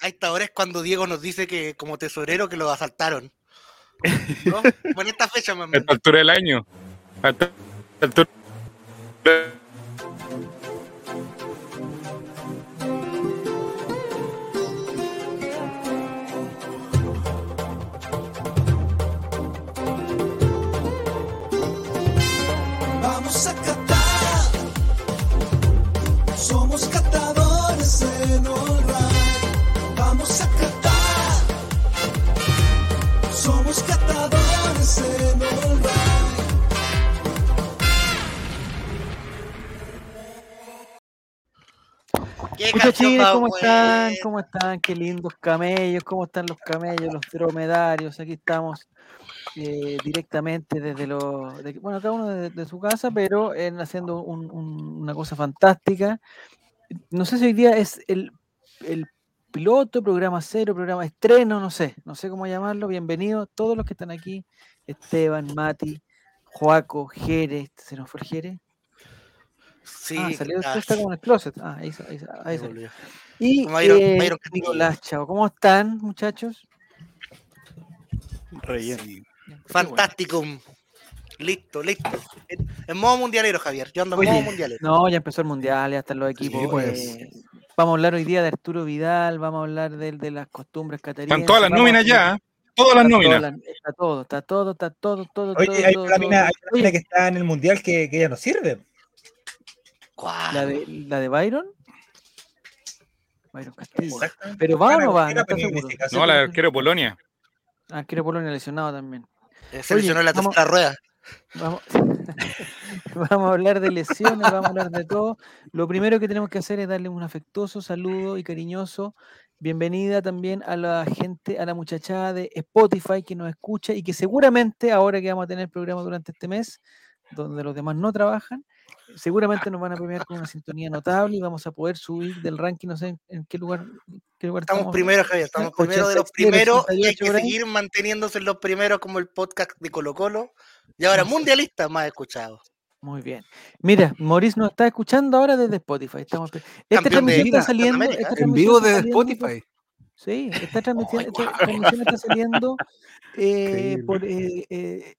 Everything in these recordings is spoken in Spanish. a esta hora es cuando Diego nos dice que como tesorero que lo asaltaron. ¿No? Bueno, esta fecha, más o A menos. esta altura del año. A esta altura. Vamos a catar. Somos catadores en All Right. Vamos a catar. Somos catadores en All Right. ¿Qué Muchachos, canción chiles, más ¿cómo buena? están? ¿Cómo están? Qué lindos camellos, ¿cómo están los camellos, los dromedarios? Aquí estamos eh, directamente desde los. de- bueno, cada uno de, de su casa, pero en- haciendo un- un- una cosa fantástica. No sé si hoy día es el, el piloto, programa cero, programa estreno, no sé, no sé cómo llamarlo. Bienvenidos todos los que están aquí: Esteban, Mati, Joaco, Jerez. ¿Se nos fue el Jerez? Sí, ah, salió ah, después, está como en el closet. Ah, ahí, sa- ahí, sa- ahí me salió. volvió. Y Byron- eh, Byron Castillo. Nicolás Chao, ¿cómo están, muchachos? Relleno. Fantasticum. Listo, listo. En en modo mundialero, Javier. Yo ando en Oye, modo mundialero. No, ya empezó el mundial, ya están los equipos. pues. eh, vamos a hablar hoy día de Arturo Vidal, vamos a hablar de, de las costumbres catarinas. Están todas las nóminas ya. ¿eh? Todas las nóminas. Está todo, está todo, está todo, todo. todo, Oye, hay todo, una todo, mina, todo. hay una mina que está en el mundial que, que ya no sirve. ¿Cuál? ¿La de, la de Byron? Byron Castillo. Exactamente. Pero va o Ana no va, no Gutiérrez, está pero en seguro. este caso- No, la del arquero Polonia. Arquero Polonia lesionado también. Eh, Seleccionó oye, la vamos- tercera rueda. Vamos, vamos a hablar de lesiones, vamos a hablar de todo. Lo primero que tenemos que hacer es darle un afectuoso saludo y cariñoso. Bienvenida también a la gente, a la muchachada de Spotify que nos escucha y que seguramente ahora que vamos a tener programa durante este mes, donde los demás no trabajan, seguramente nos van a premiar con una sintonía notable y vamos a poder subir del ranking, no sé en, en qué lugar, en qué lugar Estamos primero, Javier. Estamos primero de los 87, primeros. Y hay 88 que por ahí. seguir manteniéndose en los primeros como el podcast de Colo Colo. Y ahora, mundialista más escuchado. Muy bien. Mira, Maurice nos está escuchando ahora desde Spotify. Estamos pre- esta Campeón de transmisión está Liga, ¿eh? saliendo. América. esta En transmisión vivo está desde saliendo- Spotify. Sí, esta transmisión, esta transmisión está saliendo. eh, Increíble. por, eh, eh,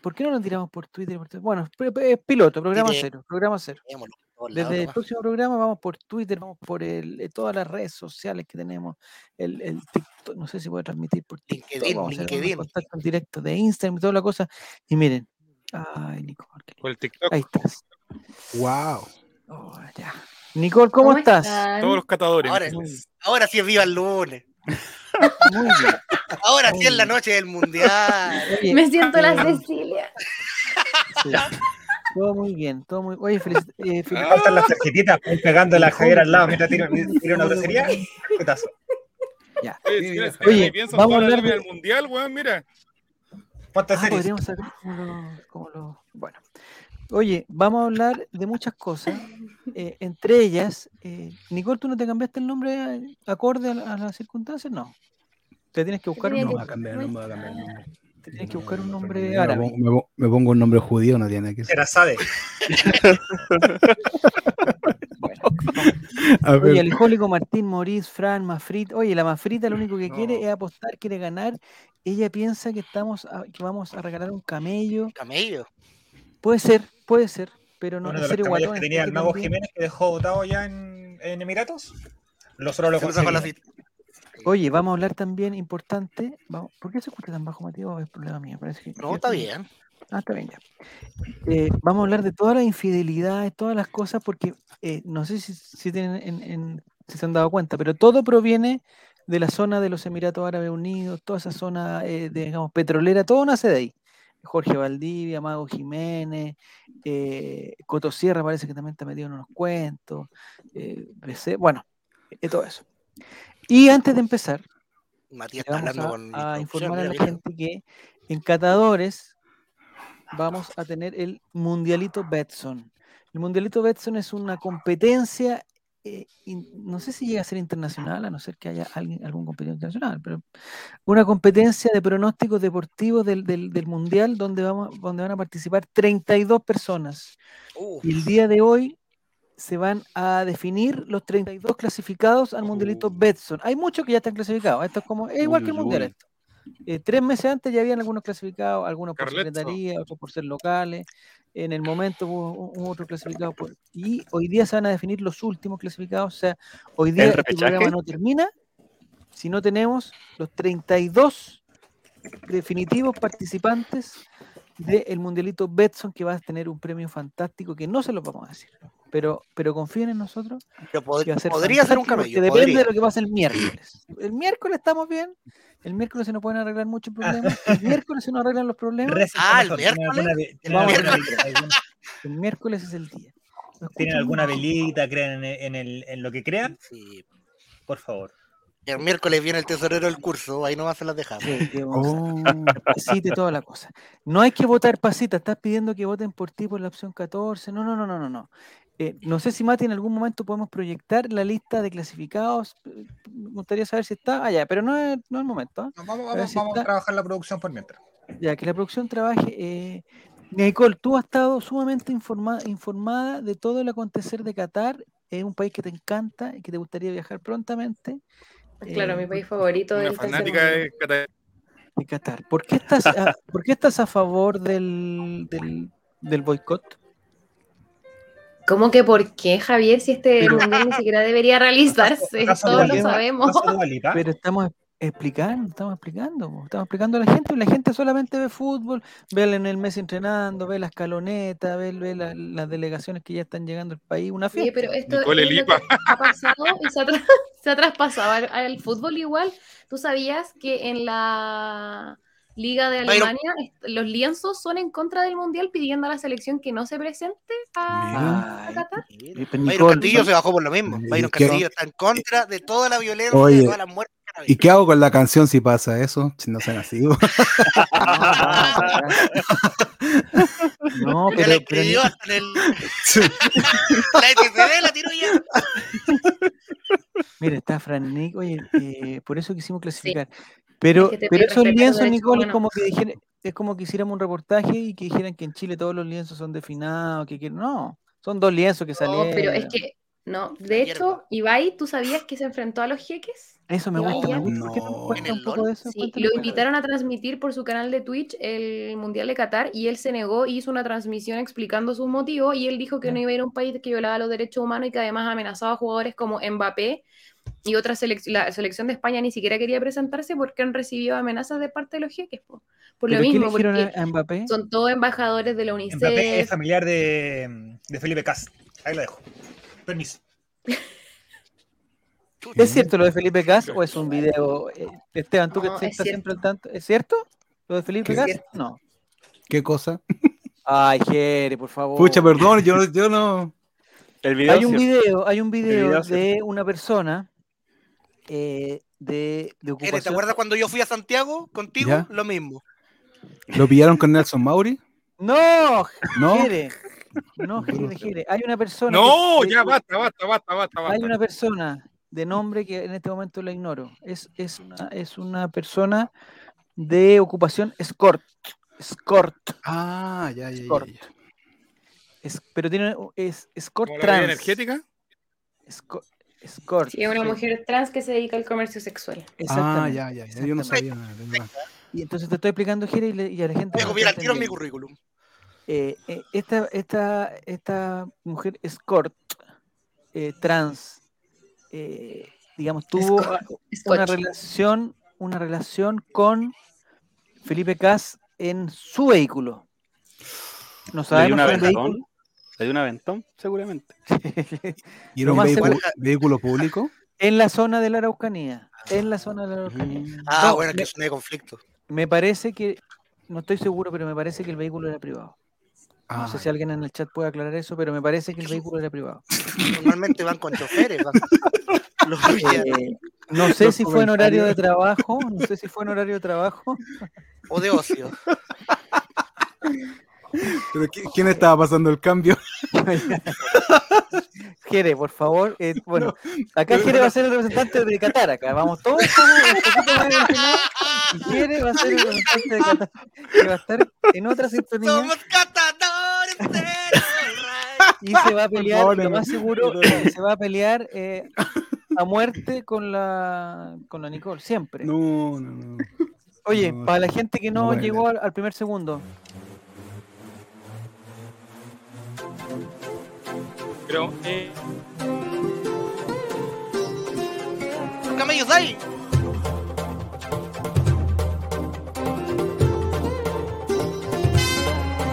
¿por qué no lo tiramos por Twitter? Por Twitter? Bueno, pre- pre- es piloto, programa Tiene- cero, programa cero. Veámoslo, por lado Desde el nomás. próximo programa vamos por Twitter, vamos por el, eh, todas las redes sociales que tenemos, el, el TikTok, no sé si puede transmitir por TikTok, LinkedIn, vamos a hacer unos LinkedIn. contactos directos de Instagram y toda la cosa. Y miren, ay, Nico, qué lindo. Por el TikTok. ahí estás. Wow. Oh, ya. Nicole, ¿cómo, estás? están? Todos los catadores. Ahora, ahora sí es viva el lunes. Muy bien. Ahora sí es la noche del mundial. Oye, Me siento la eh, Cecilia. sí. Todo muy bien, todo muy Oye, felici- eh, fel- Ah, Faltan las tarjetitas, ahí pegando la Javier al lado mientras tira, tira una grosería. Putazo. Oye, si mira, si Oye, ahí piensan vamos a todas las nóminas hablar de- del mundial, weón, mira. ¿Cuántas ah, series? podríamos sacar como lo- como lo- Bueno. Oye, vamos a hablar de muchas cosas. eh, entre ellas, eh, Nicole, ¿tú no te cambiaste el nombre eh, acorde a, la- a las circunstancias? No. Te tienes que buscar un Tenía No que- va a nombre. cambiar el nombre, va a cambiar el nombre. Te tienes que buscar No, un no, nombre me árabe. pongo- me pongo- Me pongo un nombre judío, no tiene que ser. Sherazade. Bueno. A Oye, ver, el alcohólico Martín Morís, Fran, Mafrit. Oye, la Mafrita lo único que quiere es apostar, quiere ganar. Ella piensa que estamos a- que vamos a regalar un camello. Camello. Puede ser, puede ser, pero no Uno es de ser los caballos que guatones, tenía el porque mago también- Jiménez que dejó votado ya en, en Emiratos. Nosotros lo Se lo sacó la conseguimos. cita. Oye, vamos a hablar también importante. Vamos, ¿Por qué se escucha tan bajo, Mateo? Es problema mío. Parece que No, está bien. Ah, está bien ya. Eh, vamos a hablar de todas las infidelidades, todas las cosas, porque eh, no sé si, si tienen en- en- si se han dado cuenta, pero todo proviene de la zona de los Emiratos Árabes Unidos, toda esa zona, eh, de, digamos, petrolera, todo nace de ahí. Jorge Valdivia, Mago Jiménez, eh, Coto Sierra parece que también está metido en unos cuentos, eh, BC, bueno, eh, todo eso. Y antes de empezar, Matías está le vamos hablando a, con. a mi producción, informar a mira, la mira. gente que en Catadores vamos a tener el Mundialito Betson. El Mundialito Betson es una competencia, eh, in- no sé si llega a ser internacional, a no ser que haya alguien, algún competidor internacional, pero una competencia de pronósticos deportivos del, del- del Mundial donde, vamos, donde van a participar 32 personas. Uh, Y el día de hoy se van a definir los 32 clasificados al Mundialito Betson. Hay muchos que ya están clasificados. Esto es como, es igual que el Uy, uy, Mundial uy. esto. Eh, tres meses antes ya habían algunos clasificados, algunos por Carletto. secretaría, otros por ser locales. En el momento hubo, hubo otro clasificado por- Y hoy día se van a definir los últimos clasificados. O sea, hoy día ¿El este repechaje? programa no termina si no tenemos los 32 definitivos participantes del Mundialito Betson, que va a tener un premio fantástico que no se los vamos a decir. Pero, pero confíen en nosotros. Pero pod- que va a ser podría ser un fantástico, porque camello. Depende podría. de lo que pase el miércoles. El miércoles estamos bien. El miércoles se nos pueden arreglar muchos Ah. problemas. El miércoles se nos arreglan los problemas. Recen por Ah, el nosotros, ¿tienen miércoles, alguna ve- el ¿Tienen alguna miércoles. velita? ¿Alguna- El miércoles es el día. No tienen escuchen alguna mucho. velita? ¿Creen en, en el- en lo que crean? Sí. Por favor. El miércoles viene el tesorero del curso, ahí nomás se las dejamos. Sí, que vamos a- Oh. pasita y toda la cosa. No hay que votar pasita, estás pidiendo que voten por ti por la opción 14. No, no, no, no, no, no. Eh, no sé si Mati en algún momento podemos proyectar la lista de clasificados. eh, Me gustaría saber si está. Ah, ya, pero no es, no es el momento. ¿ah? No, vamos, Pero vamos, si vamos está- a trabajar la producción por mientras. Ya, que la producción trabaje. eh, Nicole, tú has estado sumamente informa- informada de todo el acontecer de Qatar. Es un país que te encanta y que te gustaría viajar prontamente. Pues Claro, Eh, mi país favorito Una del tercer fanática mundo. de Qatar. de Qatar. ¿Por qué estás a, ¿por qué estás a favor del, del, del boicot? ¿Cómo que por qué, Javier, si este Pero- mundial ni siquiera debería realizarse? ¿Acaso Todos lo Dua Lipa? sabemos. ¿Acaso Dua Lipa? Pero estamos explicando, estamos explicando, po, estamos explicando a la gente, y la gente solamente ve fútbol, ve en el Messi entrenando, ve las calonetas, ve, ve la- las delegaciones que ya están llegando al país, una Oye, fiesta. pero esto Nicole es lo Lipa. que ha pasado y se ha, tra- se ha traspasado al, al fútbol igual. ¿Tú sabías que en la Liga de Bayron. Alemania est- los lienzos son en contra del Mundial pidiendo a la selección que no se presente a, Mira. a eh, Qatar? Pero Bayron Nicole, Castillo no- se bajó por lo mismo. ¿Y Bayron qué- Castillo está en contra de toda la violencia, Oye, de todas las muertes. que han ¿Y habido. qué hago con la canción si pasa eso? Si no sean así. bo. no, Ya la pero, pero escribió hasta en el. la SCD la tiró ya. Mira, está Fran Nick, oye, eh, por eso quisimos clasificar. Pero, que te pero pide esos respeto a los lienzos, derechos Nicole, es como humanos. que dijera- es como que hiciéramos un reportaje y que dijeran que en Chile todos los lienzos son definados, que, que no, son dos lienzos que No, salieron. pero es que, no. De hecho, Ibai, ¿tú sabías que se enfrentó a los jeques? Eso me No. gusta, me gusta. ¿Por qué no me No. cuentas ¿En el un poco LOL? de eso? Sí, Cuéntame, lo cuéntame. invitaron a transmitir por su canal de Twitch el Mundial de Qatar y él se negó y hizo una transmisión explicando sus motivos y él dijo que no iba a ir a un país que violaba los derechos humanos y que además amenazaba a jugadores como Mbappé y otra selección, la selección de España ni siquiera quería presentarse porque han recibido amenazas de parte de los jeques. po. Por lo ¿Pero qué mismo, eligieron porque a- a Mbappé? son todos embajadores de la UNICEF. Mbappé es familiar de, mm, de Felipe Cas. Ahí la dejo. Permiso. ¿Eh? ¿Es cierto lo de Felipe Gas o es un video? eh, Esteban, tú que No, es estás cierto. siempre al tanto. ¿Es cierto? ¿Lo de Felipe Es Gas? cierto. No. ¿Qué cosa? Ay, Jere, por favor. Pucha, perdón, yo, yo no. El video. Hay un sí. video, hay un video, video, de una persona eh, de, de Ere, ocupación. ¿Te acuerdas cuando yo fui a Santiago contigo? Ya. Lo mismo. ¿Lo pillaron con Nelson Mauri? No, ¿No? Jere. No, Jere, Jere. Hay una persona. No, que- ya que- basta, basta, basta, basta. Hay basta. una persona de nombre que en este momento la ignoro. Es, es, una, es una persona de ocupación escort. Escort. Ah, ya, ya, ya. Escort. ya. Es- pero tiene es escort ¿Como la bebida trans. energética? Esco- Escort. Sí, es una sí, mujer trans que se dedica al comercio sexual. Ah, exactamente. ya, ya, ya. Yo no exactamente. sabía nada. ¿verdad? Y entonces te estoy explicando, Jere, y, le- y a la gente. Me no copié está al tiro en mi entendiendo. currículum. Eh, eh, esta, esta, esta mujer escort eh, trans, eh, digamos, tuvo Escort. a- una relación, una relación con Felipe Cas en su vehículo. No sabemos una si era un aventón? vehículo. Le dio un aventón, seguramente. ¿Y Lo era un más vehículo, seguro- vehículo público? en la zona de la Araucanía. En la zona de la Araucanía. Mm. Ah, No, bueno, que me- es un de conflicto. Me parece que, no estoy seguro, pero me parece que el vehículo era privado. No Ah, sé si alguien en el chat puede aclarar eso, pero me parece que el vehículo era privado. Normalmente van con choferes. van- Los pillan. Eh, no sé Los si fue en horario de trabajo, no sé si fue en horario de trabajo. o de ocio. ¿pero qui- ¿Quién estaba pasando el cambio? Jere, por favor, eh, bueno, acá Jere va a ser el representante de Qatar, acá vamos todos como un poquito más emocionados, Ah, y Jere va a ser el representante de Qatar, que va a estar en otra sintonía Somos catadores. de Y se va a pelear, lo Perdóneme. más seguro, se va a pelear eh, a muerte con la, con la Nicole, siempre. No, no, no. Oye, no, para la gente que no no, bueno. llegó al, al primer segundo, Pero, eh, ¡Camellos ahí!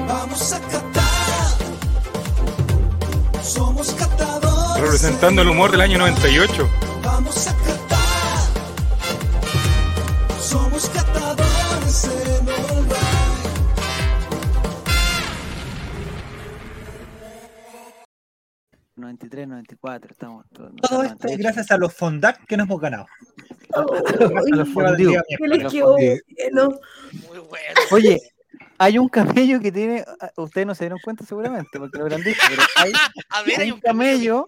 Vamos a catar. Somos catadores. representando el humor del año 98. Vamos a catar. Somos catadores en All Right. no, 93, 94, estamos. Todo, Todo esto es gracias a los fondat que nos hemos ganado. los fondiu. ¿Qué les quedó? Eh, No. Muy bueno. Oye, hay un camello que tiene. ah, Ustedes no se dieron cuenta seguramente, porque lo habrán dicho, pero hay, Ah, A ver, hay un camello.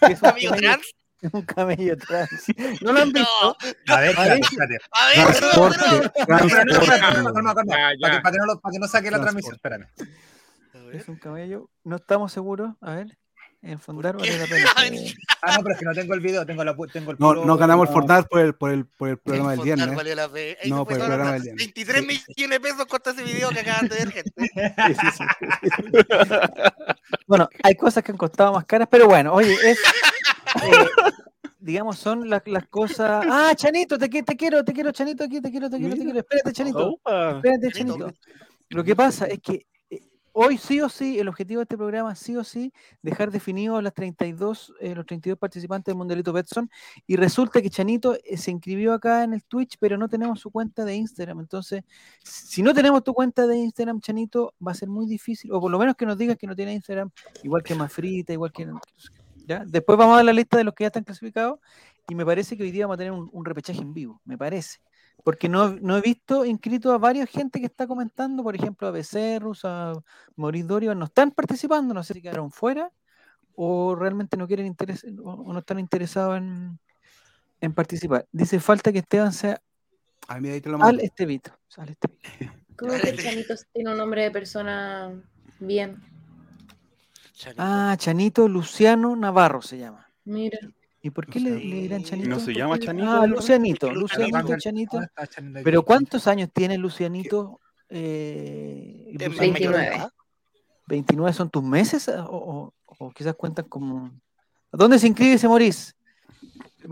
que es un camello camello- trans. Un camello trans. ¿No lo han visto? No, A ver, Ay. espérate, espérate. a ver, no, no, Transporte, Pero no, espérate, transporte. calma, calma, calma. Ya, ya. Para que, para que no lo- para que no saque la transmisión, espérame. no. A ver. Es un camello. No estamos seguros. A ver, en fondar ¿Por qué? vale la pena. A ver, Eh, Ah, no, pero es que no tengo el video, tengo, la, pu- tengo el No, puro- no ganamos el Fortnite por el, por el, por el programa del Fontar viernes. valió la pena. Eso fue No, por el toda la programa plata. del viernes. 23 millones de pesos costó ese video que acaban de ver, gente. sí, sí, sí, sí, sí. Bueno, hay cosas que han costado más caras, pero bueno, oye, es. eh, digamos, son las, las cosas. Ah, Chanito, te, qui- te quiero, te quiero, Chanito, aquí, te quiero, te quiero, te quiero. Espérate, Chanito. Opa. Espérate, Chanito. Chanito. Lo que pasa es que eh, hoy sí o sí, el objetivo de este programa es sí o sí dejar definidos las 32, eh, los 32 participantes del Mundialito Betson. Y resulta que Chanito eh, se inscribió acá en el Twitch, pero no tenemos su cuenta de Instagram. Entonces, si no tenemos tu cuenta de Instagram, Chanito, va a ser muy difícil, o por lo menos que nos digas que no tiene Instagram, igual que Mafrita, igual que... ¿ya? Después vamos a ver la lista de los que ya están clasificados y me parece que hoy día vamos a tener un, un repechaje en vivo, me parece. Porque no, no he visto inscrito a varios gente que está comentando, por ejemplo, a Becerrus, a Maurice Dorio, no están participando, no sé si quedaron fuera o realmente no quieren interes o, o no están interesados en, en participar. Dice falta que Esteban sea Ah, mira, ahí te lo al mando. Estevito. Al Estevito. ¿Cómo que el Chanito tiene un nombre de persona bien? Chanito. Ah, Chanito Luciano Navarro se llama. Mira. ¿Y por qué le, le dirán Chanito? No se llama Ah, Chanito. Ah, Lucianito, Ah, Lucianito, no, Chanito. no, está Chanito. ¿Pero cuántos años tiene Lucianito? Eh, y Ten Luciano? 29. 29 son tus meses ah, o, o- o quizás cuentan como... ¿A ¿Dónde se inscribe ese Morís?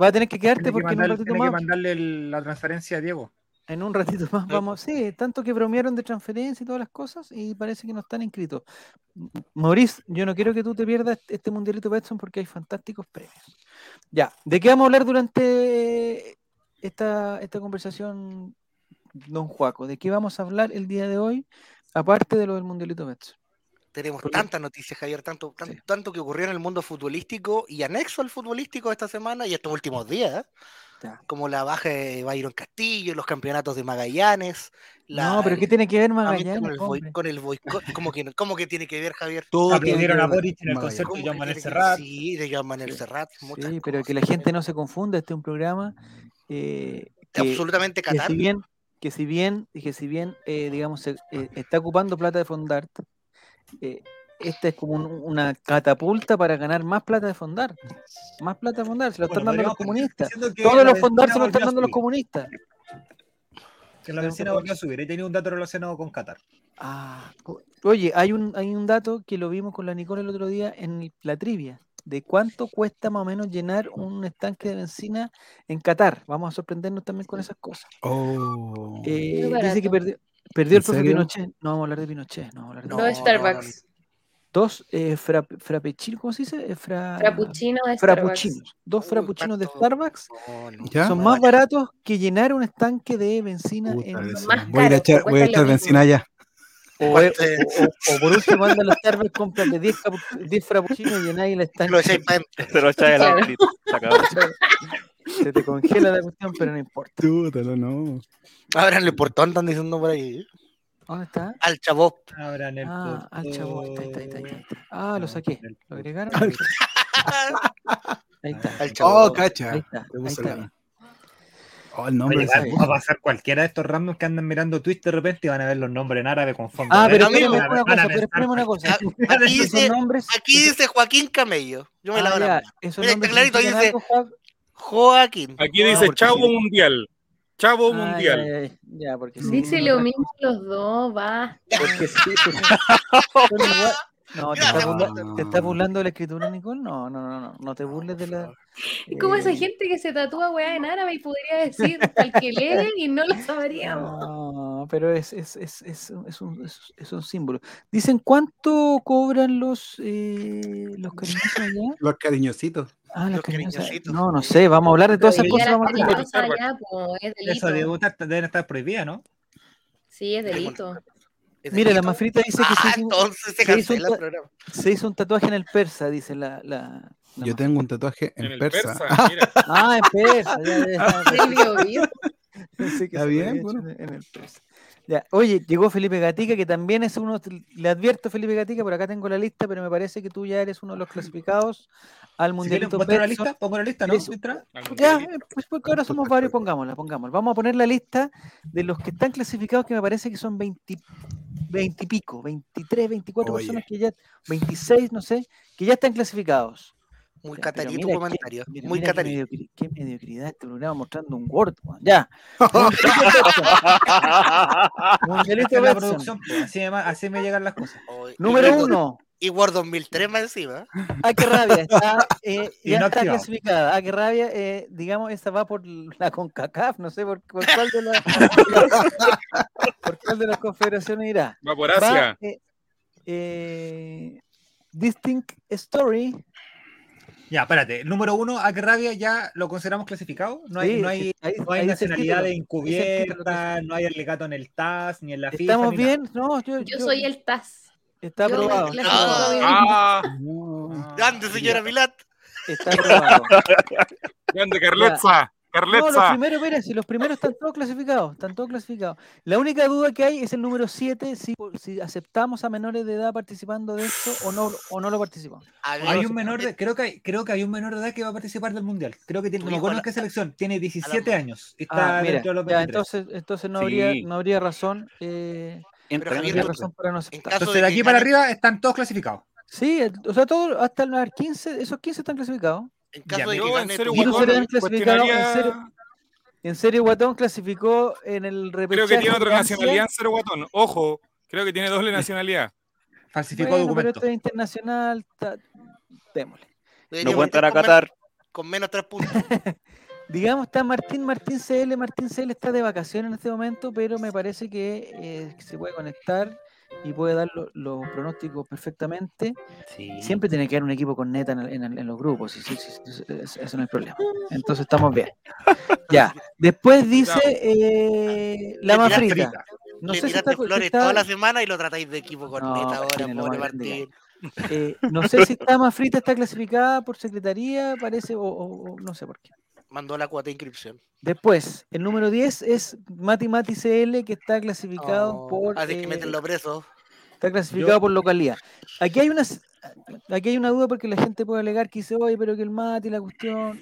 Va a tener que quedarte Tiene que porque en un mandar- ratito tiene que más, mandarle el- la transferencia a Diego. en un ratito más vamos, sí, tanto que bromearon de transferencia y todas las cosas y parece que no están inscritos. M- Morís, yo no quiero que tú te pierdas este mundialito Betson porque hay fantásticos premios. Ya, ¿de qué vamos a hablar durante esta, esta conversación, don Juaco? ¿De qué vamos a hablar el día de hoy, aparte de lo del mundialito Betson? Tenemos Porque- tantas noticias, Javier, tanto, tan- Sí. tanto que ocurrió en el mundo futbolístico y anexo al futbolístico esta semana y estos últimos días, ¿eh? Ya. como la baja de Byron Castillo, los campeonatos de Magallanes, la- no, pero ¿qué tiene que ver Nuevamente Magallanes? con el, boi- hombre? con el boicot, ¿cómo que, cómo que tiene que ver, Javier? Todo tiene que Aplaudieron a ver. Boric en el Vale. concierto de ¿Cómo Joan que Manuel tiene que- Serrat. Sí, de Joan Manuel Serrat, muchas Sí, pero que la cosas. gente no se confunda, este es un programa eh, que, Absolutamente que Qatar. si bien, que si bien, que si bien eh, digamos, se- eh, está ocupando plata de Fondart, eh, esta es como un- una catapulta para ganar más plata de Fondart. Más plata de Fondart, se lo están Bueno, dando los podríamos comunistas. continuar diciendo que la Todos los vecina Fondart se lo volvió están a dando los subir, comunistas. Que la vecina volvió a subir. Ahí tenía un dato relacionado con Qatar. Ah, o- oye, hay un, hay un dato que lo vimos con la Nicole el otro día en el- la trivia, de cuánto cuesta más o menos llenar un estanque de bencina en Qatar. Vamos a sorprendernos también con esas cosas. Oh. Eh, Muy dice que barato. perdió, perdió el ¿En profe serio? Pinochet. No vamos a hablar de Pinochet, no vamos a hablar de No, Dos Pinochet. Starbucks. Dos eh, frap, frappuccino, ¿cómo se dice? Eh, fra- Frappuccino de Starbucks. frappuccinos. Dos Uh, Uy, frappuccinos de cuánto- Starbucks No, no. ¿Ya? son más baratos que llenar un estanque de bencina Puta, en, eso. Más Voy a ir a caro, echar, voy a cuesta echar lo mismo. bencina allá. O, eh, o- o- o por último, anda a los Starbucks, cómprate 10, capu- 10 frappuccinos y en ahí le están. Lo eh, echáis para Ah, Se lo echaba el Claro. ángel. y se acabó. Se te congela la cuestión, pero no importa. Puta, no, no. Abran el portón, están diciendo por ahí. ¿eh? ¿Dónde está? Al chavo. Abran el Ah, al chavo. Ahí está, ahí está, ahí está, ahí está. Ah, lo No, saqué. el ¿Lo agregaron? Ahí está. Al Ahí chavo. Oh, cacha. está. Ah, Te Ahí puse está. la- Oh, el nombre Oye, de va, esa va a voz. pasar cualquiera de estos randoms que andan mirando Twitch de repente y van a ver los nombres en árabe con fondo. Ah, árabe. pero Amigo, espérame Van a- una van cosa, a pero pensar- espérame una cosa. van a Aquí pensar- Esos dice, nombres. aquí dice Joaquín Camello. Yo me Ah, la voy a ya, lavar. esos Mira, está nombres clarito, significan dice- algo, Jav. Joaquín. Aquí Ah, dice porque Chavo sí. Mundial. Chavo Ah, Mundial. ya, ya, ya, porque sí, Dice no, lo no, mismo los dos, va. porque sí, porque- son igual- No, te Gracias, estás burla- Nicole. te estás burlando de la escritura, Nicole. No, no, no, no. No te burles de la. Es como esa eh, gente que se tatúa weá en árabe y podría decir al que lee y no lo sabríamos. No, pero es, es, es, es, un- es un, es- es un símbolo. Dicen cuánto cobran los, eh, los cariñosos allá. Los cariñositos. Ah, los Los cariñosos. cariñositos. No, no sé, vamos a hablar de todas esas Y cosas. a las vamos a hablar. cariñosas ya, po, es Eso de delito. Utah deben estar prohibidas, ¿no? Sí, es delito. Mira, la mafrita dice que Ah, se hizo, entonces se se hizo cancela un el programa. se hizo un tatuaje en el persa, dice la. la, la Yo Mafrita. tengo un tatuaje en, En el persa. persa. mira. Ah, en persa. ya, ya, ya, Del Bío Bío. pensé que Está se lo bien, había hecho bueno. en- en el persa. Ya, Oye, llegó Felipe Gatica, que también es uno. Le advierto, Felipe Gatica, por acá tengo la lista, pero me parece que tú ya eres uno de los clasificados al Si quieren, mundialito. ¿Pongo la Betson. lista? ¿Pongo la lista, no? Eso. Mientras- Ya, Algún eh, pues porque ahora somos varios, pongámosla, pongámosla. Vamos a poner la lista de los que están clasificados, que me parece que son 20, 20 y pico, 23, 24 Oye. personas que ya, 26, no sé, que ya están clasificados. Muy Ya, pero catarí tu mira qué- comentario. mira, Muy mira qué, catarí. mediocri- qué mediocridad este programa mostrando un Word, weón. Ya. Mundialito Betson. Esta Mundialito es la Betson. producción, pues, así, me, va- así me llegan las cosas. Oh, y Número Word- uno. Y Word 2003 más encima. Ah, qué rabia. Está, eh, Y ya no está activado. clasificada. Ah, qué rabia. eh, digamos, esta va por la CONCACAF. No sé por, por cuál de las, por cuál de las confederaciones irá. Va por Va, Asia. eh, eh, Distinct Story. Ya, espérate. Número uno, a qué rabia ya lo consideramos clasificado. No hay, Sí, no hay, ahí- no hay ahí dice el nacionalidades título. Dice el título encubiertas, no hay alegato en el TAS, ni en la FIFA. ¿Estamos ni bien? No, yo, Yo yo- soy el TAS. Está yo me aprobado. clasifico está aprobado, bien. Ah, No. Grande, señora Milat. Está aprobado. grande Carletza. No, los Carletza. primeros, mira, si los primeros están todos clasificados, están todos clasificados. La única duda que hay es el número 7, si, si aceptamos a menores de edad participando de esto o no, o no lo participamos. nada. Hay un menor de, creo que hay, creo que hay un menor de edad que va a participar del mundial. Creo que tiene, Tu no me hijo acuerdo a en la- qué selección. Tiene 17 años. Está Ah, mira, dentro de los ya, 23. entonces, entonces no, habría, Sí. no habría razón. eh, Entra, Pero no Javier, habría tú- razón para no en aceptar. caso Entonces, de que aquí para gane- arriba están todos clasificados. Sí, el- o sea, todo, hasta el 15, esos 15 están clasificados. En Ya, caso de que Yo, en gane serio, tu Guido hijo, será Guatón, el clasificado, en serio. cuestionaría. En serio, Guatón clasificó en el Creo que repechaje tiene otra Francia. nacionalidad, Cero Guatón. Ojo, creo que tiene doble nacionalidad. Falsificó Bueno, pero documentos. esto es internacional, ta- démosle. debería No cuentan a meter con Qatar. menos- Con menos tres puntos. Digamos, está Martín, Martín CL, Martín CL está de vacaciones en este momento, pero me parece que eh, se puede conectar y puede dar lo- los pronósticos perfectamente. Siempre tiene que haber un equipo con neta en, el- en el- en los grupos, sí, sí, sí, sí, eso- eso no es problema. Entonces estamos bien. Ya, después dice eh, la Le tiraste mafrita. No Le sé si tiraste está, si flores está- toda la semana y lo tratáis de equipo con No, pues neta ahora, tiene lo pobre más grande que hay. Martín. eh, no sé si está mafrita, está clasificada por secretaría, parece, o- o- o no sé por qué. Mandó la cuota de inscripción. Después, el número 10 es Mati Mati CL, que está clasificado Oh, por. Así que eh, meterlo preso. Está clasificado por localidad. Aquí hay unas. Aquí hay una duda porque la gente puede alegar que dice, oye, pero que el Mati, la cuestión.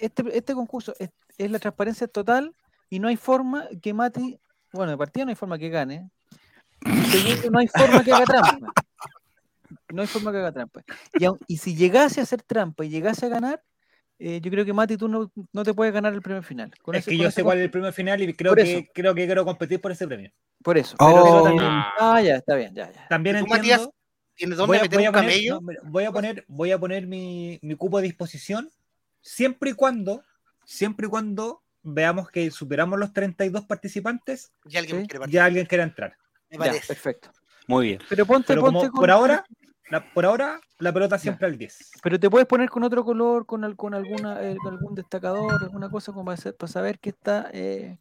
Este, este concurso es, es la transparencia total y no hay forma que Mati. Bueno, de partida no hay forma que gane. Y segundo, no hay forma que haga trampa. No hay forma que haga trampa. Y, aun- y si llegase a hacer trampa y llegase a ganar, eh, yo creo que Mati, tú no, no te puedes ganar el premio final. Con Es ese- que con yo ese sé cuál es el premio final y creo Por eso. que, creo que quiero competir por ese premio. Por eso. pero digo Oh. también- Ah. ah, ya, está bien, ya, ya. También ¿Y tú, entiendo. Matías, ¿Tienes dónde meter un poner, camello? no, mira, voy a poner, voy a poner mi, mi cupo a disposición siempre y cuando, siempre y cuando veamos que superamos los 32 participantes, Y alguien Sí. quiere partir. ya alguien quiera entrar. Me Ya, parece. perfecto. Muy bien. Pero ponte, Pero como ponte con- por ahora, la, por ahora la pelota siempre al 10. Pero te puedes poner con otro color, con, al- con alguna, eh, con algún destacador, alguna cosa como para, hacer- para saber que está. eh.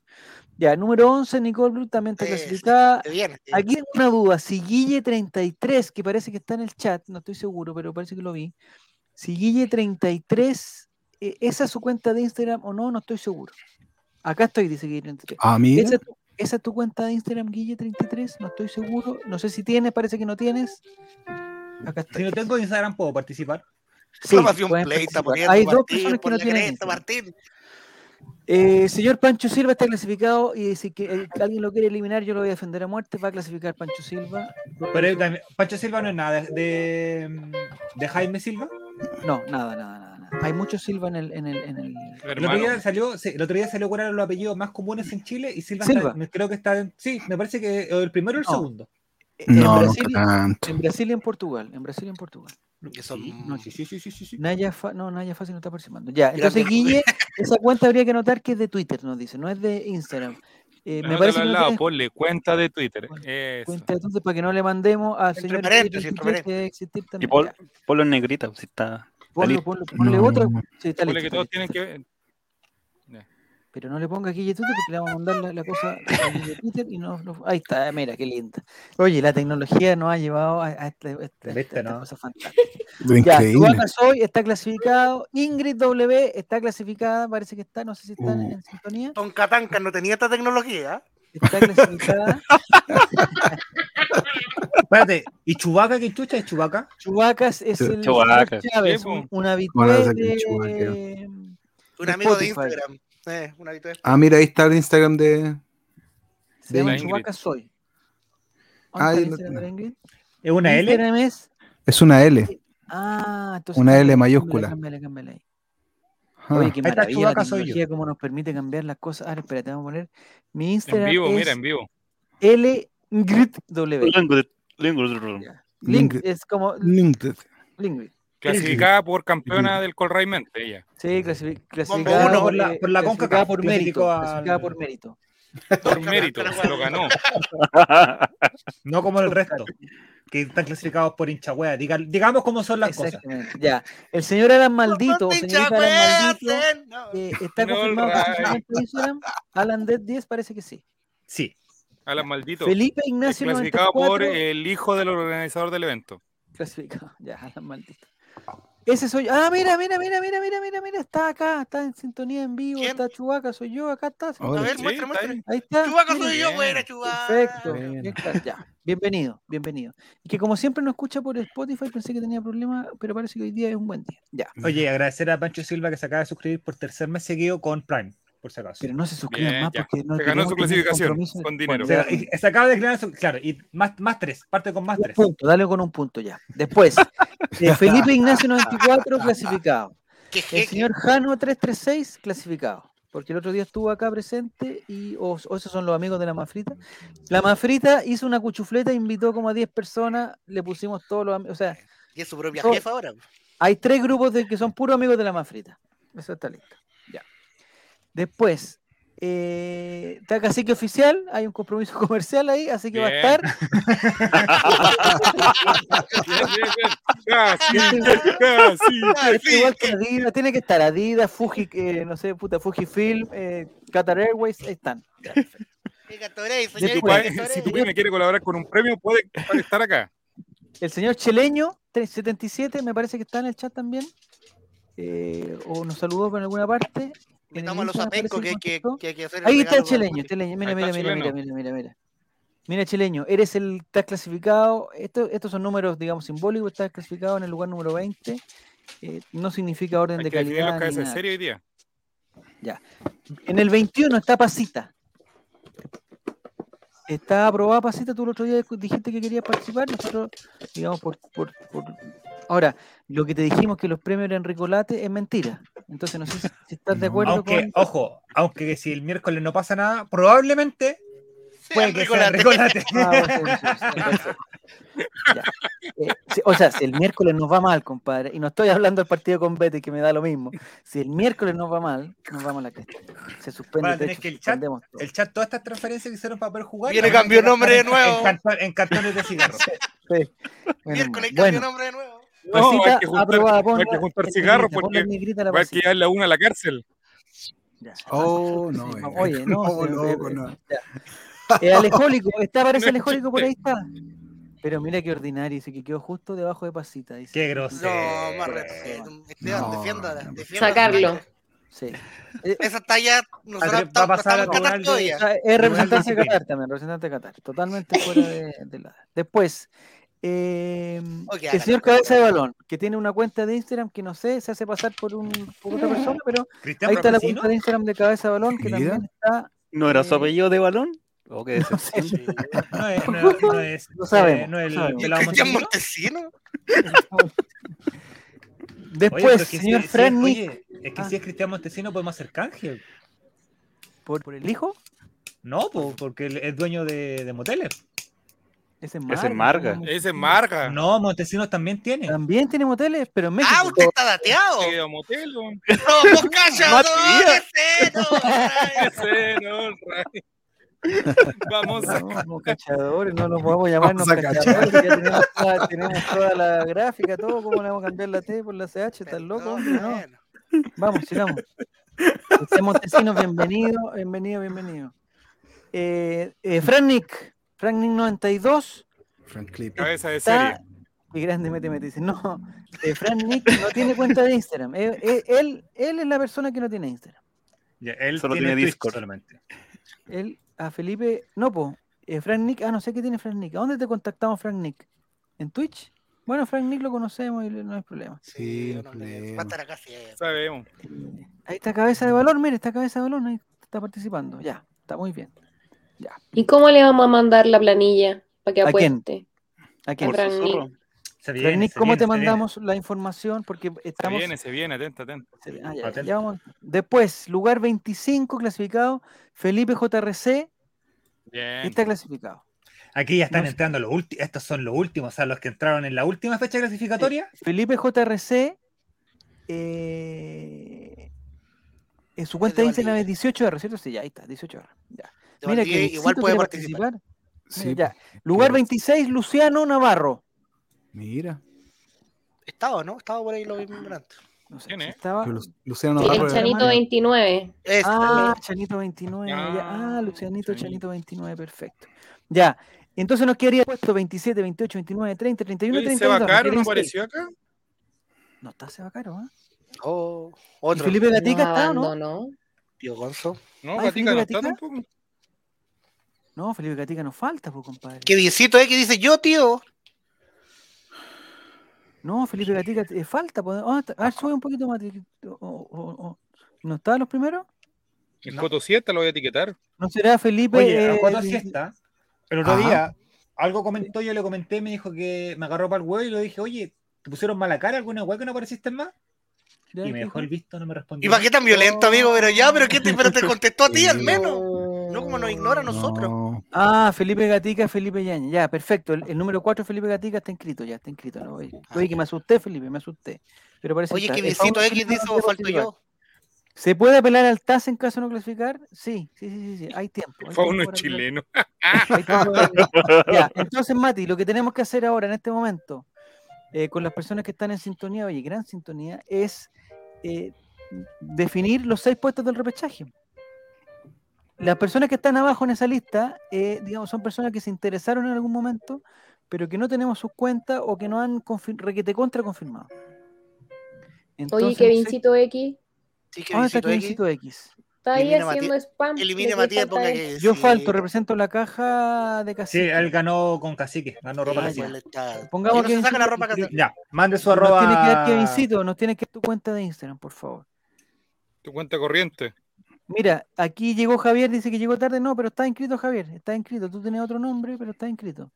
Ya, número 11, Nicole Blue también está Sí, sí, clasificada. Te viene. sí. Aquí tengo una duda. Si Guille33, que parece que está en el chat, no estoy seguro, pero parece que lo vi. Si Guille33, eh, ¿esa es su cuenta de Instagram o no? No estoy seguro. Acá estoy, dice Guille33. A mí. ¿Esa, es tu- esa es tu cuenta de Instagram, Guille33? No estoy seguro. No sé si tienes, parece que no tienes. Acá está. Si no tengo Instagram, puedo participar. Exclamación pueden play, está participar. poniendo pues, Hay dos Martín, personas que por no la tienen cresta, Instagram. Martín. Eh, señor Pancho Silva está clasificado y si que, eh, alguien lo quiere eliminar, yo lo voy a defender a muerte. Va a clasificar Pancho Silva. Pero él también- Pancho Silva no es nada de, de Jaime Silva. No, nada, nada, nada. nada. Hay mucho Silva en el. En el, en el- El otro, Hermano. día salió, sí, el otro día salió cuál eran los apellidos más comunes en Chile y Silva, Silva. está- creo que está en- Sí, me parece que o el primero o el No. segundo. en No, no Brasil, tanto. en Brasil y en Portugal. En Brasil y en Portugal. Que son- no, Sí, sí, sí, sí, sí, sí. Naya Fa- no, Naya Fácil no está participando. Ya, entonces Gracias. Guille, esa cuenta habría que anotar que es de Twitter, nos dice, no es de Instagram. Eh, me parece que al no lado, pues, tiene ponle cuenta de Twitter. Cuenta- Eso. cuenta, entonces para que no le mandemos a señor Guille paréntesis, entre que tiene que existir Y también. pon, Ya, ponlo en negrita, pues, si está. ponlo, listo. ponlo, ponle No. otra. Sí, está Ponle listo, que está todos listo, tienen está listo. que. Pero no le ponga Guille Twitter porque le vamos a mandar la, la cosa a Guille Twitter y no, no- Ahí está, mira, qué linda. Oye, la tecnología nos ha llevado a, a este- este- Viste, esta ¿no? cosa fantástica. Lo Ya, increíble. Tuaca Soy está clasificado. Ingrid W está clasificada, parece que está, no sé si están Uh. en sintonía. Tonkatanka no tenía esta tecnología. Está clasificada. Espérate, ¿y Chubaca qué chucha es Chubaca? Chubacas es el Chubacas, señor Chávez, sí, po. un, un Bueno, habitué es el de... Chubaca. Un De amigo de Spotify. Instagram. Eh, un hábito de- Ah, mira, ahí está el Instagram de. Se llama La Ingrid. Chubacas Soy. Ah, ¿Dónde está yo no el Instagram, Ingrid? ¿Es una L? Instagram es... Es una L. Ah, entonces... Una L cámbiala, mayúscula. cámbiala, cámbiala ahí. Ah, Oye, qué Ahí está, maravilla la Chewbacca soy yo. tecnología, cómo nos permite cambiar las cosas. Ahora, espérate, vamos a poner... Mi En Instagram vivo, es mira, en vivo. L Ingrid W. Lingu- lingu- Link, eh, Ingrid. es como LinkedIn. Lingrid. Clasificada por campeona del Colray Mente, ella. Sí, clasifi- Bombo clasificada uno por la- eh, por la clasificada CONCACAF, por clasificó mérito. al- clasificada por mérito. Por mérito, se lo ganó. No como el resto, que están clasificados por hincha wea. Diga- digamos cómo son las cosas. Exactamente. Ya. El señor Alan Maldito, ¿Cuántos hinchas, señorita weón, Alan Maldito, hacen? No. eh, está No, confirmado que right. su cuenta de Instagram. Alan Dead 10 parece que sí. Sí. A las malditos. Felipe Es Ignacio Clasificado por 94, el hijo del organizador del evento. clasificado. Ya, Alan Maldito. Ese soy yo. Ah, mira, mira, mira, mira, mira, mira, mira, está acá, está en sintonía en vivo, ¿Quién? está Chubaca, soy yo, acá está. A Hola. ver, Sí, muestra, está muestra. bien. Ahí está. Chubaca mira. soy yo, buena, chubaca. Perfecto. Bueno. ya está, ya. Bienvenido, bienvenido. Y que como siempre no escucha por Spotify, pensé que tenía problemas, pero parece que hoy día es un buen día. Ya. Oye, agradecer a Pancho Silva que se acaba de suscribir por tercer mes seguido con Prime, por si acaso. Pero no se suscriban Bien, más ya. porque no Se ganó queremos su tener clasificación compromiso. con dinero. O Bueno, sea, y- se acaba de declarar su. Claro, y más, más tres, parte con más un tres. punto, dale con un punto ya. Después, eh, Felipe Ignacio 94 clasificado. Qué El jeque. señor Jano 336 clasificado. Porque el otro día estuvo acá presente y o, o esos son los amigos de la Mafrita. La Mafrita hizo una cuchufleta, e invitó como a 10 personas, le pusimos todos los amigos, o sea, Y es su propia No. jefa ahora. Hay tres grupos de que son puros amigos de la Mafrita. Eso está listo. Ya. Después, eh, está Cacique Oficial, hay un compromiso comercial ahí, así que va a Bien. estar. Casi, casi. Este igual que Adidas, tiene que estar Adidas, Fuji, eh, no sé, puta, Fujifilm, eh, Qatar Airways, ahí están. Ya, perfecto. Qué catoré, tu señorita, padre, qué catoré. Pues, Si tu pyme quiere colaborar con un premio, puede puede estar acá. El señor Cheleño, 377, me parece que está en el chat también. Eh, o nos saludó por alguna parte. En el Metamos a los Instagram parece apecos que, que que, contestó. que hay que hacer. el Ahí está regalo Cheleño, con- Cheleño. Mira, Ahí mira, está mira, mira, Chileno. mira, mira, mira. Mira, Cheleño, eres el, estás clasificado, esto- estos son números, digamos, simbólicos, estás clasificado en el lugar número 20. eh, no significa orden Hay de que definir los calidad. ni cabezas de nada. serie hoy día. En el 21 está Pasita. Está aprobada Pasita, tú el otro día discu- dijiste que querías participar, nosotros, digamos, por, por, por... Ahora, lo que te dijimos que los premios eran Ricolate es mentira. Entonces, no sé si, si estás de No. acuerdo Aunque, con... ojo, aunque si el miércoles no pasa nada, probablemente Sí, puede que sea Nicolás, Ricolate. Ah, bueno, sí, sí, sí, sí. Ya. Eh, si- o sea, si el miércoles nos va mal, compadre, y no estoy hablando del partido con Betty, que me da lo mismo. Si el miércoles nos va mal, nos vamos a la cresta. Se suspende. Van a de tener hecho, que el chat- suspendemos todo. El chat, todas estas transferencias que hicieron para poder jugar. Viene ahora cambio de van a nombre estar de nuevo. En, cartón- en cartones de cigarro. Menos Miércoles mal. cambio Bueno, nombre de nuevo. No, hay pasita que juntar- Pues aprobada. hay que ponla juntar en cigarros negrita, ponla pues porque en negrita la Va a pasita. quedar la una a la cárcel. Ya, Oh, sí, no, sí, eh. vamos. Oye, no, No, sí, loco, eh, no. ya. Eh, Alejólico, está, parece Alejólico por chiste. ahí está. Pero mira qué ordinario, dice que quedó justo debajo de pasita. Dice. Qué grosero. No, más respeto. Esteban, No, defiéndala, no, no. defiéndala. Sacarlo. Sí. Esa talla nosotros Andrés, va a estamos- pasar a estamos en Qatar tribunal de- O todavía. sea, es representante de disciplina. Qatar también, representante de Qatar, totalmente fuera de, de la. Después, eh, Ok, el hágale. señor cabeza de balón, que tiene una cuenta de Instagram que no sé, se hace pasar por, un, por otra persona, pero Cristian ahí está la Rapacino. cuenta de Instagram de cabeza de balón, que Mm. Mira. también está, ¿No era su Eh, apellido de balón? ¿O qué no sé, decepción? No es, no es, no es, No sabemos, eh, no es el no sabemos. de la ¿Cristian Montesino. Montesino? Oye, pero Después, es que si- señor si es- Fran Nick, oye, es que Ah. si es Cristian Montesino podemos hacer canje. por, por el hijo, No, po, porque él es dueño de, de moteles. ese Ese es Marga. Ese es Marga. No, Montesinos también tiene. También tiene moteles, pero en México. ¡Ah, usted está dateado! Eh, a motel, weón. ¡No, pues, vos calla! ¡No, Matías. ese no! ay. Este Ese, no, el Ray. Vamos a. No, no, cachadores, no los podemos llamarnos Vamos a cachadores. Ya tenemos, toda, tenemos toda la gráfica, todo. ¿Cómo le vamos a cambiar la T por la CH? ¿Estás loco? No, hombre? No. bueno. Vamos, sigamos. José Montesinos, bienvenido, bienvenido, bienvenido. Eh, eh, Frank Nick, Frank Nick 92. Frank Clip. Cabeza de serie. Está, qué grande mete, mete. Dice, no, eh, Frank Nick no tiene cuenta de Instagram. Eh, eh, él, él es la persona que no tiene Instagram. Ya, él Solo tiene, tiene Twitch Discord. solamente. Él, a Felipe, no, po. eh, Frank Nick, ah, no sé qué tiene Frank Nick. ¿A dónde te contactamos, Frank Nick? ¿En Twitch? Bueno, Frank Nick lo conocemos y no hay problema. Sí, Sí, no, hombre, problema. va a estar acá siempre. Sabemos. Ahí está cabeza de valor, mire, está cabeza de valor, ahí está participando. Ya, está muy bien. ¿Y cómo le vamos a mandar la planilla para que ¿A quién? apueste? Aquí. Por Fran Nick. susurro. Se viene, Frank Nick, se ¿cómo viene, te se viene. mandamos la información? Porque Se estamos. viene, se viene, atenta, atenta. se- ah, ya, ya, Atento. ya vamos. Después, lugar 25 clasificado, Felipe JRC Bien. está clasificado. Aquí ya están No sé. entrando los últimos. Estos son los últimos, o sea, los que entraron en la última fecha clasificatoria. Felipe JRC, eh, en su cuenta de de Instagram es Valdivia. 18R, ¿cierto? Sí, ya, ahí está, 18R. Ya. De Valdivia Luisito igual puede quiere participar. Mira, Sí, ya. Lugar claro. 26, Luciano Navarro. mira. Estaba, ¿no? Estaba por ahí lo mismo antes. No sé, ¿Quién si es? estaba- Lu- Luciano Sí, pues, Navarro el era- Chanito 29. Este, Ah, Chanito 29. ya. Ah, Ah, Lucianito, Chanito. Chanito 29, perfecto. Ya. Entonces nos quedaría puesto 27, 28, 29, 30, 31, Oye, ¿Se 32. va nos caro? quedarían ¿No seis. apareció acá? No está Seba Caro, ¿ah? oh, ¿Y otro. Felipe Gatica está o no? abandonó. Tío Gonzo. No, Ah, Gatica no está Felipe Gatica. tampoco. No, Felipe Gatica nos falta, pues, compadre. Qué biencito, ¿eh? Que dice yo, tío. No, Felipe Gatica eh, falta. pues. Ah, está- a ver, sube un poquito más. o- o- o- ¿No está los primeros? El Coto Siesta lo voy a etiquetar. ¿No será Felipe? Oye, a eh, cuatro el- siesta. El otro Ajá. día, algo comentó, yo le comenté, me dijo que me agarró para el huevo y le dije, oye, ¿te pusieron mala cara alguna hueá que no apareciste más? ¿será Y el me que dejó el visto, no me respondió. ¿Y para qué tan violento, amigo? Pero ya, pero, qué te, pero te contestó a ti al Sí. menos. No como nos ignora a nosotros. No, Ah, Felipe Gatica, Felipe Yañez. Ya, perfecto. El, el número 4, Felipe Gatica, está inscrito ya, está inscrito. ¿no? Oye, oye, que me asusté, Felipe, me asusté. Pero parece que Ah, Oye, está- qué el Pablo biencito, ¿eh? Que Felipe dice no quiere falto participar. yo. ¿Se puede apelar al TAS en caso de no clasificar? Sí, sí, sí, sí, sí. hay tiempo. hay Fue tiempo uno para apelar. chileno. Hay tiempo para apelar. Ya, entonces, Mati, lo que tenemos que hacer ahora, en este momento, eh, con las personas que están en sintonía, oye, gran sintonía, es eh, definir los seis puestos del repechaje. Las personas que están abajo en esa lista, eh, digamos, son personas que se interesaron en algún momento, pero que no tenemos sus cuentas o que no han confir- requete contra confirmado. Oye, Entonces, Kevincito X. Sí, que ¿Dónde está biencito, ¿eh? Kevincito X? Está ahí Elimina a haciendo spam. Elimine ¿De a qué Matías y falta ponga él? que. Yo sí. falto, represento la caja de Sí, cacique. él ganó con cacique, ganó ropa Sí, cacique. igual está. Pongamos Que que no se saca la Kevincito ropa inscrito. que Ya, mande su Nos arroba. tiene que dar Kevincito, nos tiene que dar tu cuenta de Instagram, por favor. Tu cuenta corriente. Mira, aquí llegó Javier, dice que llegó tarde. No, pero está inscrito Javier, está inscrito. Tú tienes otro nombre, pero está inscrito.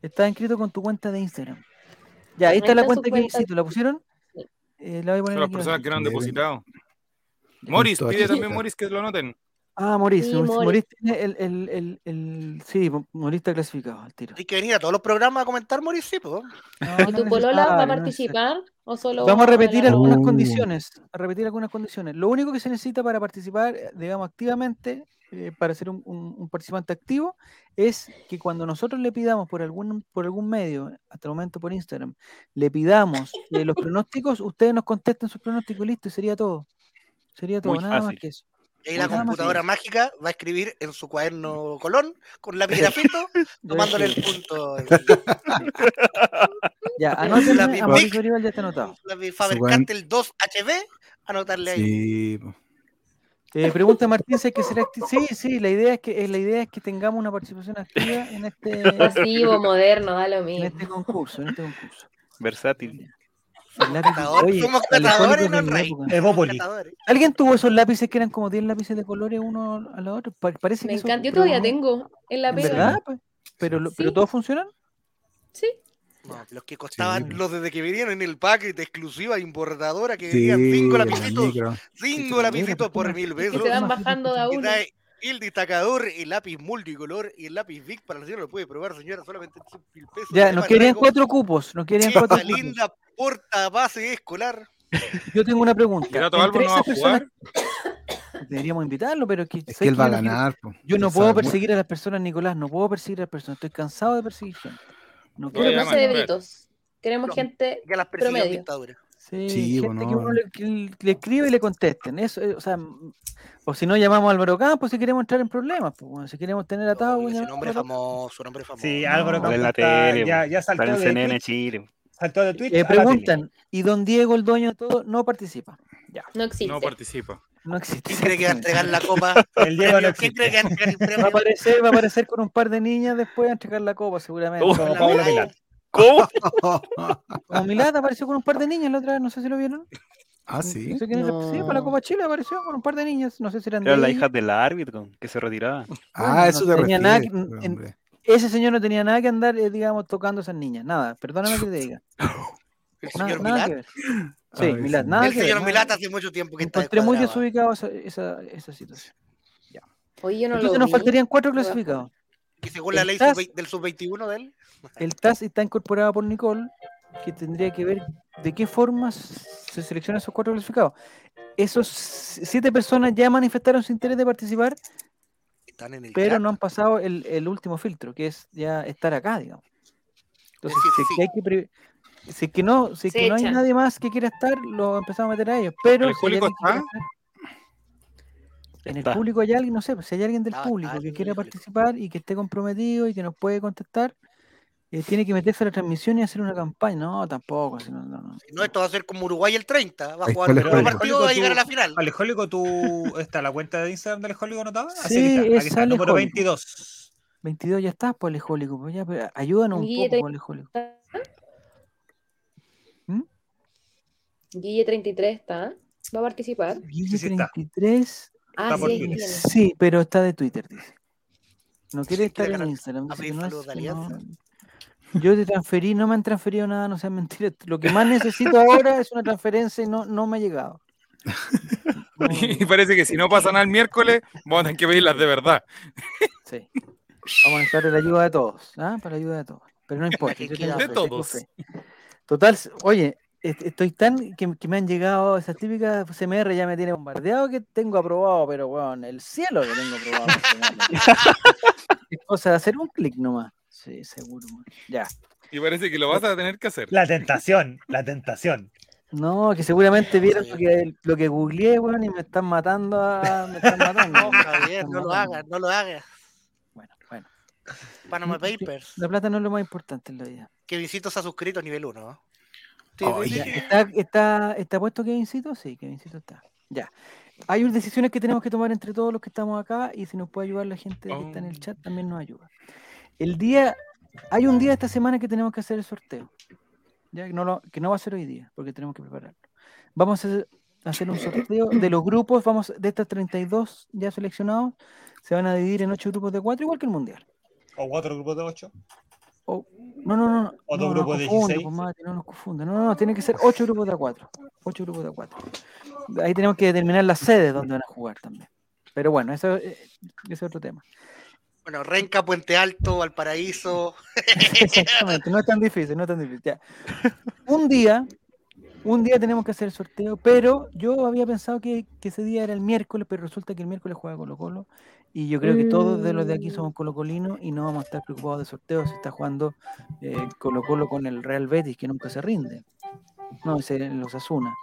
Está inscrito con tu cuenta de Instagram. Ya, ahí Ahí está la está su cuenta de cuenta. Kevincito. ¿La pusieron? Sí. Eh, la voy a poner Son las aquí personas abajo. que no han Bien. depositado. Morris, Listo, pide aquí también está. Morris que lo noten. Ah, Moris. Sí, Moris Moris. Moris tiene el, el, el, el- Sí, Moris está clasificado al tiro. Hay que venir a todos los programas a comentar, pues, Moris, sí, po. ¿Y tu polola va a Ah, no necesita. participar? ¿O solo Vamos a repetir la- algo. Oh. algunas Uh. condiciones. A repetir algunas condiciones. Lo único que se necesita para participar, eh, digamos, activamente, eh, para ser un, un- un participante activo, es que cuando nosotros le pidamos por algún, por algún medio, hasta el momento por Instagram, le pidamos eh, los pronósticos, ustedes nos contesten sus pronósticos y listo, y sería todo. Sería todo, Muy nada más fácil. que eso. Y ahí la Nada más computadora mágica va a escribir en su cuaderno Colón con lápiz grafito, Yo tomándole el dije, punto. Ya, anótenme, la a Big Mauricio Big. Orival ya está anotado. Faber Castell 2 HB, anotarle ahí. Sí, po. Eh, pregunta Martín si hay que ser activo. Sí, sí, la idea es que eh, la idea es que tengamos una participación activa en este, Pasivo, moderno, da lo en mismo. este concurso, en este concurso. Versátil. El lápiz- Catador, oye, somos telefónico catadores, en no mi rey. época. Evópolis. Catadores. ¿Alguien tuvo esos lápices que eran como 10 lápices de colores uno a la otra? Pa- parece Me que eso encanta. Yo todavía predomina. tengo en la pega. ¿Verdad? Pues, Pero, lo- pero Sí. todos funcionan. Sí. No, los que costaban, Sí. los desde que vinieron en el paquete exclusiva importadora que Sí, vendían cinco la lapicitos, micro. cinco lapicitos por mil Que pesos. se van bajando de a Y uno. trae el destacador, el lápiz multicolor y el lápiz Vic para la señora lo puede probar, señora, solamente en 100 mil pesos. Ya, no nos querían cuatro cupos. Nos querían cuatro cupos. linda porta base escolar. Yo tengo una pregunta. Renato Balbo Entre no va a esas jugar. personas- Deberíamos invitarlo, pero es que, Es ¿sabes que él qué? va a Yo no quiero- ganar. po. Yo no Él puedo sabe mu- perseguir a las personas, Nicolás. No puedo perseguir a las personas. Estoy cansado de perseguir gente. Voy No a Pero quiero no llamar, se de a ver. britos. Queremos No. gente. Ya las persiguió en Promedio. dictadura. Sí, Sí, gente bueno, que uno no. le, que le escribe y le contesten. Eso, eh, o sea, m- o si no llamamos a Álvaro Campos si queremos entrar en problemas, pues, bueno, si queremos tener atado, Oye, bueno, Su nombre es Álvaro- famoso, su nombre es famoso. Sí, ah, Álvaro No, Campos en la está- tele, ya, ya saltó, Está en de CNN Twitch, Chile. saltó de Twitch. Eh, a la tele. preguntan, y don Diego, el dueño de todo, no participa. No existe. No participa. No existe. ¿Quién cree que va a entregar la copa? El Diego no ¿Quién existe. cree que va a entregar el premio? Va a aparecer, va a aparecer con un par de niñas después a entregar la copa, seguramente. Uh. Como Pablo Pilar. ¿Cómo? Ah, Como Milad apareció con un par de niñas la otra vez, no sé si lo vieron. Ah, sí. No sé quién era- Sí, para la No. Copa Chile apareció con un par de niñas, no sé si eran Era de la ella. hija del árbitro que se retiraba. Ah, eso no te tenía refieres. nada que- pero, en- hombre. Ese señor no tenía nada que andar, eh, digamos, tocando a esas niñas, nada, perdóname que te diga. El Nada, señor nada Milat. que ver. Sí, Ay, Milad, sí. nada el que ver. señor nada- Milat hace mucho tiempo que está Encontré muy descuadrado. ¿ah? desubicado esa, esa, esa situación. Oye, yo no Entonces lo nos vi. faltarían cuatro Voy a clasificados. Y según la ley Estás- sub- del sub-21 de él, El TAS está incorporado por Nicole, que tendría que ver de qué forma se seleccionan esos cuatro clasificados. Esos siete personas ya manifestaron su interés de participar, están en el pero chat. no han pasado el, el último filtro, que es ya estar acá, digamos. Entonces, decir, si es sí. que, hay que pri- si es que no, si es Se que no hay echan. nadie más que quiera estar, lo empezamos a meter a ellos. Pero ¿El si hay público alguien que quiera está? estar- en el Está. público hay alguien, no sé, pues, si hay alguien del Ah, público está que el quiera público. participar y que esté comprometido y que nos puede contestar, eh, tiene que meterse a la transmisión y hacer una campaña. No, tampoco. si no, no, no. No, esto va a ser como Uruguay el 30. Va a Ahí jugar está el el primer spoiler. partido, va a llegar a la final. Alejólico, tú. Está la cuenta de Instagram de Alejólico, ¿no estaba? Así Sí, que está, es aquí está, número Alejólico. 22. 22 ya estás, Polijólico. Pues ya, pero ayúdanos un Guille, poco, pues, Polijólico. ¿Está? ¿Mm? Guille 33 está. ¿Va a participar? Guille sí está. 33 Ah, por sí, ahí Twitter. tiene. Sí, pero está de Twitter, dice. No Sí, quiere quiere estar en ganar- Instagram. a dice pedir que no es- saludos de que no- Alianza. Yo te transferí, no me han transferido nada, no sean mentiras. Lo que más necesito ahora es una transferencia y no, no me ha llegado. No, Y parece que si no pasan al miércoles, vamos a tener que pedirlas de verdad. sí. Vamos a necesitar la ayuda de todos, ¿ah? Para la ayuda de todos. Pero no importa. que yo queda. tengo De fe, tengo todos. fe. Total, s- oye, est- estoy tan que, que me han llegado esas típicas CMR, ya me tiene bombardeado que tengo aprobado, pero weón, el cielo que tengo aprobado. CMR. es cosa de hacer un clic nomás. Sí, seguro. weón. Ya. Y parece que lo vas a tener que hacer. La tentación, la tentación. No, que seguramente vieron lo sí. que, lo que googleé, weón, y me están matando a. Me están matando. No, me Javier, están no lo matando. hagas, no lo hagas. Bueno, bueno. Panama No, sí. Papers, La plata no es lo más importante en la vida. que Visito se ha suscrito a nivel ¿ah? 1. Oh, Ya, ¿Está, está, ¿Está puesto Kevincito? Sí, Kevincito está. Ya. Hay unas decisiones que tenemos que tomar entre todos los que estamos acá y si nos puede ayudar la gente que está en el Oh. chat también nos ayuda. El día, hay un día esta semana que tenemos que hacer el sorteo, ya que no, lo- que no va a ser hoy día porque tenemos que prepararlo. Vamos a hacer- hacer un sorteo de los grupos, vamos de estos 32 ya seleccionados, se van a dividir en 8 grupos de 4 igual que el mundial. O cuatro grupos de ocho. No, no, no. no, ¿O dos no, grupos de nos confunda, 16? pues, madre, no nos confunda. No, no, no, tiene que ser ocho grupos de a cuatro. Ocho grupos de a cuatro. Ahí tenemos que determinar las sedes donde van a jugar también. Pero bueno, eso eh, ese es otro tema. Bueno, Renca, Puente Alto, Valparaíso. Exactamente, no es tan difícil, no es tan difícil. ya. Un día, un día tenemos que hacer el sorteo, pero yo había pensado que, que ese día era el miércoles, pero resulta que el miércoles juega Colo Colo y yo creo que todos de los de aquí somos colocolinos y no vamos a estar preocupados de sorteos si está jugando eh, Colo Colo con el Real Betis, que nunca se rinde. No, ese era los Asuna.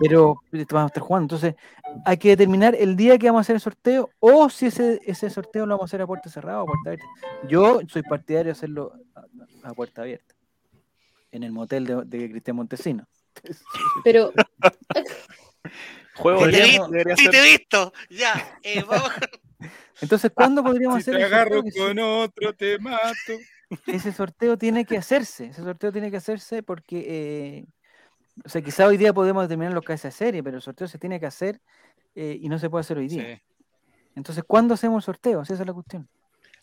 Pero este, vamos a estar jugando. Entonces, hay que determinar el día que vamos a hacer el sorteo o si ese, ese sorteo lo vamos a hacer a puerta cerrada o a puerta abierta. Yo soy partidario de hacerlo a, a puerta abierta, en el motel de, de Cristian Montesino. Pero Juego Y te, de vi- Podríamos- hambre debería y te he ser. visto. Ya. eh, vamos. Entonces, ¿cuándo podríamos Si hacer te el sorteo? agarro Que sí, con otro, te mato. Ese sorteo tiene que hacerse. Ese sorteo tiene que hacerse porque, eh, o sea, quizá hoy día podemos determinar lo que hace esa serie, pero el sorteo se tiene que hacer eh, y no se puede hacer hoy día. Sí. Entonces, ¿cuándo hacemos el sorteo? Esa es la cuestión.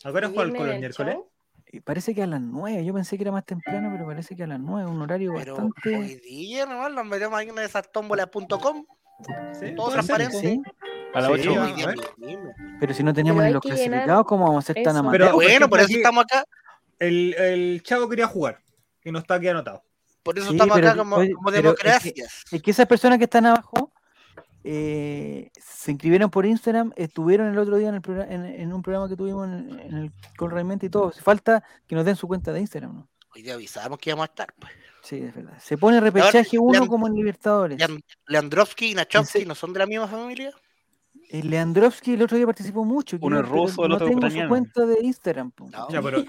¿A qué hora juega el Colo el Viernes del miércoles? show. Eh, Parece que a las 9, yo pensé que era más temprano, pero parece que a las 9, un horario Pero bastante... hoy día nomás nos metemos ahí en esas tómbolas.com. Sí, Todo puede transparente. ser, Sí, A las Sí, 8. va. Hoy día a ver. mismo. pero si no teníamos Pero ni hay los que llenar clasificados, ¿cómo vamos a ser tan eso. amateurs? Pero- por Bueno, por ejemplo, eso aquí- estamos acá. El, el chavo quería jugar y no está aquí anotado. Por eso Sí, estamos pero acá di- como, oye, como pero es que- democracias. Es que esas personas que están abajo eh, se inscribieron por Instagram, estuvieron el otro día en, el progra- en, en un programa que tuvimos en, en el con Realmente y todo. Falta que nos den su cuenta de Instagram, ¿no? Hoy día avisábamos que íbamos a estar. pues. Sí, es verdad. Se pone repechaje Leand- uno como en Libertadores. Leand- Leandrovsky y Nachovsky Ese- no son de la misma familia. Eh, Leandrovsky el otro día participó mucho. que Uno yo- es pero ruso, el no otro tengo ucraniano. su cuenta de Instagram. po. No. Ya, pero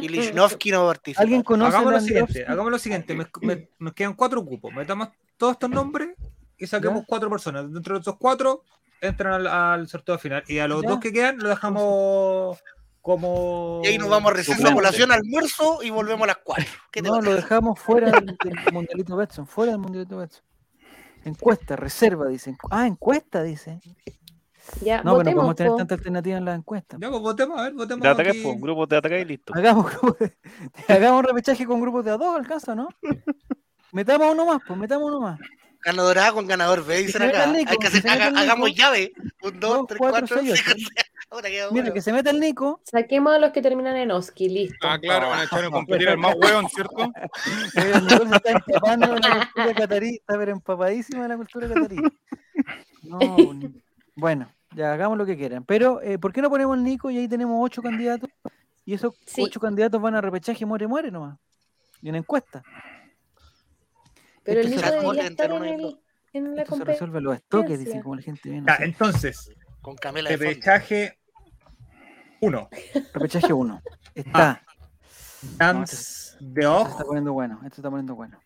Y Lichnovsky no participa. ¿Alguien conoce a hagamos lo Leandrovsky? siguiente, hagamos lo siguiente. me- me- nos quedan cuatro cupos. Metamos todos estos nombres y saquemos Ya. cuatro personas. Dentro de esos cuatro entran al, al sorteo final. Y a los Ya. dos que quedan los dejamos como. Y ahí nos vamos a receso, Suplente. colación, almuerzo y volvemos a las 4. ¿Qué te No, parece? lo dejamos fuera del, del Mundialito Betson, fuera del Mundialito Betson. Encuesta, reserva, dicen. Ah, encuesta, dice. Ya, No, pero no podemos votemos, tener po. tanta alternativa en la encuesta. Ya, pues votemos, a ver, votemos. Te atacas, aquí. po, pues, grupo te atacas y listo. Hagamos, grupo de- hagamos un repechaje con grupos de a dos, alcanza, ¿no? Metamos uno más, pues metamos uno más. Ganadora con ganador B, dicen se meta acá. el Nico, Hay que hacer, que se meta haga- el Nico. hagamos llave. Un, dos, Dos, tres, cuatro, cuatro, seis, cinco, ocho. seis. Ahora queda Mira, uno. que se meta el Nico. Saquemos a los que terminan en Oski, listo. Ah, claro, van a echar a competir al más hueón, ¿cierto? Oye, el Nicole se está empapando de la cultura catarí, está pero empapadísima de la cultura catarí. No, un- bueno, ya hagamos lo que quieran. Pero, eh, ¿por qué no ponemos el Nico y ahí tenemos ocho candidatos? Y esos Sí. ocho candidatos van a repechaje, muere, muere nomás. Y una encuesta. Pero el Esto Nico se debería resuelve estar en, entre uno y el, dos. en la Esto se competencia. resuelve a los estoques, dicen competencia. como la gente viene. Ya, eh. entonces, Con Camela de fondo. repechaje 1. Repechaje 1. Está. Dance de Esto se está ojo. poniendo bueno, esto se está poniendo bueno.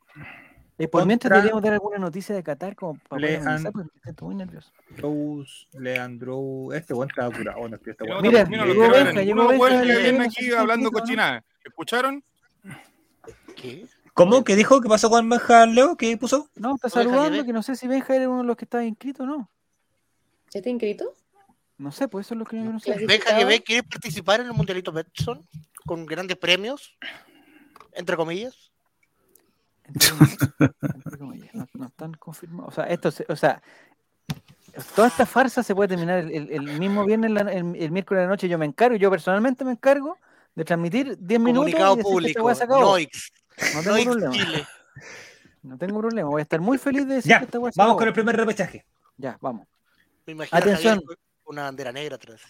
Eh, por mientras Contra- deberíamos dar alguna noticia de Qatar como para poder Lean- analizar, porque me siento muy nervioso. Rose, Leandro. Este buen está curado. No, este Yo buen. Mira, también no lo llegó quiero ver a Benja, ninguno llegó de los Benja, hueones que llegó vienen Benja, aquí sí, hablando poquito, ¿no? cochinadas. ¿Escucharon? ¿Qué? ¿Cómo? ¿Qué dijo? ¿Qué pasó con Benja Leo? ¿Qué puso? No, Oveja está saludando, Lleve. que no sé si Benja era uno de los que estaba inscrito o no. ¿Ya está inscrito? No sé, pues eso es lo que yo no sé. Clasificado. Benja que ve, ¿quiere participar en el Mundialito Betson? Con grandes premios, entre comillas. Entonces, entre comillas, no, no están confirmados. O sea, esto se- o sea, toda esta farsa se puede terminar el, el- el mismo viernes, la- el, el miércoles de la noche. Yo me encargo, yo personalmente me encargo de transmitir 10 minutos. y Comunicado decir que esta público. weá se acabó. Noix. No tengo Noix problema. Chile. No tengo problema. Voy a estar muy feliz de decir que Ya, esta weá se vamos acabó. con el primer repechaje. Ya, vamos. Me imagino a Atención. Javier con una bandera negra atrás.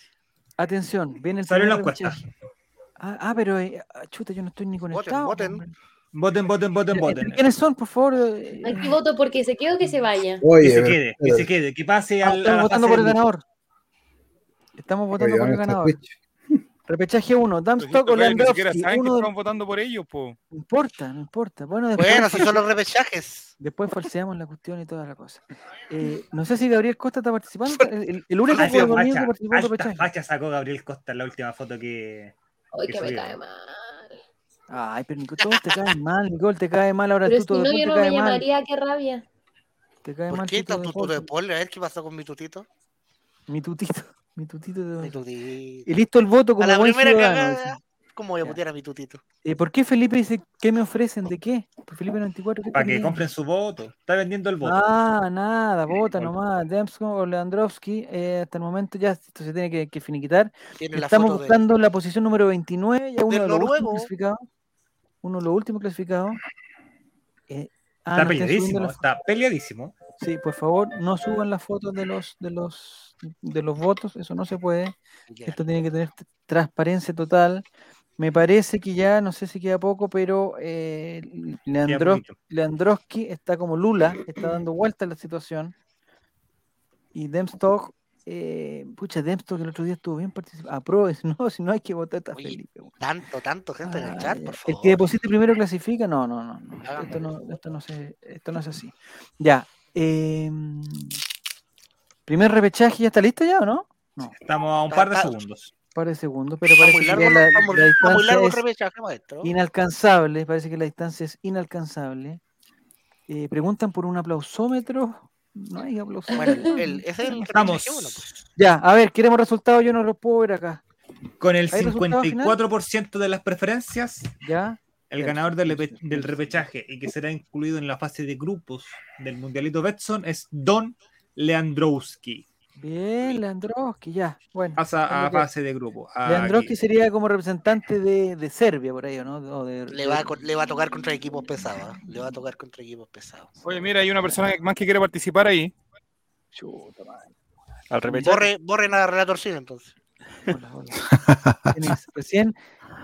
Atención, viene el Salió primer la encuesta. repechaje. Ah, ah, pero eh, ah, chuta, yo no estoy ni conectado. voten. hombre. Voten, voten, voten, voten. ¿Quiénes son, por favor? eh, Aquí voto porque se quedó que se vaya. Oye, Que se pero- quede, que pero- se quede, que pase Ah, al. a estamos la votando fase por el de grupo. ganador. Estamos oye, votando por ¿dónde el está ganador. Twitch? Repechaje 1, Los estos Damstock o hueones ni siquiera Landowski. saben que Uno de- estaban votando por ellos, po. No importa, no importa. Bueno, después, Bueno, si son los repechajes. después falseamos la cuestión y toda la cosa. Eh, no sé si Gabriel Costa está participando. El, el- el único Ah, sí, jugador mío Pacha, que participó en Pacha, repechaje. Pacha sacó Gabriel Costa en la última foto que. Ay, Que que me subieron. cae mal. Ay, pero Nicole, todos te caen mal. Nicole, te cae mal ahora Pero tú, si todo no, después yo te no me cae mal. llamaría, qué rabia. Te cae ¿Por mal qué Tuto está tu tuto de Deporte. pole? A ver qué pasó con mi tutito. Mi tutito, mi tutito. de- Mi tutito. Y listo el voto A como la buen primera ciudadano, cagada, dicen. ¿cómo voy a Ya. putear a mi tutito? Eh, ¿Por qué Felipe dice qué me ofrecen? ¿De qué? Pues Felipe 94. ¿qué Para que tenía? compren su voto. Está vendiendo el voto. Ah, nada, vota Vota. nomás. Dempsey o Leandrovski. eh, hasta el momento ya esto se tiene que, que finiquitar. Tiene la Estamos foto de buscando la posición número 29, ya uno del de los últimos noruego. clasificados. Uno de los últimos clasificados. Eh, ah, no está ¿eh? están subiendo peleadísimo. las- Está peleadísimo. Sí, por favor, no suban las fotos de los, de los, de los votos, eso no se puede. Ya. Esto tiene que tener t- transparencia total. Me parece que ya, no sé si queda poco, pero eh, Ya, Leandro- poquito. Leandroski está como Lula, está dando vuelta la situación. Y Demstock, eh, pucha, Demstock el otro día estuvo bien participando. Aprobes, no, si no hay que votar, está Oye, Felipe. weón. Tanto, tanto gente en el Ah, chat, ya. por El que favor. deposite primero clasifica, no, no, no, no. Hagan Esto no, eso. esto no, se- esto no es así. Ya, Eh, primer repechaje, ¿ya está listo ya o no? Estamos a un par de Ah, ah. segundos. Par de segundos, pero Está parece muy que ya largo, la, está muy- la está muy distancia largo el es repechaje, maestro. inalcanzable, parece que la distancia es inalcanzable. Eh, preguntan por un aplausómetro. No hay Bueno, aplausómetro. el, el- ese es el repechaje uno, pues. Estamos Ya, a ver, queremos resultados, yo no los puedo ver acá. con el ¿Hay resultado final? 54% de las preferencias, Ya, el ganador del, repe- del repechaje y que será incluido en la fase de grupos del Mundialito Betson es Don Leandrowski. bien, Leandroski, ya. Bueno, Pasa a Leandro- fase de grupo. a- Leandroski aquí. sería como representante de, de Serbia, por ahí, ¿o ¿no? O de- Le va, a, co- le va a tocar contra equipos pesados. ¿ah? Le va a tocar contra equipos pesados. Oye, mira, hay una persona que- más que quiere participar ahí. Chuta, madre. Al repechaje. Borre, borren a Relator Sin, entonces. Hola, hola. ¿Quién es? Recién,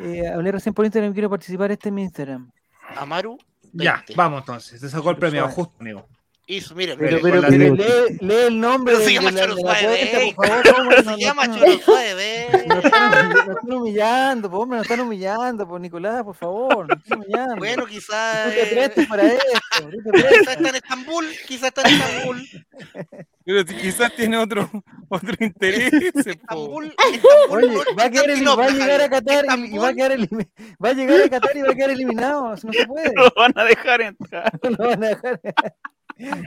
eh, hablé recién por Instagram, quiero participar, este es mi Instagram. Amaru. Ya, 20. vamos entonces. Te sacó el premio, Suave. justo, amigo. Is, miren, Pero, Dale, pero, con la pero leche. lee, lee el nombre Pero de, se llama de la, de la Choroswaeve, apuesta, ey. por favor. hombre, Se no- no- llama no- Choro Suave. Nos están, nos están humillando, po, hombre, nos están humillando, por Nicolás, por favor, nos están humillando. Bueno, no quizás. te prestes para esto, no Quizás te prestes. está en Estambul. Quizás está en Estambul. Oh. Pero si- quizás tiene otro, otro interés. po. Estambul. Estambul, Oye, no, va a, quedar elim- va a Constantinopla, llegar a Qatar y- y, va a Estambul. quedar elimi- va a llegar a Qatar y va a quedar eliminado, si no se puede, Lo van a dejar entrar. no lo van a dejar.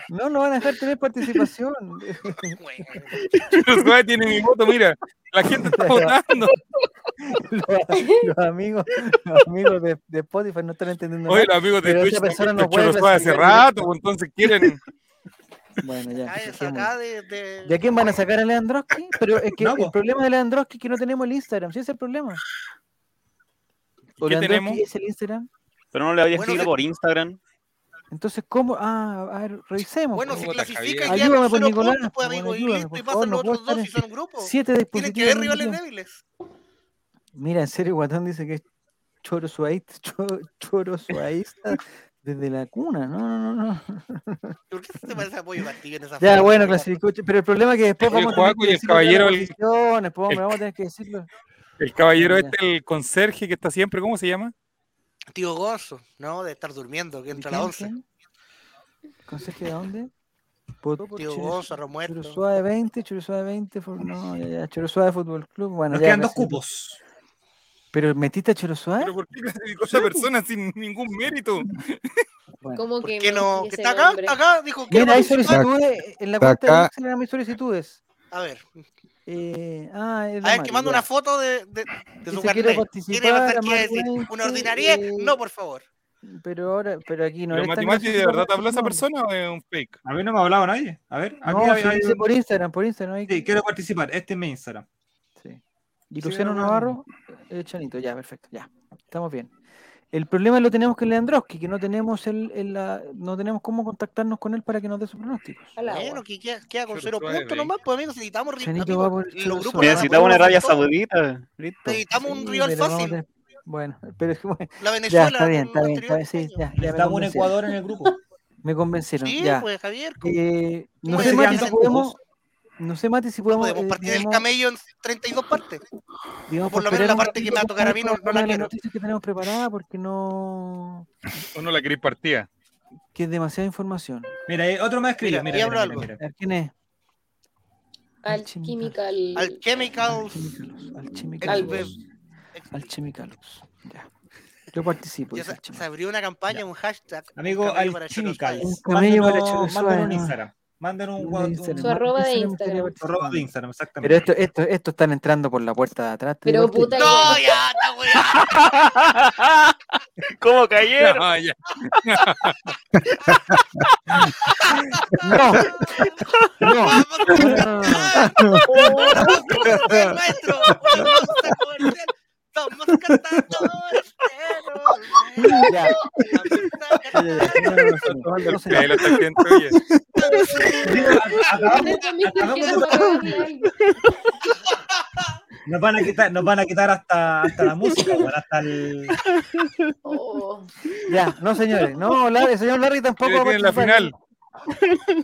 No lo van a dejar tener participación. Bueno, Los jueves tienen mi voto, mira. La gente está votando. Los, los amigos, los amigos de, de Spotify no están entendiendo Oye, nada. los amigos de Pero Twitch esa persona están no puede con Choro Suave hace clasificar. rato, pues, entonces quieren. Bueno, ya. acá es dejémoslo. acá de- de- ¿Y a quién van a sacar a Leandroski? Pero es que No, el po. problema de Leandroski es que no tenemos el Instagram, ¿sí ese es el problema? ¿O ¿Qué Leandroski tenemos? es el Instagram? Pero no le había Bueno, escrito sí. por Instagram. Entonces, ¿cómo? Ah, a ver, revisemos. Bueno, po. si Puta, clasifica, Javier. quedan Ayúdame, pues, cero Nicolás, puntos, pues, bueno, amigo, y ayúdame, listo, y por favor, pasan no los puedo otros dos estar si son grupos. Siete Tienen dispositivos. que ver no rivales entiendo. débiles. Mira, en serio, Guatón dice que es choro suaísta, choro suaísta desde la cuna. No, no, no, no. ¿Por qué se te parece a Pollo Castillo en esa Ya, foto? bueno, clasificó. ch- Pero el problema es que después Oye, vamos a tener Juaco que y el decirlo en las caballero- repeticiones, po, hombre, el- vamos a tener que decirlo. El caballero Ya. este, el conserje que está siempre, ¿cómo se llama? Tío Gonzo, ¿no? De estar durmiendo, que entra a las 11. ¿Consejo de dónde? Votó por Tío Chile- Gonzo, remuerto. Churusuave 20, Churusuave 20, for- no, ya, ya, Churusuave Fútbol Club. Bueno, Nos ya, quedan dos parece- cupos. ¿Pero metiste a Churusuave? ¿Pero por qué clasificó esa persona sin ningún mérito? Bueno. Como ¿Por que qué me no? sigue ¿Que ese está acá? nombre. Acá dijo que. Mira, hay participar. solicitudes. En la Está cuenta de acá. Instagram hay solicitudes. A ver, Eh, ah, es de a ver, Mario, que manda ya. una foto de, de, de Que su se quiere carnet. ¿Quiere participar, pensar que iba a decir? Manuel, ¿Una sí, ordinariedad? eh, No, por favor. Pero ahora, pero aquí no ¿Pero eres Mati tan Mati, de gracioso verdad te como habló esa decís, persona o es un fake? A mí no me ha hablado nadie. A ver, No, aquí No, hay- se hay- dice por Instagram, por Instagram. ahí- Sí, quiero participar. Este es mi Instagram. Sí. Y Sí, Luciano no, no. Navarro, eh, Chanito, ya, perfecto, ya, estamos bien. El problema lo tenemos con Leandroski, que no tenemos el, el la- no tenemos cómo contactarnos con él para que nos dé sus pronósticos. Al agua. Bueno, que queda, queda con Choro cero suave, puntos veinte. nomás, pues amigos, necesitamos ri- Chanito amigos, va por el los choro grupos suave. la Necesitaba una podemos Arabia hacer todos. Saudita. Listo. Necesitamos un Sí, rival pero vamos a fácil. tener- Bueno, pero es que bueno, La ya, Venezuela. está con bien, está bien, está bien, anteriores sí, años. ya, ya me Necesitamos un convencieron. Ecuador en el grupo. Me convencieron, Sí, ya. pues Javier. ¿cómo- Eh, no ¿cómo sé, se Mati, llaman si esos podemos, no sé, Mati, si podemos, Podemos eh, partir el digamos- camello en 32 partes. digamos, por lo menos la postergar un parte que me ratito va a tocar a mí no- con no la las quiero. noticias que tenemos preparada porque no, ¿O no la queréis partida? que es demasiada información. Mira, eh, otro más escribió. Mira, Mira, y mira, hablo algo. mira, mira. A ver, ¿quién es? Al Alchemy- Chemical. Alchemicals. Alchemicalus. Calvus. Alchemicalus. Ya. Yo participo. Ya dice se, Alchemicalus. se abrió una campaña, un hashtag. Amigo, camello para al Choro Chimical. Un Suárez. camello para Chelo Suárez, Mándenos un ¿no? Instagram. Mándenos un, Mándenle un, Instagram, un, Su arroba Mati, de ese me gustaría Instagram. participar. arroba de Instagram, exactamente. Pero esto, esto, esto están entrando por la puerta de atrás. te Pero digo, puta- No, ya, está weá. ¿Cómo cayeron? Ah, ya. No, no. Vamos a no. cantar. Vamos a cantar, maestro. Vamos a correr. Estamos cantando. Ya, ya, ya, no, no, no, no, no, Ya, no. él está gente, oye. Yo también te quiero pagarle algo. Nos van a quitar, nos van a quitar hasta, hasta la música, weón, hasta el. Oh. Ya, no, señores. No, Larry, el señor Larry tampoco. Ustedes va a tienen la participar. final.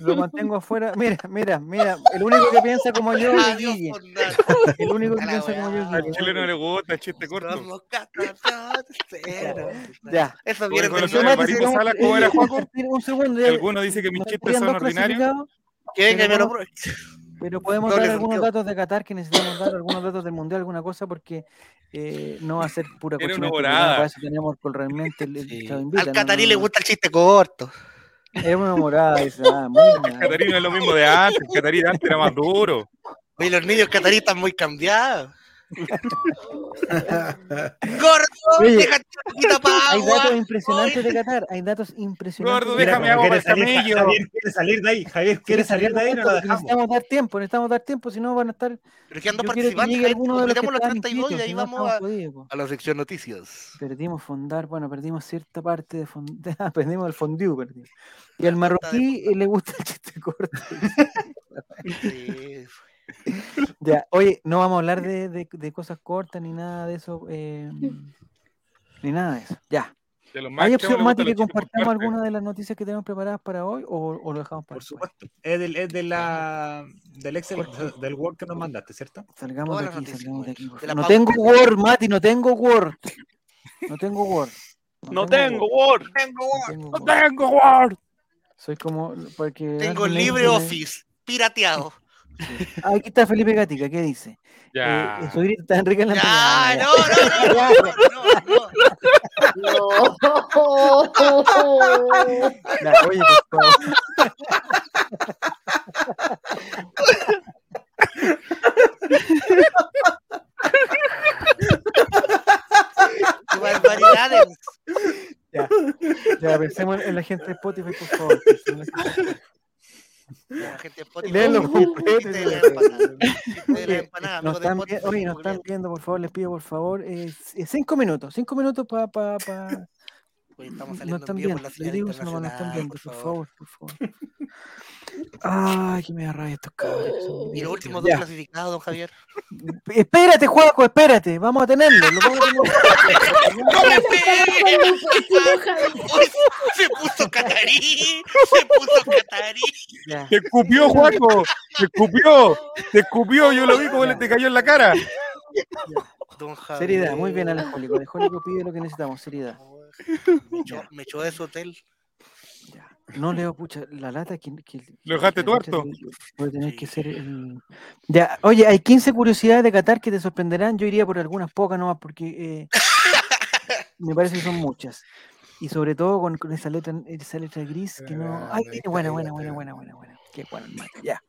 Lo mantengo afuera. Mira, mira, mira. El único que piensa como yo es Adiós Guille. por nada. El único que A la piensa como yo weá. es Al Guille. chile no le gusta el chiste corto. Somos catorceros. Ya. eh, Eso Oye, viene del con los temas norte. de Maripo Sala, ¿cómo era, Juaco? Un segundo. ya. Algunos dicen que mis Nos chistes quedan son dos ordinarios. clasificados, Que venga y me lo pruebe. Pero podemos Doble dar algunos sentido. datos de Qatar, que necesitamos dar algunos datos del Mundial, alguna cosa, porque eh, no va a ser pura Era una cochinada, morada. Para eso tenemos realmente el, el Sí. Chavo Invita, Al no, catarí no, le no. gusta el chiste corto. Era una morada, dice, ah, muy mal. Catarina es lo mismo de antes. Catarina antes era más duro. Oye, los niños catarí están muy cambiados. Gordo, Oye, déjate la quita para Hay datos agua. impresionantes de Qatar, hay datos impresionantes. Gordo, de déjame Qatar. agua para quiere el salir, camello. Javier quiere salir de ahí. Javier quiere salir de ahí, no lo dejamos. Necesitamos dar tiempo, necesitamos dar tiempo, si no van a estar. Pero que ando yo quiero que participando. ¿eh? llegue alguno de los que Completemos los están 32 y inscritos, ahí si no vamos estamos a, jodidos, po. a la sección noticias. Perdimos fondar, bueno, perdimos cierta parte de fondar, perdimos el fondue, perdimos. Y al marroquí eh, le gusta el chiste corto. Sí. Ya, oye, no vamos a hablar de, de- de cosas cortas ni nada de eso. eh, ni nada de eso. Ya. De los más chavos ¿Hay le opción, gustan Mati, los que chistes compartamos fuertes. alguna de las noticias que tenemos preparadas para hoy o, o lo dejamos para Por después? supuesto. Es del, es de la, del Excel, del Word que nos mandaste, ¿cierto? Salgamos Todas de las aquí, noticias, salgamos de maestro. aquí. por De favor. la No pauta. tengo Word, Mati, no tengo Word. No tengo Word. No tengo Word. Word, no tengo ¡No Word. tengo Word! Soy como. Porque Tengo alguien me dijo libre que- office, pirateado. Ah, Aquí está Felipe Gatica, ¿qué dice? Ya. Eh, su grito tan rica en la Ya, mañana. no, no, no, no, no, no. No. Ya, oye, por favor. Qué barbaridades. Ya, pensemos en la gente de Spotify, por favor. pensemos en la gente La gente de Spotify. de Spotify. Léelo completo. Chiste de la empanada. Chiste de la Oye, empanada, nos amigos de están, vi- Spotify, oye, nos muy están bien. viendo, por favor, les pido, por favor, eh, c- eh, cinco minutos, cinco minutos para... Pa, pa, Oye, estamos no saliendo en están vivo por viendo, la yo señal digo, si no nos están internacional, viendo, por por favor. favor, por favor. Ay, que me da rabia estos cabros. son muy Y los últimos dos divertidos. clasificados, don Javier. Ya, Espérate, Juaco, espérate, vamos a tenerlo. Lo vamos a tener. ¡No me pegues! Este Uy, Se puso catarí, se puso catarí. Ya. ¡Te escupió, Juaco! ¡Te escupió! ¡Te escupió! Yo lo vi como le te cayó en la cara. Don Javier. Seriedad, muy bien, Alejólico. Alejólico pide lo que necesitamos, seriedad. Me echó, me echó de su hotel. Ya. No leo, pucha, la lata que. que Lo dejaste que la pucha tuerto. tiene- Voy a tener que Sí. ser. el- Ya, oye, hay 15 curiosidades de Qatar que te sorprenderán. Yo iría por algunas pocas nomás, porque eh, me parece que son muchas. Y sobre todo con, con esa letra, esa letra gris que no. Ah, Ay, ahí está, buena, ahí buena, está. buena, buena, buena, buena. Qué bueno, hermano, ya.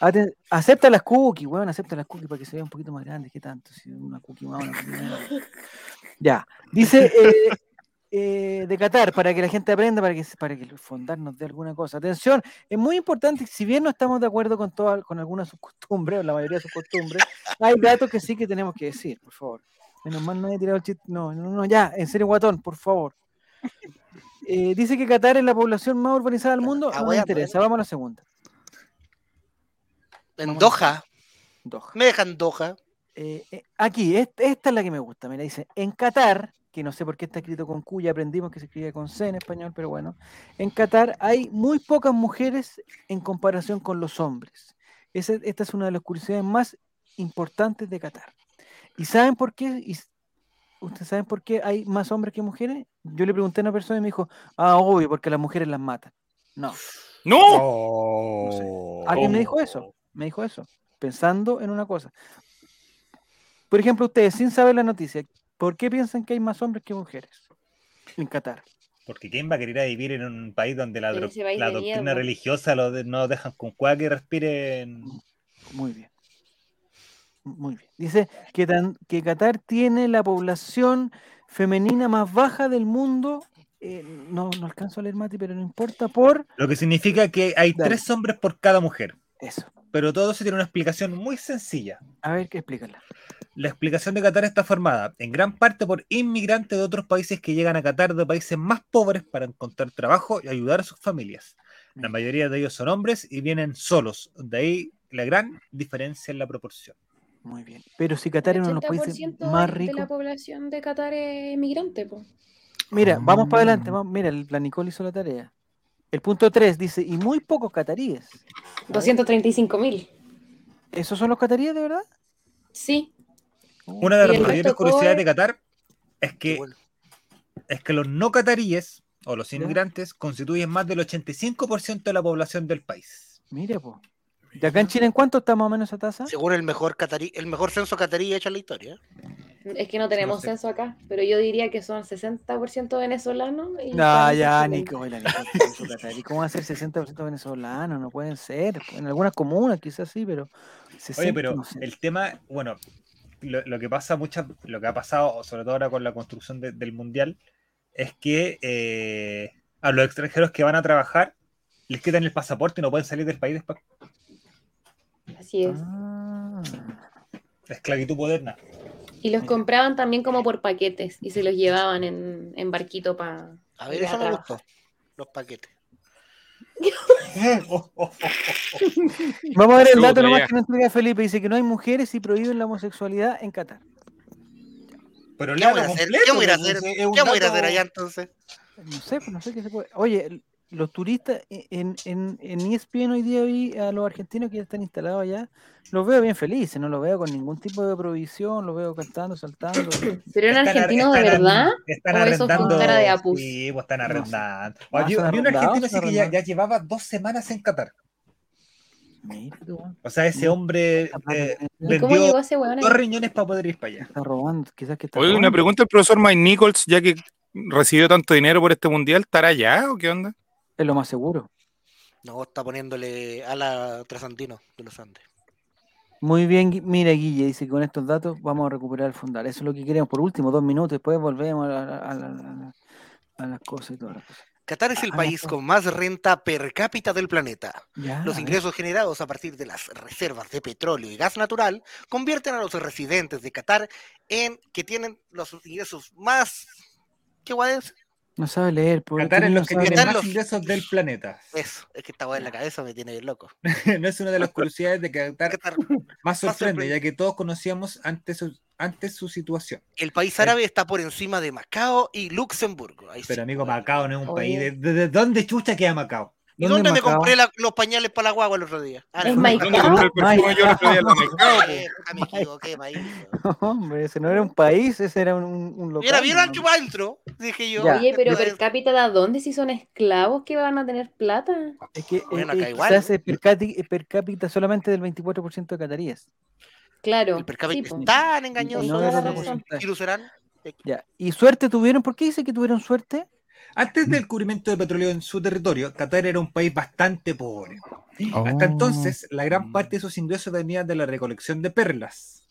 Aten- Acepta las cookies, weón, acepta las cookies para que se vea un poquito más grande. ¿Qué tanto? Si una cookie más, una cookie menos. Ya. Dice eh, eh, de Qatar, para que la gente aprenda, para que, para que el fondar nos dé alguna cosa. Atención, es muy importante, si bien no estamos de acuerdo con, todas con algunas de sus costumbres, o la mayoría de sus costumbres, hay datos que sí que tenemos que decir, por favor. Menos mal no he tirado el chiste. No, no, no, ya, en serio, guatón, por favor. Eh, dice que Qatar es la población más urbanizada del mundo. Ah, No me bueno, interesa, vamos a la segunda. En Doha. Doha. Me dejan Doha. Eh, eh, aquí, est- esta es la que me gusta. Mira, dice, en Qatar, que no sé por qué está escrito con Q, ya aprendimos que se escribe con C en español, pero bueno, en Qatar hay muy pocas mujeres en comparación con los hombres. Ese- esta es una de las curiosidades más importantes de Qatar. ¿Y saben por qué? ¿Y s- ¿Ustedes saben por qué hay más hombres que mujeres? Yo le pregunté a una persona y me dijo, ah, obvio, porque las mujeres las matan. No. ¡No! Alguien me dijo Oh. eso, me dijo eso, pensando en una cosa. Por ejemplo, ustedes, sin saber la noticia, ¿por qué piensan que hay más hombres que mujeres en Qatar? Porque ¿quién va a querer ir a vivir en un país donde la, En dro- ese país la de doctrina mierda. religiosa lo de- no dejan con cuá que respiren? Muy bien. Muy bien. Dice que, tan- que Qatar tiene la población femenina más baja del mundo. eh, no, no alcanzo a leer Mati, pero no importa por Lo que significa que hay Dale. tres hombres por cada mujer. eso. Pero todo eso tiene una explicación muy sencilla. A ver, que explícala. La explicación de Qatar está formada en gran parte por inmigrantes de otros países que llegan a Qatar de países más pobres para encontrar trabajo y ayudar a sus familias. Mm. La mayoría de ellos son hombres y vienen solos. De ahí la gran diferencia en la proporción. Muy bien. Pero si Qatar es uno de los países 80% más de la ricos. población de Qatar es migrante, po. Mira, vamos para adelante. Mm. vamos- mira, la Nicole hizo la tarea. El punto 3 dice, y muy pocos cataríes. 235 mil. ¿Esos son los cataríes de verdad? Oh, Sí. Una de Y las el mayores resto curiosidades de cobre. Qatar es que, Bueno, es que los no cataríes o los Ya. inmigrantes constituyen más del 85% de la población del país. Mira, po. ¿Y acá en Chile en cuánto está más o menos esa tasa? Según el mejor catarí, el mejor censo catarí hecho en la historia. Es que no tenemos sé. censo acá, pero yo diría que son 60% venezolanos. y No, Ah, ya, 40% chilenos. Nico, el Alejandro Catarí. ¿Cómo va a ser 60% venezolanos? No pueden ser. En algunas comunas quizás sí, pero. 60, Oye, pero no sé. el tema, bueno, lo, lo que pasa muchas, lo que ha pasado, sobre todo ahora con la construcción de- del mundial, es que eh, a los extranjeros que van a trabajar les quitan el pasaporte y no pueden salir del país después. Así es. Ah. Esclavitud moderna. Y los compraban también como por paquetes y se los llevaban en, en barquito para. A ver, eso me gustó. Los paquetes. Oh, oh, oh. Vamos a ver el Chuta, dato nomás ya. que nos entrega Felipe. Dice que no hay mujeres y prohíben la homosexualidad en Qatar. Pero ¿Qué vamos a léalo hacer? completo, ¿Qué vamos a ir a pues, hacer? es un ¿Qué vamos a ir a dato- hacer allá entonces? No sé, pues no sé qué se puede. Oye, l- los turistas e, en, en, E en ESPN hoy día vi a los argentinos que ya están instalados allá. Los veo bien felices, no los veo con ningún tipo de provisión, los veo cantando, saltando. Pero eran Están ar- argentinos de están ar- verdad. Están ¿O esos con arrendando. cara de apus? Sí, pues están No sé. arrendando. Ah, Había- son había un arrendados, argentino son así que ya, ya arrendados. llevaba dos semanas en Qatar. Mira, qué bueno. O sea, ese Mm. hombre Capaz eh, que ¿Y cómo vendió llegó ese weón? ahí? dos riñones para poder ir para allá. está robando, quizás que está Oye, una robando. pregunta al profesor Mike Nichols, ya que recibió tanto dinero por este mundial, ¿estará allá o qué onda? Es lo más seguro. No, está poniéndole ala trasandino de los Andes. Muy bien, Gui- mira Guille, dice que con estos datos vamos a recuperar el fundal. Eso es lo que queremos por último, dos minutos, después volvemos a, la- a la- a la- a las cosas y todo. Qatar es el Ah, país no. con más renta per cápita del planeta. Ya, Los a ver. ingresos generados a partir de las reservas de petróleo y gas natural convierten a los residentes de Qatar en que tienen los ingresos más. ¿Qué guay es? No sabe leer, pobre Qatar es niño, los que no sabe tienen Qatar leer. más los- ingresos del planeta. Eso, es que esta guay en la cabeza me tiene bien loco. no es una de las curiosidades de Qatar Qatar, más sorprendente, sorprendente. ya que todos conocíamos antes su, antes su situación. el país árabe está por encima de Macao y Luxemburgo. Ahí sí, Pero amigo, guay. Macao no es un Oye. país. ¿De, de- de dónde chucha queda Macao? ¿Y ¿Dónde dónde me Macao? compré la- los pañales para la guagua el otro día? Ah, Es no, Maicao. ¿Dónde compré el perfume yo el otro día en la Mercado? eh, puta, me equivoqué, maíz. Hombre, ese no era un país, ese era un, un un local. Mira, vieron al ¿no? que va adentro, dije yo. Ya. Oye, pero Entonces, per cápita, ¿de dónde si son esclavos que van a tener plata? Es que eh, Bueno, eh, acá igual. quizás es per cáti- eh, per cápita solamente del 24% de cataríes. Claro. El per cápita sí, po. es tan engañoso. No, no, no, eh, no, no, no. Kiruserán. Ya. ¿Y suerte tuvieron? ¿Por qué dice que tuvieron suerte? Mm. Antes del cubrimiento de petróleo en su territorio, Qatar era un país bastante pobre. Hasta Oh. entonces, la Mm. gran parte de sus ingresos venían de la recolección de perlas.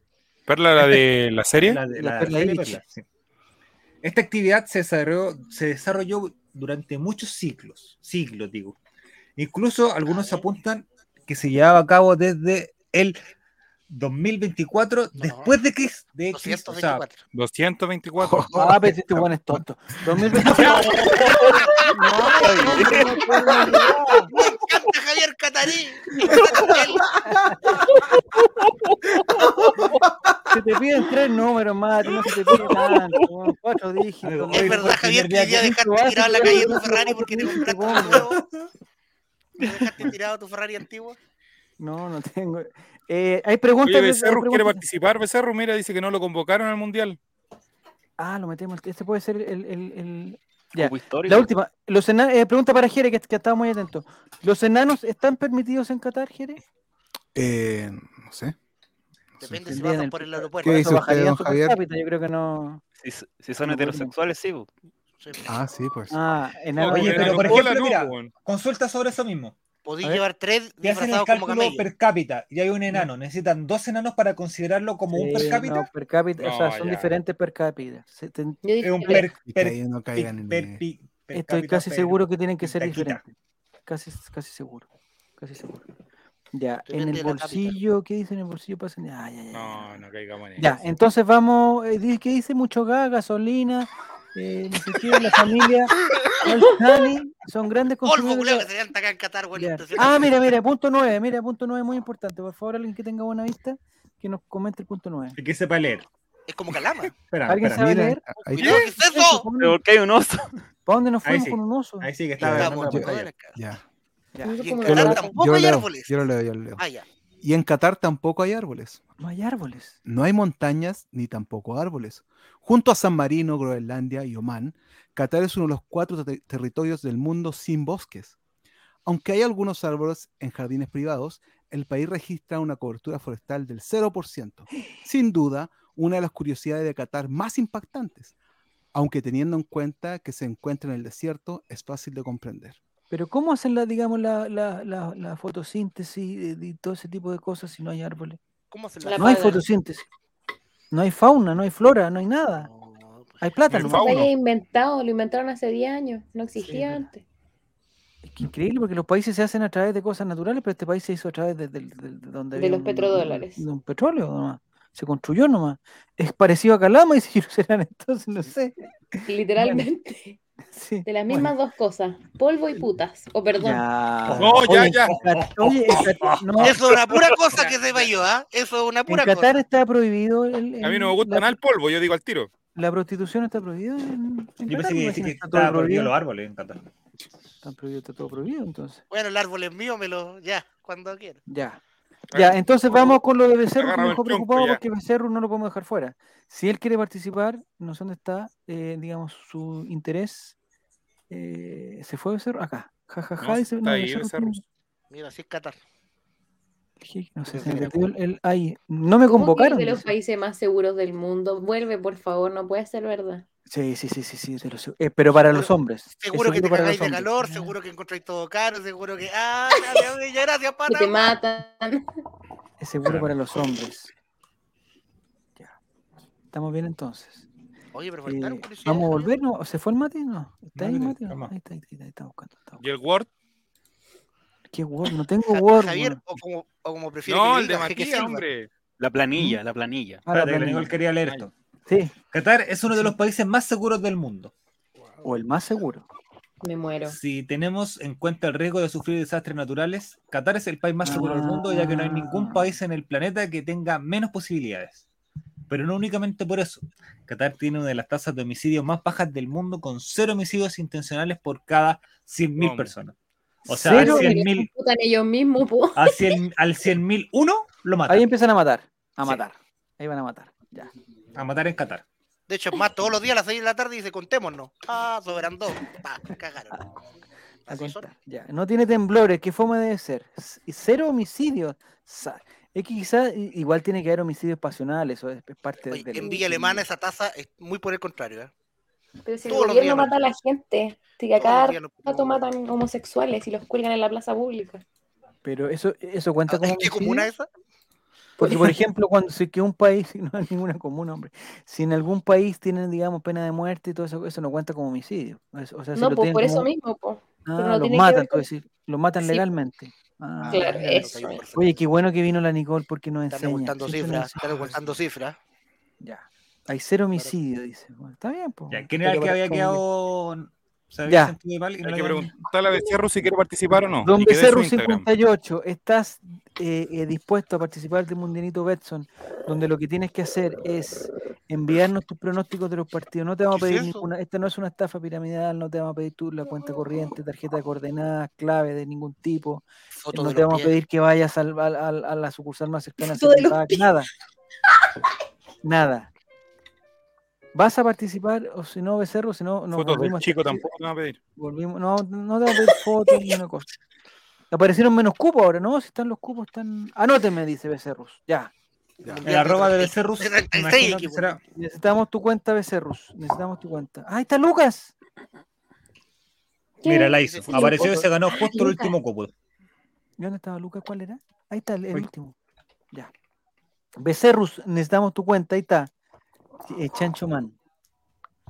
¿Perla la de la serie? La de- ¿Eh? La la perla serie Iris. perla, sí. Esta actividad se desarrolló, se desarrolló durante muchos siglos, siglos digo. Incluso algunos apuntan que se llevaba a cabo desde el 2024, después de Cristo. De Cristo, o sea, 224. 224. Ah, pero este weón es tonto. 2024. ¡Me encanta Javier Catarí! Se te piden tres números más, no se te piden tanto. weón, Cuatro dígitos. Es verdad, Javier, que hoy día dejaste tirado en la calle tu Ferrari porque te este compraste un nuevo. ¿Te dejaste tirado tu Ferrari antiguo? No, no tengo. Eh, hay preguntas. Oye, de- de- Becerro quiere preguntas? participar. Becerro, mira, dice que no lo convocaron al mundial. Ah, lo metemos. Este puede ser el. el- el- Ya. Como histórico. La última. Los ena- eh, pregunta para Jere, que, que estaba muy atento. ¿Los enanos están permitidos en Qatar, Jere? Eh, no sé. Depende si Tendrían pasan el- por el ¿Qué aeropuerto. dice Eso usted, bajaría su don per Javier? cápita, Yo creo que no. Si, si son heterosexuales, sí. po. Sí, Ah, sí, pues. Ah, enano. Oye, enano. pero por Coca-Cola ejemplo, mira, weón. consulta sobre eso mismo. Podí A ver. llevar tres Te hacen el disfrazados como cálculo camellos. per cápita y hay un enano. Necesitan dos enanos para considerarlo como un Sí, per no, cápita. per cápita, o sea, No, son ya. diferentes per cápita. Se- ten- Yo Es dije, un per, Y que per- ahí no caigan en per- el- pi- per Estoy cápita, casi per- seguro que tienen que ser taquita. diferentes. Casi, casi seguro. Casi seguro. Ya, en Depende el de la cápita. bolsillo, ¿qué dice en el bolsillo? Pasa ni- ah, ya, ya, ya. No, no caigamos en eso. Ya, entonces vamos, eh, di- ¿qué dice? Mucho gas, gasolina, eh, no sé qué, la familia, Al Thani, son grandes Polvo, consumidores. culeo, de- que se levanta acá en Qatar, güey. Ya. entonces- Ah, mira, mira, punto 9, mira, punto 9 muy importante. Por favor, alguien que tenga buena vista, que nos comente el punto 9. Y que sepa leer. Es como calama. Espera, ¿Alguien espera. sabe Mira, leer? ahí Cuidado, ¿qué es eso? Pero porque hay un oso. ¿Para dónde nos Ahí fuimos sí. con un oso? Ahí sí que estaba Claro, Estamos ganando la yo- toda pantalla. la caga. Ya. Eso Y en como Qatar que- Yo tampoco lo hay leo, árboles. yo lo leo, yo lo leo. Ah, ya. Y en Qatar tampoco hay árboles. No hay árboles. No hay montañas ni tampoco árboles. Junto a San Marino, Groenlandia y Omán, Qatar es uno de los cuatro te- territorios del mundo sin bosques. Aunque hay algunos árboles en jardines privados, el país registra una cobertura forestal del 0%. Sin duda, una de las curiosidades de Qatar más impactantes, aunque teniendo en cuenta que se encuentra en el desierto, es fácil de comprender. Pero ¿cómo hacen la, digamos, la, la, la, la fotosíntesis y, y todo ese tipo de cosas si no hay árboles? ¿Cómo se La No hay pagan. fotosíntesis. No hay fauna, no hay flora, no hay nada. No, pues. Hay plátano. Ni fauna. Lo inventado, lo inventaron hace 10 años, no Sí, existía es antes. Es que increíble porque los países se hacen a través de cosas naturales, pero este país se hizo a través de, del- del- de donde De los petrodólares. De un petróleo nomás. Se construyó nomás. Es parecido a Calama y se serán entonces, no sé. Literalmente. Sí. De las mismas dos cosas, polvo y putas. O perdón. Ya. No, ya, Oye, en ya. Qatar- oye, en Qatar- no, Eso es una pura cosa que sepa yo, ¿ah? Eso es una en pura Qatar cosa. está prohibido. el- A mí no me el- gusta la- nada el polvo, yo digo al tiro. La prostitución está prohibida. en- en Qatar, me Yo pensé que iba a imagino decir que está todo estaba prohibido los prohibido. árboles en Qatar. Está prohibido, está todo prohibido, entonces. Bueno, el árbol es mío, me lo. Ya, cuando quiera. Ya. Ya, entonces vamos con lo de Becerro, que agarra el me dejó tronco, preocupado ya. porque Becerro no lo podemos dejar fuera. Si él quiere participar, no sé dónde está, eh, digamos, su interés. Eh, ¿Se fue Becerro? Acá. Ja, ja, ja, No, dice, está no, ahí, Becerro tiene- Mira, así es Qatar. je, no sé, Creo se que me era. perdió el- el- ahí. No me ¿Cómo que convocaron. es de los dice. países más seguros del mundo. Vuelve, por favor, no puede ser verdad. Sí, sí, sí, sí, sí, de los- eh, pero para los hombres. es Seguro que te para cagáis los de hombres. calor, Ah, seguro que encontráis todo caro, seguro que. ¡Ah! dale, Ya, gracias, Que pata. te matan. Es seguro para los hombres. Ya. Estamos bien entonces. Oye, pero Eh, faltaron ¿Vamos a curiosidades. volver? ¿no? ¿Se fue el mate? No. ¿Está ahí el No, mate? No. calma. Ahí está, ahí está, ahí está buscando. está buscando. ¿Y el Word? ¿Qué Word? No tengo Ja- Word. Javier, pues, weón. o como, o como prefiere que No, le el de diga, Jeque Matías, Silva. hombre. La planilla, la planilla. Ah, la Espérate, que la planilla. Nicole quería leer esto. Sí, Qatar es uno de los países más seguros del mundo. o el más seguro. Me muero. Si tenemos en cuenta el riesgo de sufrir desastres naturales, Qatar es el país más seguro del mundo, ya que no hay ningún Ah. país en el planeta que tenga menos posibilidades. Pero no únicamente por eso. Qatar tiene una de las tasas de homicidios más bajas del mundo, con cero homicidios intencionales por cada 100.000 Hombre. personas. O sea, al Cero. 100.000 Putan ellos mismos, po. al 100 al 100.000 uno lo Ahí matan. empiezan a matar. A Sí. matar. Ahí van a matar. Ya. A matar en Qatar. De hecho, es más, todos los días a las 6 de la tarde dice, contémonos. Ah, sobran dos. Pa, cagaron. A Así son. contar. Ya. No tiene temblores. ¿Qué forma debe ser? S- y Cero homicidios. Sa- Es que quizás igual tiene que haber homicidios pasionales. O es es parte Oye, del- en Villa Alemana esa tasa es muy por el contrario. ¿eh? Pero si el Todos los días gobierno matan. mata a la gente, si Todos los acá días lo- rato matan homosexuales y los cuelgan en la plaza pública. Pero eso, eso cuenta Ah, como. ¿en ¿Qué comuna homicidio? esa? Porque, por ejemplo, cuando si que un país, no hay ninguna común, hombre, si en algún país tienen, digamos, pena de muerte y todo eso, eso no cuenta como homicidio. Es- O sea, si no, lo po, tienen por eso como- mismo, po. Ah, no los tiene que matan, ver tú con- decir, los matan Sí. legalmente. Ah, Claro, eh. ya, eso pero hay un es. Oye, qué bueno que vino la Nicole porque nos Están enseña. ocultando siempre cifras, nos están enseña. ocultando cifras. Ya. Hay cero homicidio, dice. Bueno, está bien, pues. Ya, ¿Quién era el pero que había parece como quedado? ¿Se había Ya. sentido de mal y no Hay le que había- preguntarle a Becerro si quiere participar o no. Don Y que dé su Becerro Instagram. 58, ¿estás eh, eh, dispuesto a participar del Mundianito Betson? Donde lo que tienes que hacer es enviarnos tus pronósticos de los partidos. No te vamos a ¿Qué es pedir eso? ninguna, esta no es una estafa piramidal, no te vamos a pedir tú la cuenta corriente, tarjeta de coordenadas, clave de ningún tipo. Fotos no de te los vamos a pies. pedir que vayas al- al- al- a la sucursal más cercana, a Foto de los Citibanac, pies. nada. Nada. ¿Vas a participar o si no, Becerro, si no, nos Fotos del volvemos a- chico tampoco te van a pedir. Volvimos, no, no te voy a pedir fotos ni una cosa. Aparecieron menos cupos ahora, ¿no? Si están los cupos, están. Anótenme, dice Becerrus. Ya. El arroba de Becerrus. De 36 imagino que equipos. será- Necesitamos tu cuenta, Becerrus. Necesitamos tu cuenta. ¡Ah, ¡Ahí está Lucas! ¿Qué? Mira, la hizo. Sí, Apareció y foto. se ganó justo el Lucas. último cupo. ¿Y ¿Dónde estaba Lucas? ¿Cuál era? Ahí está el, el Uy. último. Ya. Becerrus, necesitamos tu cuenta. Ahí está. Eh, Chancho Man.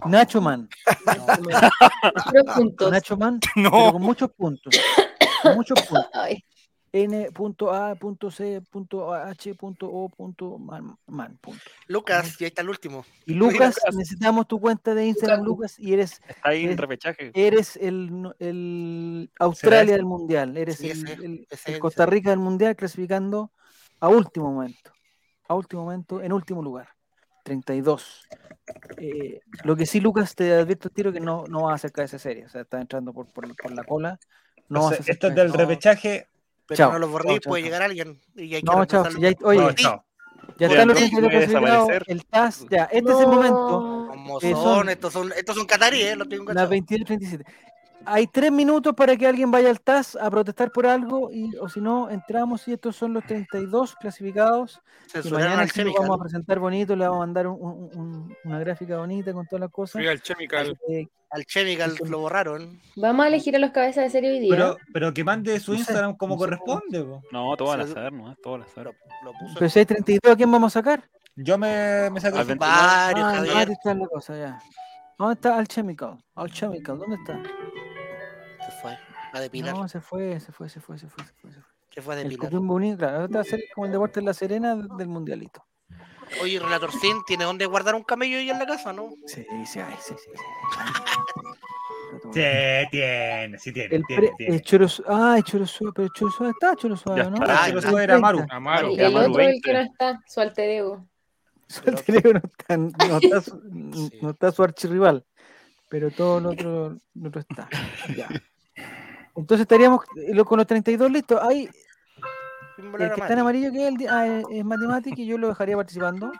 Nacho Man. Puros puntos. Nacho Man, pero No, con muchos puntos. Con muchos puntos. Ay, N.A.C.H.O.man. Man, punto. Lucas, y ahí está el último. Y Lucas, Lucas. necesitamos tu cuenta de Instagram, Lucas, y eres, Está ahí en Es- repechaje. eres el, no- el Australia ese? del Mundial, eres Sí, el, ese, el- ese, el ese. Costa Rica del Mundial clasificando a último momento, a último momento, en último lugar. 32. Eh, lo que sí, Lucas, te advierto el tiro que no, no vas a acercar esa serie. O sea, estás entrando por, por, por la cola. No vas a Entonces, hacer esto es tres, del no. repechaje. Pero Chao. no los borréis, Chao, chao, puede chao. llegar alguien y hay que No, chao. reemplazarlo si ya- oye, No, chao. ya ya están los no 32 puede clasificados. desaparecer. El TAS, ya, este es el No. momento. Como Eh, son, son- estos son, estos son cataríes, eh, lo tengo Las cachado. 22.37. Hay tres minutos para que alguien vaya al TAS a protestar por algo, y, o si no, entramos y estos son los 32 clasificados. Y Censuraron mañana al sí lo Chemical. vamos a presentar bonito, le vamos a mandar un- un- un- una gráfica bonita con todas las cosas. Real Chemical. Eh, Al Chemical lo borraron. Vamos a elegir a los cabezas de serie hoy día. ¿eh? Pero, pero que mande su No sé, Instagram como no sé. corresponde. po. No, todo al Sí. azar, ¿no? Todo al azar. Lo, lo puso pero si hay 32, ¿a quién vamos a sacar? Yo me, me saco. Al 29. varios, Ah, Javier. ahí está la cosa, ya. ¿Dónde está Alchemical? Alchemical, ¿dónde está? Se fue a depilar. No, se fue, se fue, se fue, se fue. Se fue, se fue. Se fue a El depilar. Coquimbo Unido, claro, esta serie es como el deporte de la Serena del Mundialito. Oye, Relator Sin tiene dónde guardar un camello ahí en la casa, ¿no? Sí, sí, ay, sí, sí. sí. Sí, tiene, sí tiene. El tiene, pre, tiene. el Chorosua, ah, el Chorosua, pero Chorosua está Chorosua, Ya ¿no? está, ya está. Era Maru. Amaro. el ya, Maru, otro, el 20. que no está, su alter ego. El teléfono está, no, está su, no está su archirrival, pero todo lo otro, lo otro está. Ya. Entonces estaríamos eh, lo- con los 32 listos. Ahí, Sin el volar que a está en Mati. amarillo que es, el, di- ah, es- es matemática y yo lo dejaría participando.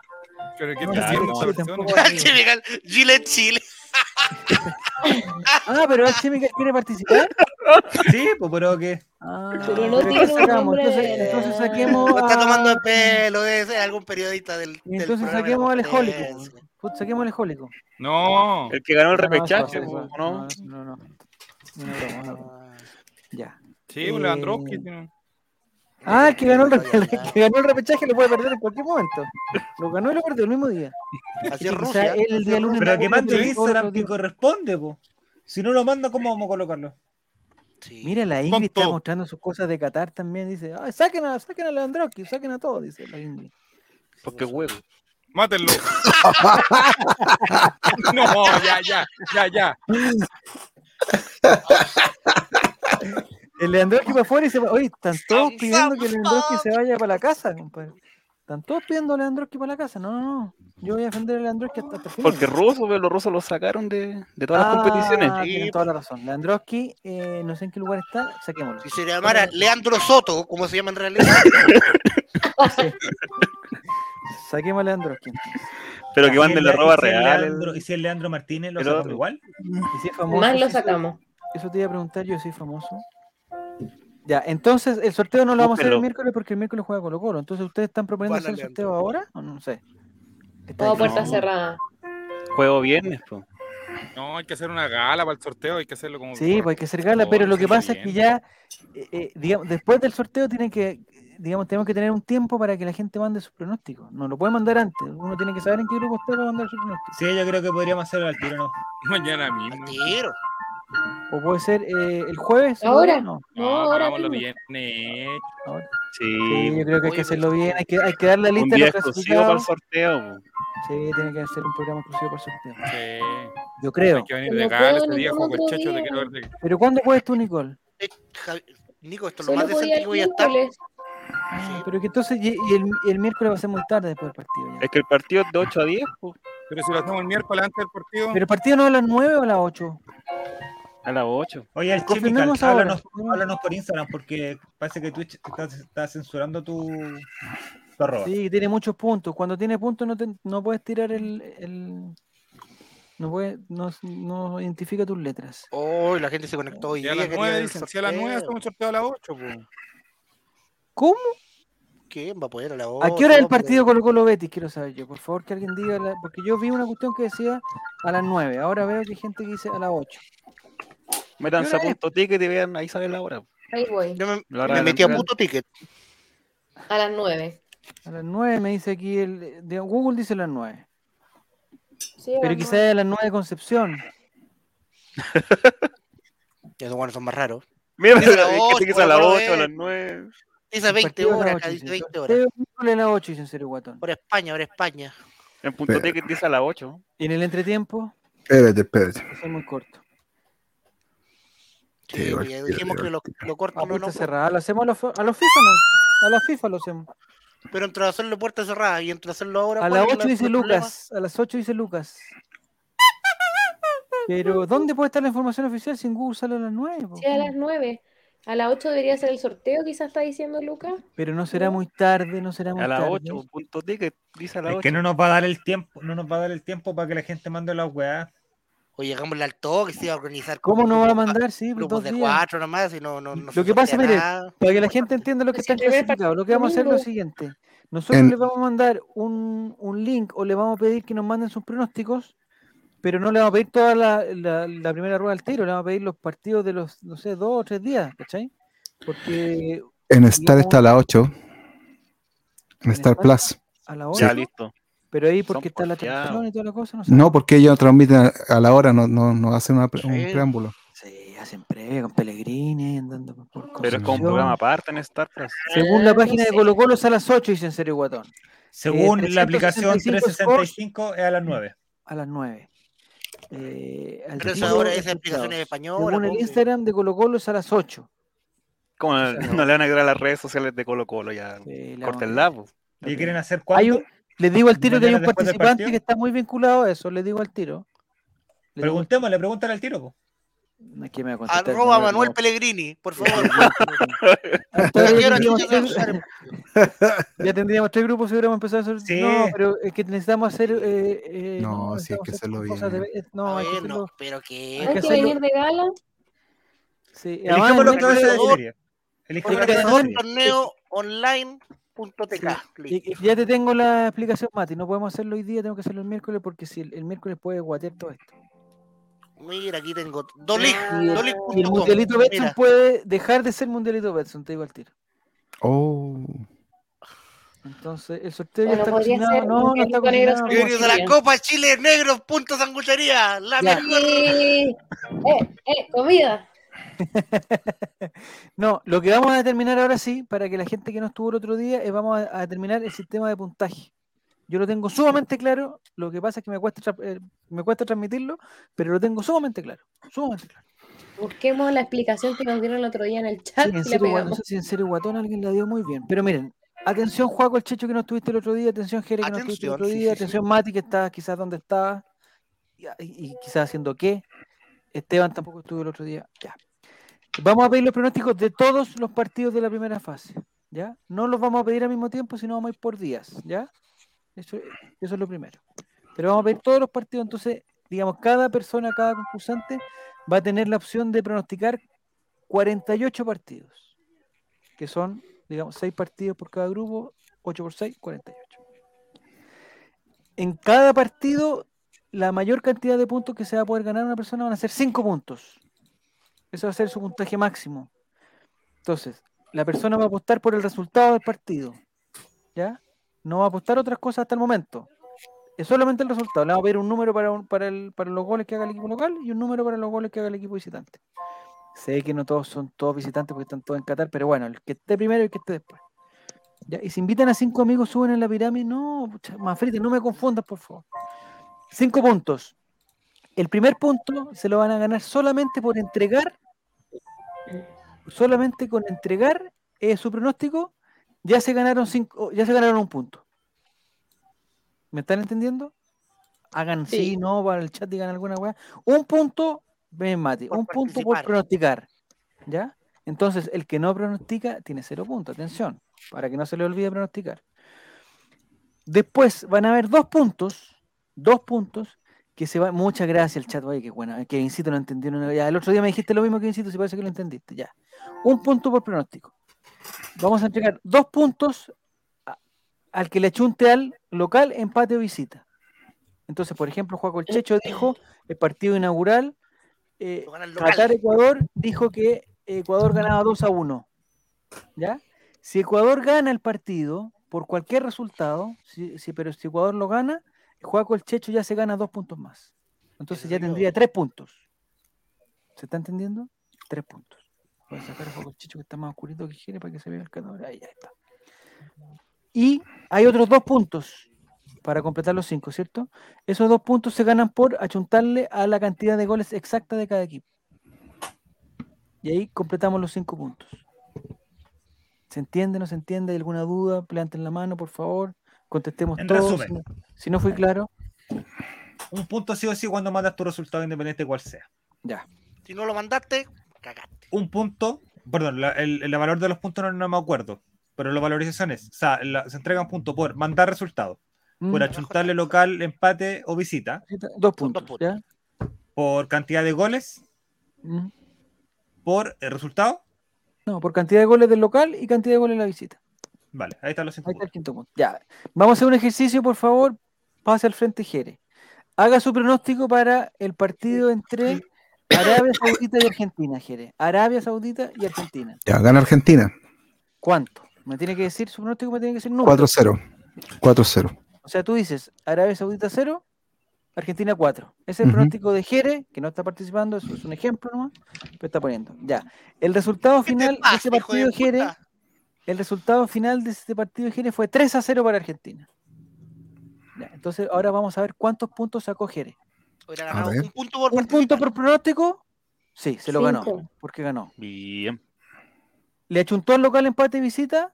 Pero ¿qué No, está sí, haciendo sí, esta tampoco persona? Al Chemical, Gillette Chile. Ah, pero Alchemy quiere participar. Sí, pues, pero que. Ah, Pero no ¿qué tiene un sacamos? nombre. Entonces, entonces saquemos. Lo está a- tomando el pelo de ese, algún periodista del. Y del ah. entonces programa de saquemos la al competencia. Hollywood. Put- Saquemos el jólico. No. El que ganó No, no, el eso va a repechaje, ser, eso va- po, ¿no? No, no, no. Ni una broma, una broma. Ya. Sí, un Eh. Leandrovski. tiene- Ah, el que ganó el, repe- el que ganó el repechaje lo puede perder en cualquier momento. Lo ganó y lo perdió el mismo día. Así es Quizá Rusia. él el así día es lunes- Rusia. Pero que mande el Sí. Instagram que corresponde, po. Si no lo manda, ¿cómo vamos a colocarlo? Sí. Mira, la Ingrid está Tonto. mostrando sus cosas de Qatar también. Dice, "Ay, saquen a, saquen a Lewandowski, saquen a todos, dice la Ingrid. Porque huevo. Mátenlo. No, ya, ya, ya, ya. El Lewandowski para afuera y se va. Oye, están todos Sam, pidiendo Sam, que Lewandowski se vaya para la casa, compadre. Están todos pidiendo a Lewandowski para la casa. No, no, no. Yo voy a defender a Lewandowski hasta, hasta el final. Porque ruso, pero los rusos lo sacaron de, de todas las Ah, competiciones. Tienen toda la razón. Leandroski, eh, no sé en qué lugar está, saquémoslo. Si se llamara Leandro Soto, como se llama en realidad. Saquemos a Leandroski. entonces. Pero que van de manden la roba real. ¿Y si es Leandro Martínez, lo Pero- sacamos igual? Y si es famoso, Más lo sí, sí. sacamos. Eso te iba a preguntar yo, soy famoso. Ya, entonces el sorteo no lo vamos a hacer el Búsquenlo. miércoles porque el miércoles juega Colo Colo. Entonces, ¿ustedes están proponiendo Juan hacer el Leandro. sorteo ahora? O no sé. Está Todo difícil. puerta no. cerrada. Juego viernes, po. No, hay que hacer una gala para el sorteo, hay que hacerlo como. Sí, pues hay que hacer gala, pero favor, lo que está pasa es que bien. ya, eh, eh, digamos, después del sorteo tienen que, digamos, tenemos que tener un tiempo para que la gente mande sus pronósticos. No lo puede mandar antes. Uno tiene que saber en qué grupo está para mandar su pronóstico. Sí, yo creo que podríamos hacerlo al tiro, ¿no? Ah, Mañana mismo. Al tiro. O puede ser eh, el jueves. ¿se Ahora. puede? No. No, ahora hagámoslo mismo. bien. eh. Sí, Sí. yo creo que hay que Oye, hacerlo pero- bien. Hay que, hay que dar la Un lista de día los exclusivo para el clasificados. sorteo, po. Sí, tiene que hacer un programa exclusivo para sorteo. Sí. Yo creo. Hay que venir Pero de no gala puedo ese ni día, con Juego el otro Checho, te día. quiero ver de- Pero ¿cuándo puedes tú, Nicole? Eh, Javi- Nico, esto es lo Solo más decente podía que ir voy a estar. miércoles. Ah, Sí. Pero que entonces, y, y el, y el miércoles va a ser muy tarde después del partido. ya. Es que el partido es de 8 a 10, po. Pero si lo hacemos el miércoles antes del partido. Pero el partido no es a las 9 o a las 8. A las 8. Oye, el Chemical, Confirmemos ahora. háblanos, háblanos por Instagram porque parece que Twitch está, está censurando tu, tu arroba. Sí, tiene muchos puntos. Cuando tiene puntos no, te- no puedes tirar el... el- no, puede, no, no identifica tus letras. Oh, la gente se conectó hoy Y a día, las quería 9, el dicen. Si a las 9 sorteo. hacemos el sorteo a las 8, po. ¿Cómo? ¿Quién va a poder a la Oh, ¿A qué otra, hora es el hombre? partido Colo Colo Betis? Quiero saber yo. Por favor, que alguien diga. la- Porque yo vi una cuestión que decía a las 9. Ahora veo que hay gente que dice a las 8. Métanse a ¿Qué hora es? punto ticket y vean, ahí sale la hora. po. Ahí voy. Yo me, La hora me de la metí a entrada. puto ticket. A las nueve. A las 9 me dice aquí. el de- Google dice a las 9. Sí, a Pero las quizás nueve. a las 9 de Concepción. Esos buenos son más raros. Mira, Dice a las es que tiene que ser a ocho, las lo 8, a ven. las 9. Dice 20 Partido a las horas, 8, acá dice dice. 20 horas. Partido Google a las 8, dice en serio, guatón. Por España, por España. En punto Pero- ticket dice a las 8. Y en el entretiempo, Espérate, espérate. eso es muy corto. Sí, Sí, porque igual, dijimos igual. que lo, lo corto A no, no. puerta cerrada. ¿Lo hacemos a los, a los FIFA no? A la FIFA lo hacemos. Pero entre hacerlo puerta cerrada y entre hacerlo ahora. A ¿cuál las es 8 la- dice el problema? Lucas. A las 8 dice Lucas. Pero, ¿dónde puede estar la información oficial sin Google sale a las 9? Sí, a las 9. A las 8 debería ser el sorteo, quizás está diciendo Lucas. Pero no será muy tarde, no será muy A las tarde. 8, punto ticket, dice a las Es 8. que no nos va a dar el tiempo, no nos va a dar el tiempo para que la gente mande las weas. Oye, hagámosle al toque, se iba a organizar. ¿Cómo como no va a grupos- mandar? Sí, pues, Grupos dos de días. cuatro nomás y no, no, no Lo se que pasa, sortea mire, nada. Para que la gente entienda lo que Pues está si te ve clasificado, lo que vamos a hacer es lo partido. siguiente. Nosotros En- les vamos a mandar un, un link o le vamos a pedir que nos manden sus pronósticos, pero no le vamos a pedir toda la, la- la primera rueda al tiro, le vamos a pedir los partidos de los, no sé, dos o tres días, ¿cachai? Porque En Star está la 8. En Star Plus. a la hora, Ya, listo. pero ahí Son porque está la porfiados. transmisión y toda la cosa, no sé. No, porque ellos transmiten a, a la hora, no, no, no hacen una pre- un Sí. preámbulo. Sí, hacen previa con Pellegrini, andando por- por Pero es como un Concepción. programa aparte en Star Plus. Según la Ah, página de no sé. Colo Colo es a las 8, dicen Serio Guatón. Según la 365 aplicación Sports. 365 es a las 9. a las 9. Eh, al Pero eso tiro, ahora es resultados. explicaciones españolas. Según el ponte. Instagram de Colo Colo es a las 8. Como no, no le van a crear las redes sociales de Colo Colo ya. Eh, la vamos a- Cortenla, pues. ¿Y quieren hacer Hay cuánto? un- les digo al tiro que hay un Mañana después del participante partido. que está muy vinculado a eso, les digo al tiro. Les digo- Preguntémosle, pregúntale al tiro. po. No, es que me va a contestar, Arroba no, Manuel no. Pellegrini, por favor. Hasta ahora Quiero tendríamos que yo tres- sea- Ya tendríamos tres grupos y hubiéramos empezado a hacer. Sí. No, pero es que necesitamos hacer. eh, eh, No, sí, hay necesitamos que hacer hacerlo cosas bien. de- eh, No, hay que Bueno, hacerlo. pero que. Hay Hay que que hacerlo. venir de gala. sí, además, Elijamos no los hay que- cabezas de creador. serie. Elijamos Organizador los cabezas de serie. torneo online.tk. Y- y ya te tengo la explicación, Mati. No podemos hacerlo hoy día, tengo que hacerlo el miércoles porque si el, el miércoles puede guatear todo esto. Mira, aquí tengo Dolic. Ah, y el Y el Dolic.com. mundialito Betson Oh, Mira, puede dejar de ser mundialito Betson, te digo al tiro. Oh. Entonces, el sorteo ya Bueno, está podría cocinado. ser No, no está mundialito negro cocinado. sin- Bienvenidos a la Copa Chile Negros. Punto Sanguchería. La Ya. mejor. Eh, eh, comida. No, lo que vamos a determinar ahora sí, para que la gente que no estuvo el otro día, es vamos a, a determinar el sistema de puntaje. Yo lo tengo sumamente claro, lo que pasa es que me cuesta, tra- eh, me cuesta transmitirlo, pero lo tengo sumamente claro. Sumamente claro. Busquemos la explicación que nos dieron el otro día en el Sí, chat en y la serio, guatón, no pegamos. sé si en serio guatón alguien la dio muy bien. Pero miren, atención Juaco, el Checho que no estuviste el otro día, atención Jere que no estuviste el Atención, otro sí, día, sí, sí. atención Mati que está quizás donde estaba y, y quizás haciendo qué. Esteban tampoco estuvo el otro día. Ya. Vamos a pedir los pronósticos de todos los partidos de la primera fase. ¿Ya? No los vamos a pedir al mismo tiempo, sino vamos a ir por días. ¿Ya? Eso, eso es lo primero. Pero vamos a pedir todos los partidos, entonces, digamos, cada persona, cada concursante va a tener la opción de pronosticar 48 partidos, que son, digamos, 6 partidos por cada grupo, 8 por 6, 48. En cada partido, la mayor cantidad de puntos que se va a poder ganar una persona van a ser 5 puntos. Eso va a ser su puntaje máximo. Entonces, la persona va a apostar por el resultado del partido. ¿Ya? No va a apostar otras cosas hasta el momento. Es solamente el resultado. Le va a pedir un número para, un- para, el- para los goles que haga el equipo local y un número para los goles que haga el equipo visitante. Sé que no todos son todos visitantes porque están todos en Qatar, pero bueno, el que esté primero y el que esté después. Ya, y si invitan a cinco amigos, suben en la pirámide. No, más frita, no me confundas, por favor. Cinco puntos. El primer punto se lo van a ganar solamente por entregar, solamente con entregar eh, su pronóstico, ya se ganaron cinco, ya se ganaron un punto. ¿Me están entendiendo? Hagan sí, Sí. no, para el chat digan alguna weá. Un punto, ven Mati, Por un punto por participar. pronosticar. ¿Ya? Entonces, el que no pronostica tiene cero puntos, atención, para que no se le olvide pronosticar. Después van a haber dos puntos, dos puntos, que se va. Muchas gracias, el chat, oye, qué buena, que insisto, no entendieron. Ya, el otro día me dijiste lo mismo que insisto, si parece que lo entendiste, ya. Un punto por pronóstico. Vamos a entregar dos puntos a- al que le achunte al local, empate o visita. Entonces, por ejemplo, Juaco El Checho dijo el partido inaugural. eh, Lo gana el local. Qatar-Ecuador dijo que eh, Ecuador ganaba 2 a 1. ¿Ya? Si Ecuador gana el partido, por cualquier resultado, si, si- pero si Ecuador lo gana, Juaco el Checho ya se gana dos puntos más. Entonces Eso ya digo. tendría tres puntos. ¿Se está entendiendo? Tres puntos. Voy a sacar a Juaco el Checho que está más oscurito que quiere para que se vea el canal. Ahí ya está. Y hay otros dos puntos para completar los cinco, ¿cierto? Esos dos puntos se ganan por achuntarle a la cantidad de goles exacta de cada equipo. Y ahí completamos los cinco puntos. ¿Se entiende? ¿No se entiende? ¿Hay alguna duda? Planten la mano, por favor. Contestemos En todos. resumen. Si no, si no fui claro, Un punto sí o sí cuando mandas tu resultado independiente cual sea. ya. Si no lo mandaste, cagaste. Un punto, perdón, la- el, el valor de los puntos no, no me acuerdo, pero la valorización es, o sea, la- se entrega un punto por mandar resultado, Mm, por achuntarle local, empate o visita, dos son puntos. dos puntos. ¿ya? por cantidad de goles, Mm. por el resultado. No, por cantidad de goles del local y cantidad de goles de la visita. Vale, ahí están los cinco Ahí está el puntos. quinto punto. Ya. Vamos a hacer un ejercicio, por favor. Pase al frente, Jere. Haga su pronóstico para el partido entre Arabia Saudita y Argentina, Jere. Arabia Saudita y Argentina. Ya, gana Argentina. ¿Cuánto? Me tiene que decir, su pronóstico me tiene que decir número. 4-0. 4-0. O sea, tú dices Arabia Saudita 0, Argentina 4. Es el Ujú. pronóstico de Jere, que no está participando, eso es un ejemplo nomás, pero está poniendo. Ya. El resultado final de este partido, Jere, el resultado final de este partido, Jere, fue 3 a 0 para Argentina. Ya, entonces, ahora vamos a ver cuántos puntos sacó Jere. Hubiera A ganado ver. un punto por ¿Un punto participar. por pronóstico? Sí, se lo ganó, Cinco. porque ganó. Bien. ¿Le achuntó al local empate y visita?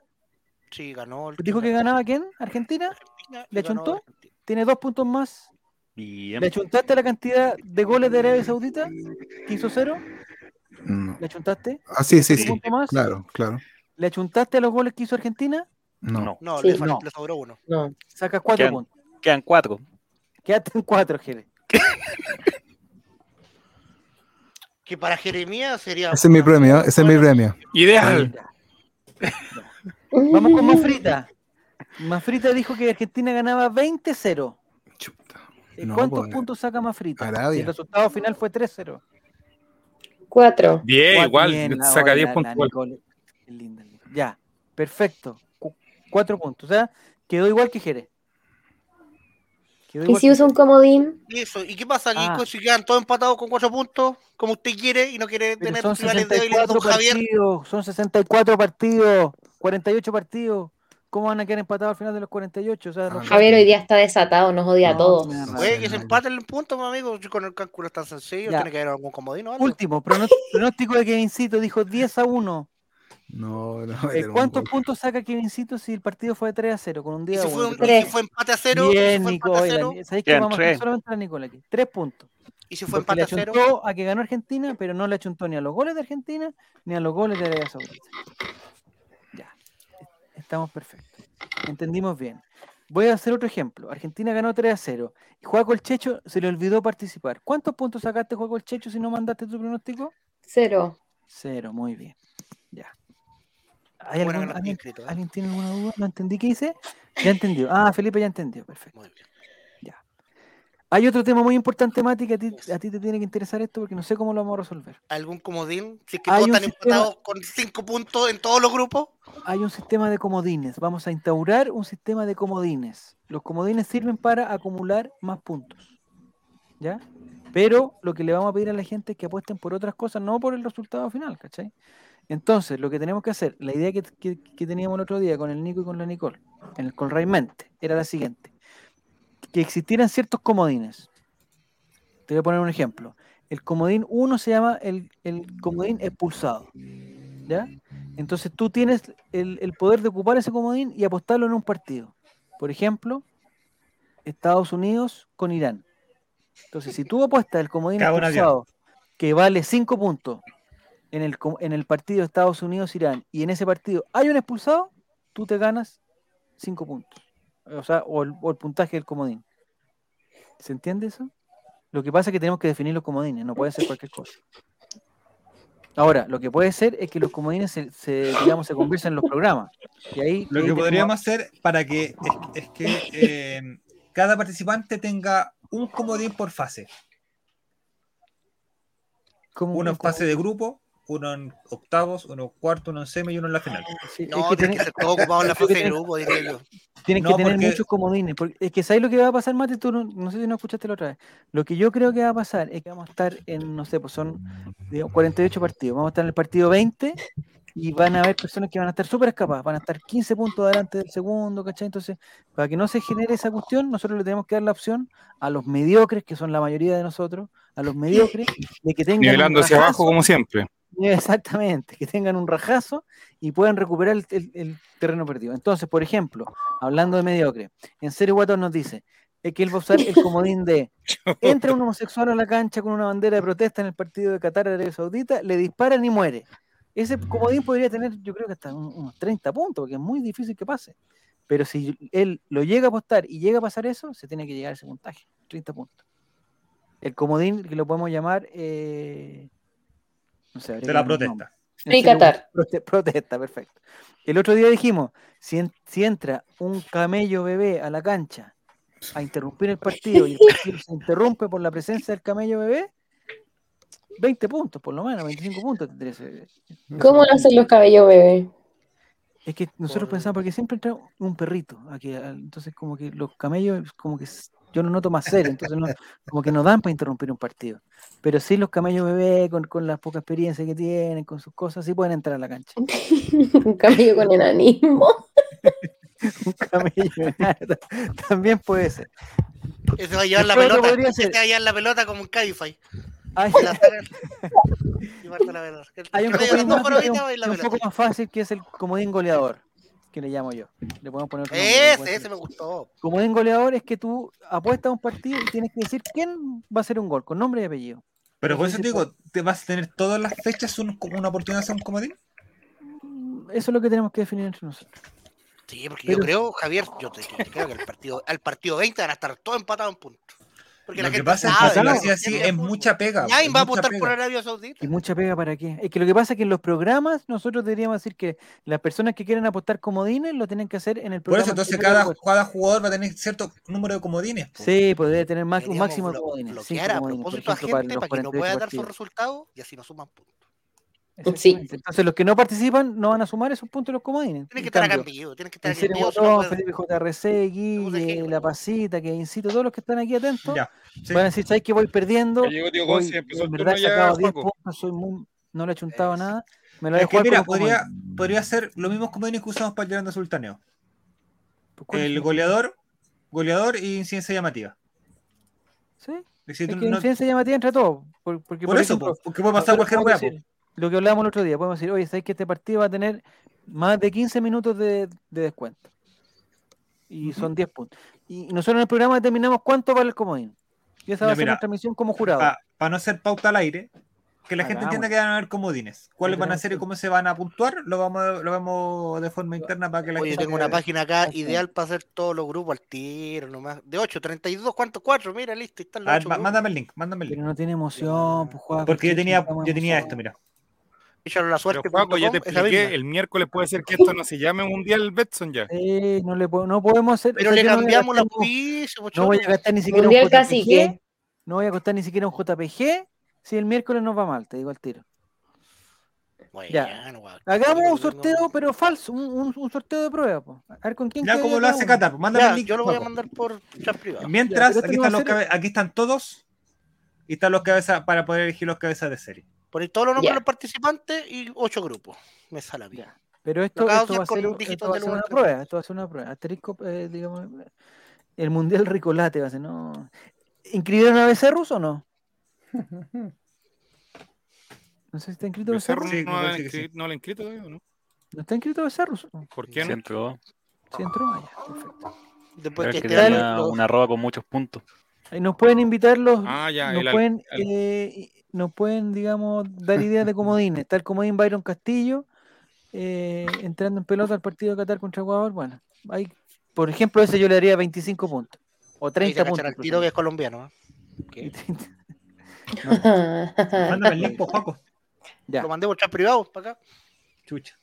Sí, ganó. el ¿Dijo Team que ganaba quién? ¿Argentina? Argentina y ¿Le ganó achuntó? Argentina. Tiene dos puntos más. Bien. ¿Le achuntaste la cantidad de goles de Arabia Saudita? ¿Que hizo cero? No. ¿Le achuntaste? Ah, sí, sí, ¿Un sí. punto más? Claro, claro. ¿Le achuntaste a los goles que hizo Argentina? No. No. No, Sí. le, faltó, No. le sobró uno. No. Sacas cuatro Quedan- puntos. Quedan cuatro. Quédate en cuatro, Jere. Que para Jeremías sería. Ese es mi premio, ese es mi premio. Ideal. Vamos con Mafrita. Mafrita dijo que Argentina ganaba 20-0. Chuta. ¿Eh, No, ¿Cuántos pues, puntos saca Mafrita? Arabia. El resultado final fue 3-0. Cuatro. Bien, Cuatro- Eh, igual. bien, la- saca la- 10 la puntos. Nicole. Qué linda, Nicole. Ya, perfecto. Cu- cuatro puntos. O sea, quedó igual que Jere. Quedó ¿Y igual si que usa un comodín? Y Eso. ¿Y qué pasa, Nico? Ah. Si quedan todos empatados con cuatro puntos, como usted quiere, y no quiere Pero tener son rivales débiles a 64 don Javier. partidos, son 64 partidos, 48 partidos. ¿Cómo van a quedar empatados al final de los 48? O sea, don Ah, Javier, Javier hoy día está desatado, nos odia a No, todos. me da rabia. Oye, que se empaten el punto, mi amigo. Yo Con el cálculo tan sencillo, Ya. tiene que haber algún comodino. o algo. Último, prono- pronóstico de Kevincito dijo 10 a 1. No, no. Eh, ¿Cuántos puntos saca Kevincito si el partido fue de 3 a 0 con un Y día si bueno? fue, un- y Tres. si fue empate a cero, y si Bien, fue Nico. empate a oiga, cero, ¿sabéis que Quedan vamos a tres. hacer solamente a Nicola aquí? 3 puntos. y si fue Porque empate le a cero, achuntó a que ganó Argentina, pero no le achuntó ni a los goles de Argentina ni a los goles de Arabia Saudita. Ya, estamos perfectos. Entendimos bien. Voy a hacer otro ejemplo. Argentina ganó 3 a 0 y Juaco el Checho se le olvidó participar. ¿Cuántos puntos sacaste, Juaco el Checho, si no mandaste tu pronóstico? Cero. Cero, muy bien. Ya. ¿Hay Bueno, algún- que no estoy alguien, inscrito, ¿eh? alguien tiene alguna duda? ¿No entendí qué hice? Ya entendió. Ah, Felipe ya entendió. Perfecto. Muy bien. Hay otro tema muy importante, Mati, que a ti, a ti te tiene que interesar esto porque no sé cómo lo vamos a resolver. algún comodín, si es que Hay todos un están sistema- empatados con cinco puntos en todos los grupos. Hay un sistema de comodines. Vamos a instaurar un sistema de comodines. Los comodines sirven para acumular más puntos. ¿Ya? Pero lo que le vamos a pedir a la gente es que apuesten por otras cosas, no por el resultado final, ¿cachai? Entonces, lo que tenemos que hacer, la idea que, que- que teníamos el otro día con el Nico y con la Nicole, en el- con Raimente, era la siguiente. Que existieran ciertos comodines. Te voy a poner un ejemplo. El comodín 1 se llama el, el comodín expulsado. ¿Ya? Entonces tú tienes el, el poder de ocupar ese comodín y apostarlo en un partido. Por ejemplo, Estados Unidos con Irán. Entonces, si tú apuestas el comodín Cago en avión. expulsado, que vale 5 puntos, en el, co- en el partido Estados Unidos-Irán y en ese partido hay un expulsado, tú te ganas 5 puntos. O sea, o el, o el puntaje del comodín. ¿Se entiende eso? Lo que pasa es que tenemos que definir los comodines, no puede ser cualquier cosa. Ahora, lo que puede ser es que los comodines se, se, digamos, se conviertan en los programas. Y ahí, y ahí Lo que tenemos- podríamos hacer para que es, es que eh, cada participante tenga un comodín por fase. como- Uno en como- fase de grupo, uno en octavos, uno en cuarto, uno en semi y uno en la final. sí, No, es tiene que tiene- que ser todo ocupado en la es que fase de tiene- grupo, diría yo. Tienes No, que tener porque- muchos comodines. Porque es que ¿sabes lo que va a pasar, Mate? Tú no, no sé si no escuchaste la otra vez. Lo que yo creo que va a pasar es que vamos a estar en, no sé, pues son digamos, 48 partidos. Vamos a estar en el partido 20 y van a haber personas que van a estar súper escapadas. Van a estar 15 puntos adelante del segundo, ¿cachai? Entonces, para que no se genere esa cuestión, nosotros le tenemos que dar la opción a los mediocres, que son la mayoría de nosotros, a los mediocres, de que tengan. un Nivelando hacia rajazo abajo como siempre. Exactamente, que tengan un rajazo y puedan recuperar el, el- el terreno perdido. Entonces, por ejemplo, hablando de mediocre, en serio Guatos nos dice eh, que él va a usar el comodín de entra un homosexual a la cancha con una bandera de protesta en el partido de Qatar Arabia Saudita, le disparan y muere. Ese comodín podría tener, yo creo que hasta un- unos 30 puntos, porque es muy difícil que pase. Pero si él lo llega a apostar y llega a pasar eso, se tiene que llegar a ese puntaje, 30 puntos. El comodín que lo podemos llamar eh, no sé, habría De que la darle un nombre. protesta. En Y serio, Qatar. prote- protesta, perfecto. El otro día dijimos, si, en- si entra un camello bebé a la cancha a interrumpir el partido y el partido se interrumpe por la presencia del camello bebé, 20 puntos por lo menos, 25 puntos tendría ese- ese ¿Cómo partido. lo hacen los cabellos, bebé? Es que nosotros pensamos, porque siempre entra un perrito aquí, al- entonces como que los camellos, como que s- yo no noto más serio, entonces no- como que no dan para interrumpir un partido. Pero sí los camellos bebé, con, con la poca experiencia que tienen, con sus cosas, sí pueden entrar a la cancha. Un cabello con enanismo. Un camello bebé, también puede ser. Ese va a llevar la Después otro pelota. podría Ese ser- va a llevar la pelota como un Cabify. Hay, Se la saca- y parte la pelota. El hay un que medio de comodín las dos porobitas más, que es un- va y la que es un pelota. poco más fácil que es el comodín goleador, que le llamo yo. Le podemos poner otro nombre, le puedo Ese, decir. ese me gustó. Comodín goleador es que tú apuestas a un partido y tienes que decir quién va a hacer un gol, con nombre y apellido. Pero por Entonces, eso te digo, ¿te vas a tener todas las fechas un- como una oportunidad de hacer un comodín? Mm, Eso es lo que tenemos que definir entre nosotros. Sí, porque yo Pero- creo, Javier, yo te, yo te creo que el partido, al partido 20 van a estar todos empatados en puntos. Porque la Lo que gente pasa es que sabe, si lo ¿no? hacía así es mucha pega. Nadie es va a mucha apostar pega. por Arabia Saudita. ¿Y mucha pega para qué? Es que lo que pasa es que en los programas nosotros deberíamos decir que las personas que quieren apostar comodines lo tienen que hacer en el Por programa. eso, entonces anterior de cada, apuesta. cada jugador va a tener cierto número de comodines. po. Sí, podría tener más, un Deberíamos máximo de blo- comodines. cinco bloquear a comodines, por propósito a ejemplo, para gente los para que no 48 pueda dar sus partidos. resultados y así no suman puntos. Exactamente. Entonces, los que no participan no van a sumar esos puntos de los Tienen comodines. En que estar acá cambio, en vivo, tienen que estar en acá en serio, vivo. si no Botón, pueden- Felipe JRC, Guille, ejemplo. La Pasita, que incito, todos los que están aquí atentos, Ya, sí. van a decir, ¿sabes que voy perdiendo? Ya llegó Diego Voy- González, empezó en el verdad he turno ya, sacado 10 Juaco. puntos, soy muy, no le he chuntado Eh, nada. Me lo voy a Es que jugar mira, como comodín. podría, podría ser los mismos comodines que usamos para el Llorando Sultaneo. Pues, ¿cuál es El el- goleador, goleador y incidencia llamativa. Sí, Es es decir, que no- incidencia llamativa entre todos. por- Porque, por, eso, ejemplo, po, porque puede pasar nosotros cualquier podemos hueá. po. decir, Lo que hablábamos el otro día, podemos decir, oye, ¿sabes que este partido va a tener más de 15 minutos de, de descuento? Y son 10 puntos. Y nosotros en el programa determinamos cuánto vale el comodín. Y esa va Ya, a ser mira, ah, nuestra misión como jurado. para no hacer pauta al aire, que la gente Hagamos. entienda que van a haber comodines. ¿Cuáles van a tenemos ser y que- cómo se van a puntuar? Lo vamos, lo vamos de forma interna para que la Oye, gente. tengo una página acá Exacto. ideal para hacer todos los grupos al tiro nomás. De 8, 32, ¿cuántos? 4, mira, listo, ahí están los A ver, 8 Ah, ma- grupos. mándame el link, mándame el Pero link. no tiene emoción, pues Juaco, Porque yo chico, tenía, necesitamos yo tenía emoción. esto, mira. Échalo a la Pero suerte. Juaco, ya te punto com, esa expliqué, misma. el miércoles puede ser que esto no se llame Mundial Betson ya. Sí, no, le po- no podemos hacer. Pero o sea, le yo no voy a cambiamos los gastar ni- pisos, No voy a gastar ni siquiera Mundial un JPG. Cacique. No voy a gastar ni siquiera un JPG. Si el miércoles nos va mal, te digo al tiro. ya. Hagamos un sorteo, pero falso, un, un- un sorteo de prueba. po. A ver con quién Ya queda como lo cada hace uno. Qatar, mándame el link. yo lo voy a Paco. mandar por chat privado. Ya, Mientras, pero esto aquí no va están, los a ser- cabe- aquí están todos. Y están los cabezas para poder elegir los cabezas de serie. Ponéis todos los nombres Ya. de los participantes y 8 grupos. Me sale bien. Ya. Pero esto, Lo acabo de esto hacer va a con ser, un dígito esto va a del ser uno una al tres. prueba. Esto va a ser una prueba. Asterisco, eh, digamos, el Mundial Ricolate va a ser, ¿no? ¿Inscribieron a Becerrus o no? No sé si está inscrito Becerro Becerrus. Sí, me no, parece ha que sí. inscri- no lo ha inscrito todavía, ¿o ¿no? ¿No está inscrito Becerrus? ¿Por qué Se no? entró. Sí, entró. Ah, ya, perfecto. Después Pero Pues que es que estén tenía los- una arroba con muchos puntos. Ahí Nos pueden invitar los, Ah, ya, nos el al- pueden, al- eh, y- nos pueden, digamos, dar ideas de comodines. Está el comodín Byron Castillo eh, entrando en pelota al partido de Qatar contra Ecuador. Bueno, ahí, por ejemplo, ese yo le daría 25 puntos o ahí se 30 cachará puntos. el tiro que incluso. es colombiano. ¿eh? Y 30. Mándame el link, po, Paco. Ya, Lo mandé por chat privado para acá. Chucha.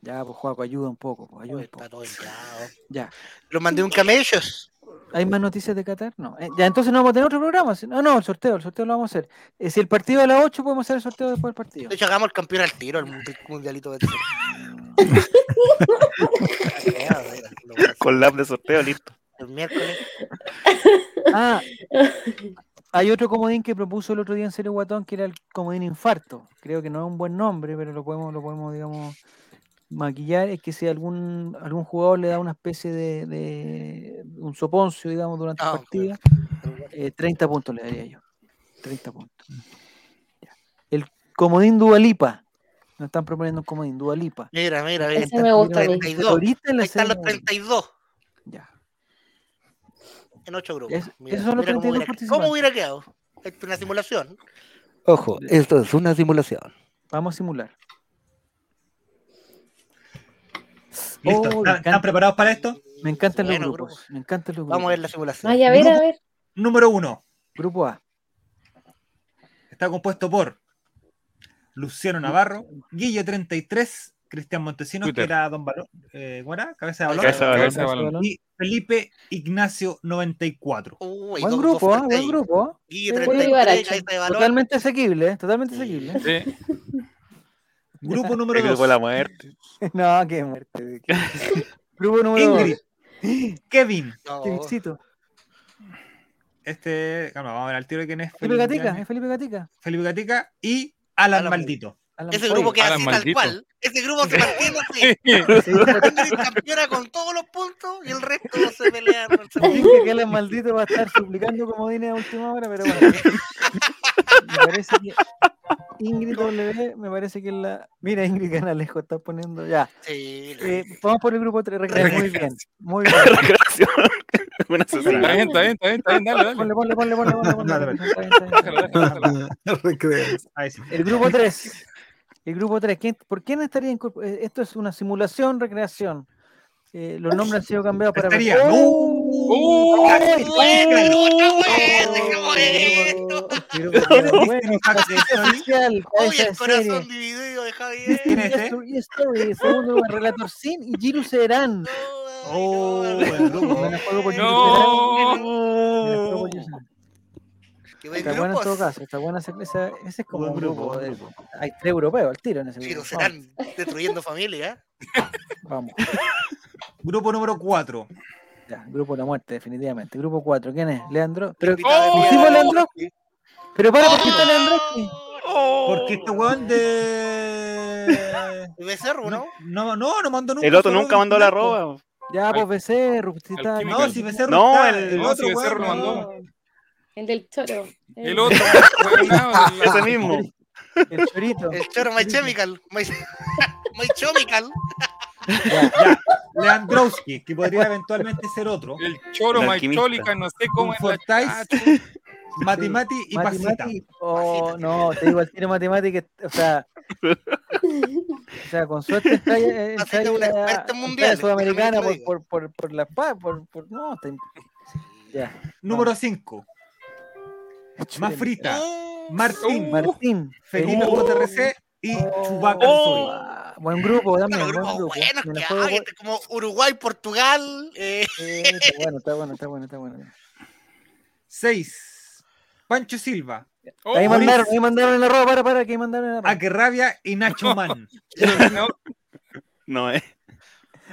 ya, pues Juaco, ayuda un poco, pues, ayuda Oye, un poco. está todo entrado. Ya. Lo mandé un camello. ¿Hay más noticias de Qatar? No. Eh, ya, entonces no vamos a tener otro programa. si- No, no, el sorteo, el sorteo lo vamos a hacer. Eh, si el partido a las 8 podemos hacer el sorteo después del partido. De hecho, hagamos el campeón al tiro, el mundi- mundialito de tiro. Con lab de sorteo, listo. el miércoles. Ah, hay otro comodín que propuso el otro día en Serio Guatón que era el comodín infarto. Creo que no es un buen nombre, pero lo podemos, lo podemos digamos, maquillar. Es que si algún, algún jugador le da una especie de, de- un soponcio, digamos, durante Ah, la partida, eh, 30 puntos le daría yo. 30 puntos. Ya. El comodín Dualipa. Nos están proponiendo como comodín, Dua Lipa. Mira, mira, mira. Ese me gusta a mí. 32. Ahorita en la Ahí están los serie- 32 Ya. en 8 grupos. Es- esos son cómo, los 32 hubiera, participantes. cómo hubiera quedado. Esto es una simulación. Ojo, esto es una simulación. Vamos a simular. Listo. Oh, me ¿Están, están encanta. preparados para esto? Me encantan Bueno, los grupos. grupo. Me encantan los grupos. Vamos a ver la simulación. Ay, a ver, a ver. Número uno. Grupo A. Está compuesto por Luciano Navarro, Guille 33, Cristian Montesinos, Twitter. que era Don Balón, eh, ¿cómo era? Cabeza de balón. Cabeza de balón. Cabeza de balón. Y Felipe Ignacio 94. Uy, Buen dos- grupo, dos ¿ah? buen frente ahí. grupo. Y Sí, 33, Bolívar, ahí hecho. está de balón. Totalmente asequible, ¿eh? totalmente asequible. Sí, Grupo El número grupo de la 2. muerte. No, qué muerte. qué- Grupo número dos. Ingrid, Kevin. No, Qué éxito. Oh, Este, bueno, vamos a ver al tiro de quién es. Felipe Gatica, Gatica. es Felipe Gatica. Felipe Gatica y Alan, Alan Maldito. Alan Ese Poe. grupo queda Alan, así maldito. tal cual. Ese grupo se mantiene así. Ese grupo- Ingrid campeona con todos los puntos y el resto se pelean. se pelean. Dije que Alan maldito va a estar suplicando como viene a última hora, pero bueno. Me parece que Ingrid W, me parece que es la. Mira, Ingrid Canalejo está poniendo ya. Sí, Eh, vamos por el grupo 3, Muy bien, muy bien. Recreación. Una está asesina. bien, está bien, está bien, está bien, dale, dale. Ponle, ponle, ponle, ponle, ponle, ponle, Dale, dale. Está bien, está bien, está Déjala, bien. déjala, déjala. Recreo. Ahí sí. El grupo 3. El grupo 3. ¿Por quién estaría incorporado? Esto es una simulación, recreación. Eh, los nombres han sido cambiados para. Estaría. No. ¡Uh! ¡Oh, ¡Oh, Bueno, bueno, dejemos esto. Pero, pero, bueno, Disney Fact Story. oficial, Uy, para el esa serie. corazón dividido de Disney Javier. ¿Quién es, eh? Yes Story, segundo lugar, Relator Sin y Giru Serán. No, ay, Oh, no, el grupo. no, Me la juego por no. Oh. Qué buen Está bueno en todo grupo. caso, está buena esa, esa- ese es como Buen un grupo, grupo. buen de- Hay tres europeos al tiro en ese Pero grupo. serán destruyendo familia. ¿eh? Vamos, Grupo número 4. vamos, ya, grupo de la muerte, definitivamente. Grupo 4, ¿quién es? Leandro. Pero, ¿Pusimos ¡Oh! Leandro? Pero para, ¿por qué ¡Ah! está Leandro? Porque Oh. este weón de. Becerro, No, ¿no? no, no, no mandó nunca. El otro su nunca mandó la arroba. Ya, pues Becerro, usted está- Alquímico. No, si Becerro. No, está, el- no, si weón, Becerro lo no. mandó. El del choro. El otro, weonado, Ese la- mismo. El chorito. El choro My Chemical. My, My Chemical. Ya, Ya, Leandrowski, que podría eventualmente ser otro. El choro El alquimista. maichólica, no sé cómo es la Fortais. Ah, chu- Matimati y Mati, Pasita. Mati, oh, no, te digo al tiro matemática, o sea, o sea, con suerte está eh, Pasita está es una ahí, experta ah, en mundiales, está sudamericana déjame que te por, por, por, por la paz, por, por no, está, ya. Número 5. Más frita. Uh, Martín, Uh, Martín, uh, Felipe Oh. JRC y Chubaca Anzoy. Ah, buen grupo, dame, Los buen grupos grupo. buenos Me que la juego hay, este, por- como Uruguay, Portugal. Eh, eh, está bueno, está bueno, está bueno, está bueno. 6. Pancho Silva, oh, ahí Mauricio, mandaron, ahí mandaron en la ropa, para, para, que ahí mandaron en la ropa. Akerrabia y Nacho Man. no, No, eh.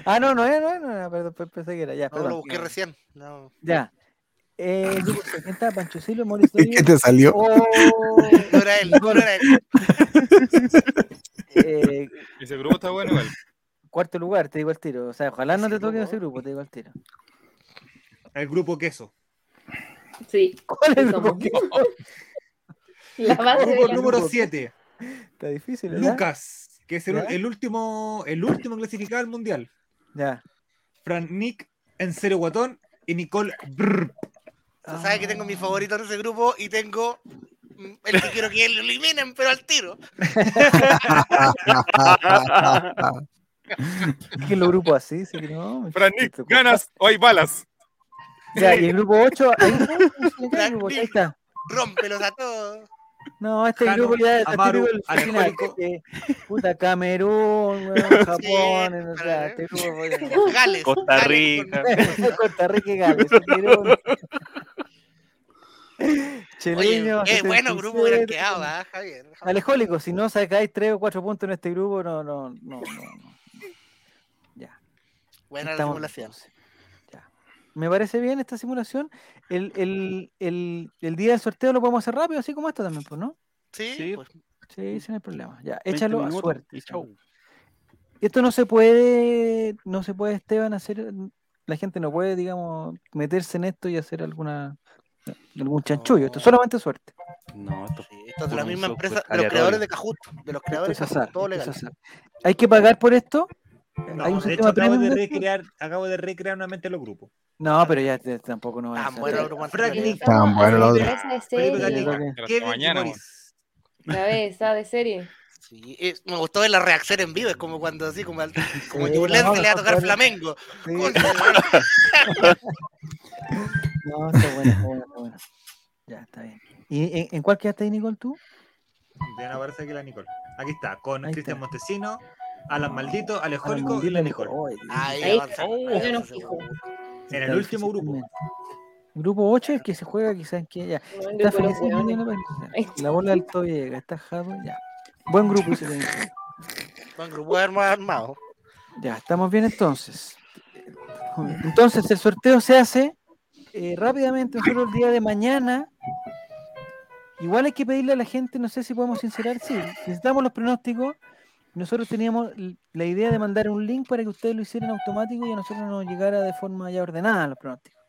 Ah, no, no, eh, no, no, no, perdón, pe- pensé que era, ya, no perdón. lo busqué recién. No. Ya. Eh, el grupo 70, Pancho Silva, Mauricio ¿Qué Díaz. te salió? Oh, No era él, no era él. eh, ese grupo está bueno igual. cuarto lugar, te digo al tiro. O sea, ojalá no Ese te toque grupo. ese grupo, te digo al tiro. El grupo queso. Sí, ¿Cuál es el Sí, grupo? somos. la Ah, base de Grupo la- número 7. Está difícil, ¿verdad? Lucas, que es el, ¿Ya? el último, el último clasificado al mundial. Ya. Fran Nick en cero guatón y Nicole Brr. Tú sabes que Ah. tengo mi favorito en ese grupo y tengo mm, el que quiero que lo eliminen, pero al tiro. Es que los grupos así, sí que no. me Franic, chiste, ganas o hay balas. Ya, y el grupo 8, ahí está el grupo, ahí está. Rómpelos a todos. No, este Jano, grupo ya está Amaru, típico del final. Alejórico. que- Puta, Camerún, weón, Japón, o sea, claro. este grupo. weón. Gales. Costa Gales Rica. Costa Rica y Gales, Camerún. con- Oye, Cheleño, qué bueno 77, grupo hubieran quedado, ¿verdad, Javier? Alejólico, si no sacáis 3 o 4 puntos en este grupo, no, no, no, no. no. Ya. Buena la estamos simulación. entonces. Ya. Me parece bien esta simulación. El, el, el, el día del sorteo lo podemos hacer rápido, así como esto también, pues, ¿no? Sí, Sí. pues, Sí, sin el problema. Ya, échalo a 20 minutos suerte. y chau. Esto no se puede, mm, no se puede, Esteban, hacer. La gente no puede, digamos, meterse en esto y hacer alguna suerte, de algún chanchullo, esto es solamente suerte. No, esto pues, Sí, esto es de la Por un misma software empresa, de los aleatorio. creadores de Kahoot, de los Esto creadores es de azar, Kahoot, todo esto es legal. Ah, azar. ¿Hay que pagar por esto? No, ¿Hay un de sistema hecho, acabo de premium de esto? recrear, acabo de recrear nuevamente los grupos. No, pero ya te- tampoco no van a Ah, hacer bueno, eso. lo aguanté. Franklin, Tan bueno lo otro. Cabeza de Sí, Oye, yo serie. Franklin. Pero hasta creo que- Kevin y mañana, Boris. Cabeza de serie. Sí, es- me gustó ver la reacción en vivo, es como cuando así, como, al, como Sí, Yulén no, se le va a no, tocar no, Flamengo. sí, Concha, hermano. No, está bueno, está bueno, está bueno. Ya, está bien. ¿Y en, en cuál quedaste ahí, Nicole, tú? Vean, aparece aquí la Nicole. Aquí está, con Ahí Cristian está. Montesino, Alan Maldito, Ah, no, Alejórico y Mandela la Nicole. Nicole. Ahí Ahí avanza. está. avanza, Yo no fijo. seguro. En Ah, el Está último difícil grupo. también. Grupo 8 el que se juega quizás en que ya. Bueno, Está con los feliz hueones. Ahí la bola del Tobiega, está Jado, ya. Buen grupo se tiene. Buen grupo arma- armado. Ya, estamos bien entonces. Entonces el sorteo se hace eh, rápidamente, nosotros el día de mañana. Igual hay que pedirle a la gente, no sé si podemos sincerar, sí, necesitamos los pronósticos. Nosotros teníamos l- la idea de mandar un link para que ustedes lo hicieran automático y a nosotros nos llegara de forma ya ordenada los pronósticos.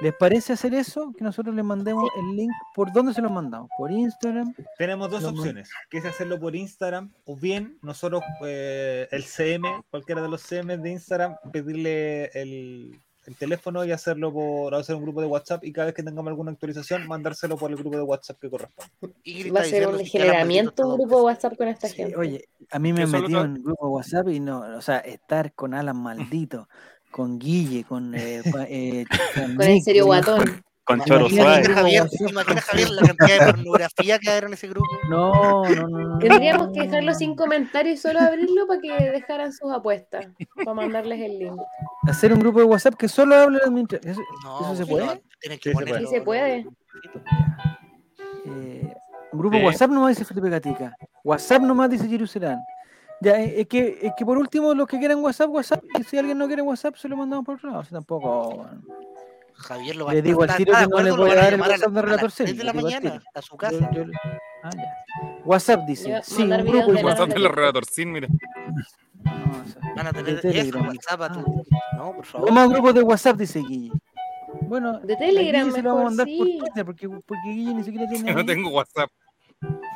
¿Les parece hacer eso? Que nosotros les mandemos el link. ¿Por dónde se los mandamos? ¿Por Instagram? Tenemos dos Lo man- opciones, que es hacerlo por Instagram o bien nosotros eh, el CM, cualquiera de los CM de Instagram, pedirle el, el teléfono y hacerlo por hacer un grupo de WhatsApp y cada vez que tengamos alguna actualización mandárselo por el grupo de WhatsApp que corresponde. Ingrid Va a está ser diciendo un si Alan Maldito generamiento está un grupo de loco. WhatsApp con esta Sí, gente. oye, a mí me Yo he solo metido tra- en grupo WhatsApp y no, o sea, estar con Alan maldito, con Guille, con eh, pa- eh, con el serio con- eh, guatón. Con Imagínate. Choro Suárez. Imagina, Javier, imagina, Javier, la cantidad de pornografía que hay en ese grupo. No, no, no, no. Tendríamos que no, dejarlo no. sin comentarios y solo abrirlo para que dejaran sus apuestas. Para mandarles el link. Hacer un grupo de WhatsApp que solo hable de administración. Eso- No, ¿Eso se no, puede? tienen Sí, que se ponerlo, puede. Sí, se no, puede. no, no. eh, un grupo Sí. WhatsApp nomás dice Felipe Gatica. WhatsApp nomás dice Jerusalén. Ya, eh, es que, es que por último, los que quieran WhatsApp, WhatsApp. Y si alguien no quiere WhatsApp, se lo mandamos por otro lado. O sea, tampoco. bueno. Javier lo va Le digo al está- tiro está que de no le acuerdo, voy lo a van dar el llamar a WhatsApp de las- Relator A las 3 de la 5, le digo al mañana, a su casa. Yo- yo- ah, ya. WhatsApp dice. Yo- Sí, mandar un videos grupo de de WhatsApp. WhatsApp de los relatorcín, mira. No, o sea, Van a de tener eso, Telegram. WhatsApp a tu. Ah. No, por favor. Vamos a grupos de WhatsApp, dice Guille. Bueno, De a Telegram Guille se lo mejor, vamos a mandar sí. por Twitter, porque, porque Guille ni siquiera tiene. Yo no ahí. tengo WhatsApp.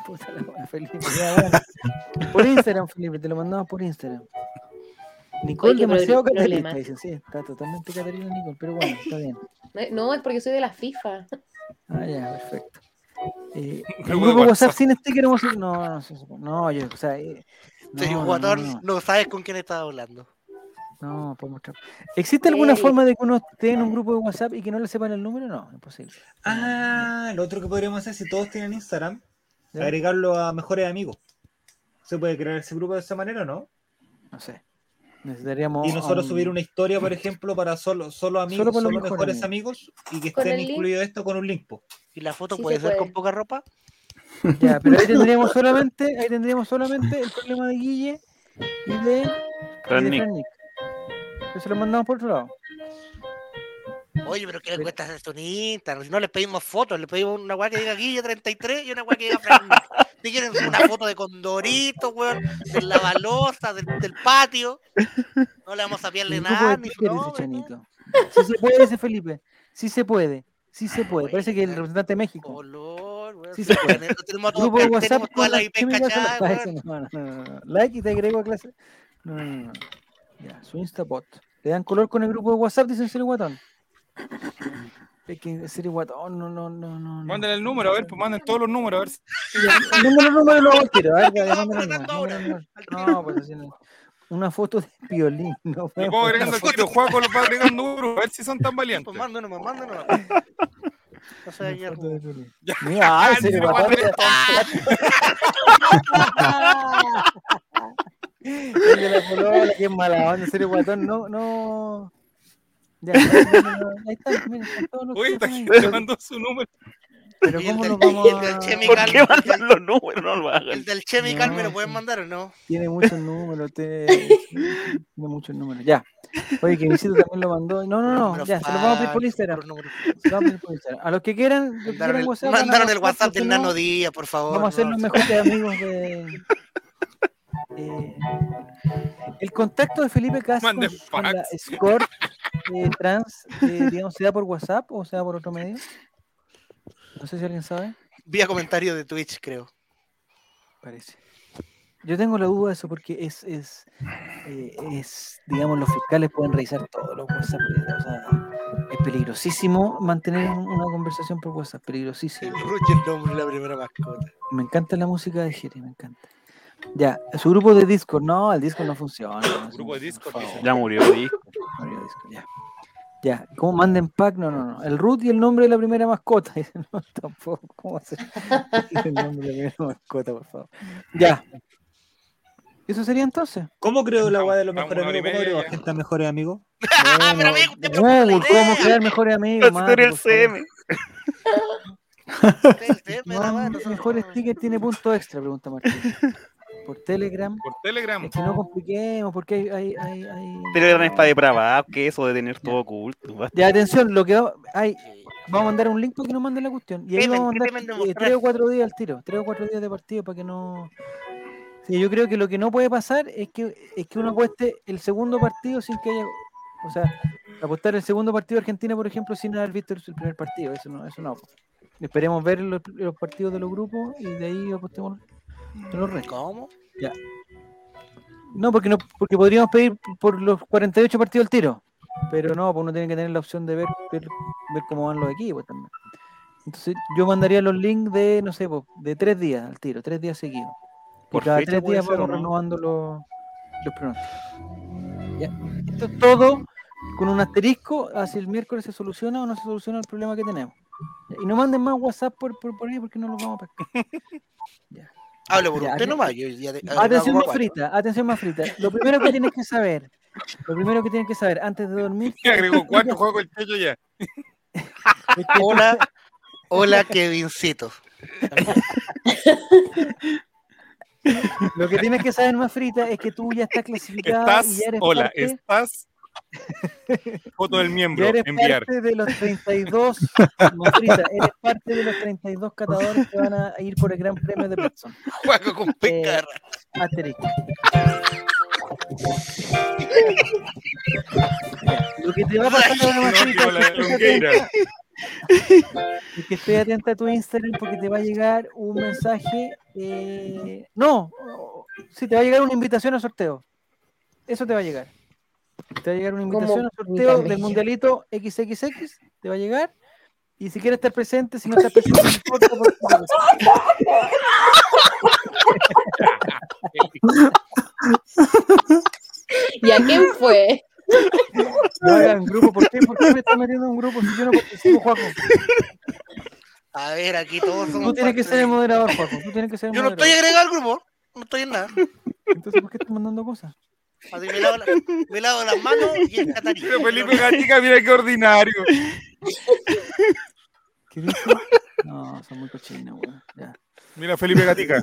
Puta la wea, Felipe, ya, bueno. Por Instagram, Felipe, te lo mandamos por Instagram. Nicole, Oye, qué demasiado proble- catalista, problema. dicen, sí, está totalmente catalina Nicole, pero bueno, está bien. No, Eh, No, es porque soy de la FIFA. Ah, ya, perfecto. Eh, Un el grupo de grupo WhatsApp WhatsApp. sin sticker emocional. No, no, sé, no, yo, o sea. eh, Sí, no, no, Este jugador, no, no sabes con quién estás hablando. no, no, podemos tra- ¿Existe alguna Sí. forma de que uno esté en un grupo de WhatsApp y que no le sepan el número? No, imposible. Ah, lo otro que podríamos hacer si todos tienen Instagram, ¿Ya? agregarlo a mejores amigos. ¿Se puede crear ese grupo de esa manera o no? No sé. Necesitaríamos. Y nosotros a un- subir una historia, por ejemplo, para solo, solo amigos, Solo solo, por los mejores mejores amigos, y que Con estén el link. incluidos esto con un link. po. ¿Y la foto Sí puede se ser puede. con poca ropa? Ya, pero ahí tendríamos solamente, ahí tendríamos solamente el problema de Guille y de, y de Fran Nick. Fran Nick. Pero se lo mandamos por otro lado. Oye, pero ¿qué le Pero- cuesta hacer esto en Instagram? Si no les pedimos fotos, le pedimos una weá que diga Guille33 y una weá que diga Frank. Si quieren una foto de Condorito, weón, de la balosa, del, del patio, no le vamos a El pillarle grupo de nada. Ni, Twitter, no, dice weón. Chanito. Sí se puede, dice Felipe. Sí se puede. Sí se puede. Bueno, Parece que el ya. representante de México. color, weón. Sí Sí, se puede. weón, esto tenemos, todo- Grupo de tenemos WhatsApp. toda con la las IP químicas son- cachada, Ah, weón. eso no, no, no, no, no. Like y te agrego a clase. No, no, no, no. Ya, su Instabot. Le dan color con el grupo de WhatsApp, dice el serio guatón. Es que el serio guatón, no, no, no, no. no. Mándale el número, a ver, pues manden todos los números, a ver. si- Mándame los números y los tiro. A ver, ya, Estamos mándame los tratando números, ahora. mándame los números. No, pues así no. Una foto de violín. No, Le weón. puedo agregando al tiro, Juaco lo va agregando duro, a ver si son tan valientes. Pues mándanos, más, mándanos. No sé, Una ayer. foto de violín. Ya. ah, Mira, ay, se le Pero mató. cuando eres El de la polola, qué mala onda, en serio, guatón, no, no. Ya, no, no, no, ahí está, mira, están todos los Oye, esta teléfonos ahí. gente mandó su número. Pero Y el cómo del- nos vamos y el del a- Chemical. ¿Por qué mandan los números? No lo hagan. El del Chemical me No. lo pueden mandar o no? Tiene muchos números, te- tiene muchos números, ya. Oye, que Visito también lo mandó. No, no, no, Número ya, se lo vamos a pedir por falso, Instagram. puros números se lo vamos a pedir por Instagram. A los que quieran, los que Mandaron quieran el, WhatsApp, van a mandaron el WhatsApp WhatsApp, del los que no, Nano Díaz, por favor. Vamos a ser no, los sí. mejores amigos de. Eh, el contacto de Felipe Castro Mande con la fax. escort eh, trans, eh, digamos, ¿se da por WhatsApp o se da por otro medio? No sé si alguien sabe. Vía comentario de Twitch, creo. Parece. Yo tengo la duda de eso porque es, es, eh, es digamos, los fiscales pueden revisar todo lo WhatsApp. eh, O sea, es peligrosísimo mantener un- una conversación por WhatsApp, El peligrosísimo. Ruge el nombre de la primera mascota. Me encanta la música de Jerry, me encanta. Ya, su grupo de Discord, no, el Discord no funciona. no Grupo de Discord, por favor. Ya murió, Dick. Mario Disco, ya. Ya, ¿cómo manden pack? No, no, no. El root y el nombre de la primera mascota. Dice, No, tampoco. ¿Cómo hacer? El nombre de la primera mascota, por favor. Ya. Eso sería entonces. ¿Cómo creo la Vamos, weá de los vamos, mejores una hora y amigos? ¿Cómo media creo ya. que está mejores amigos? Ah, pero amigo, usted propuso la Google, ¿cómo idea. crear mejores amigos? Mario, Consultorio por CM. Usted, usted me da mano, favor? No, nosotros mejores no- tickets tiene punto extra, pregunta Martín. Por Telegram. Por Telegram. Es que no compliquemos, porque hay. hay, hay, hay- Telegram es para depravar, que eso de tener todo oculto. basta. Ya, atención, lo que va- hay, Vamos a mandar un link para que nos manden la cuestión. Y ahí Temen, vamos a ¿qué mandar temen de eh, mostrar? tres o cuatro días al tiro, tres o cuatro días de partido para que no. Sí, yo creo que lo que no puede pasar es que, es que uno apueste el segundo partido sin que haya. O sea, apostar el segundo partido de Argentina, por ejemplo, sin haber visto el primer partido. Eso no. Eso no. Esperemos ver los, los partidos de los grupos y de ahí apostemos los restos. ¿Cómo? No, porque no, porque podríamos pedir por los 48 partidos al tiro. Pero no, pues uno tiene que tener la opción de ver, ver, ver cómo van los equipos también. Entonces yo mandaría los links de, no sé, pues, de tres días al tiro, tres días seguidos. Y Por cada fecha tres puede días ser, vamos ¿o no? renovando los, los pronósticos. Ya. Esto es todo con un asterisco, así el miércoles se soluciona o no se soluciona el problema que tenemos. Ya, Y no manden más WhatsApp por, por, por ahí porque no los vamos a pescar. Hablo por Ya, usted ya. Ah, nomás. Yo ya te- Atención hago más agua. frita, atención más frita. Lo primero que tienes que saber, lo primero que tienes que saber antes de dormir Que agregó cuatro juegos el pecho ya. es que Hola, hola Kevincito. lo que tienes que saber más frita es que tú ya estás clasificada y Estás, ya eres, hola, parte, estás. Foto del ya miembro, eres enviar. parte de los 32 más frita, eres parte de los 32 catadores que van a ir por el Gran Premio de Boston. Juego Eh, con pecar. Asterisco. Lo que te va a pasar ahora más frita Tipo es la que estés longueira. Y que esté atenta a tu Instagram porque te va a llegar un mensaje. eh, No, o- sí, te va a llegar una invitación a sorteo. Eso te va a llegar. Te va a llegar una invitación a sorteo del mundialito XXX. Te va a llegar. Y si quieres estar presente, si no estás presente, no importa, porque- ¿Y a quién fue? no hagan grupo. ¿Por qué, ¿Por qué me estás metiendo en un grupo si yo no participo, Juaco? A ver, aquí todos somos. Tú tienes que parte ser el de- moderador, Juaco. Tú tienes que ser el Yo no moderador. estoy agregado al grupo. No estoy en nada. Entonces, ¿por qué estás mandando cosas? Así me lavo, la- me lavo las manos y el catarí. Pero Felipe Gatica, mira qué ordinario. ¿Qué dices? No, son muy cochinos, weón. Ya. Mira Felipe Gatica.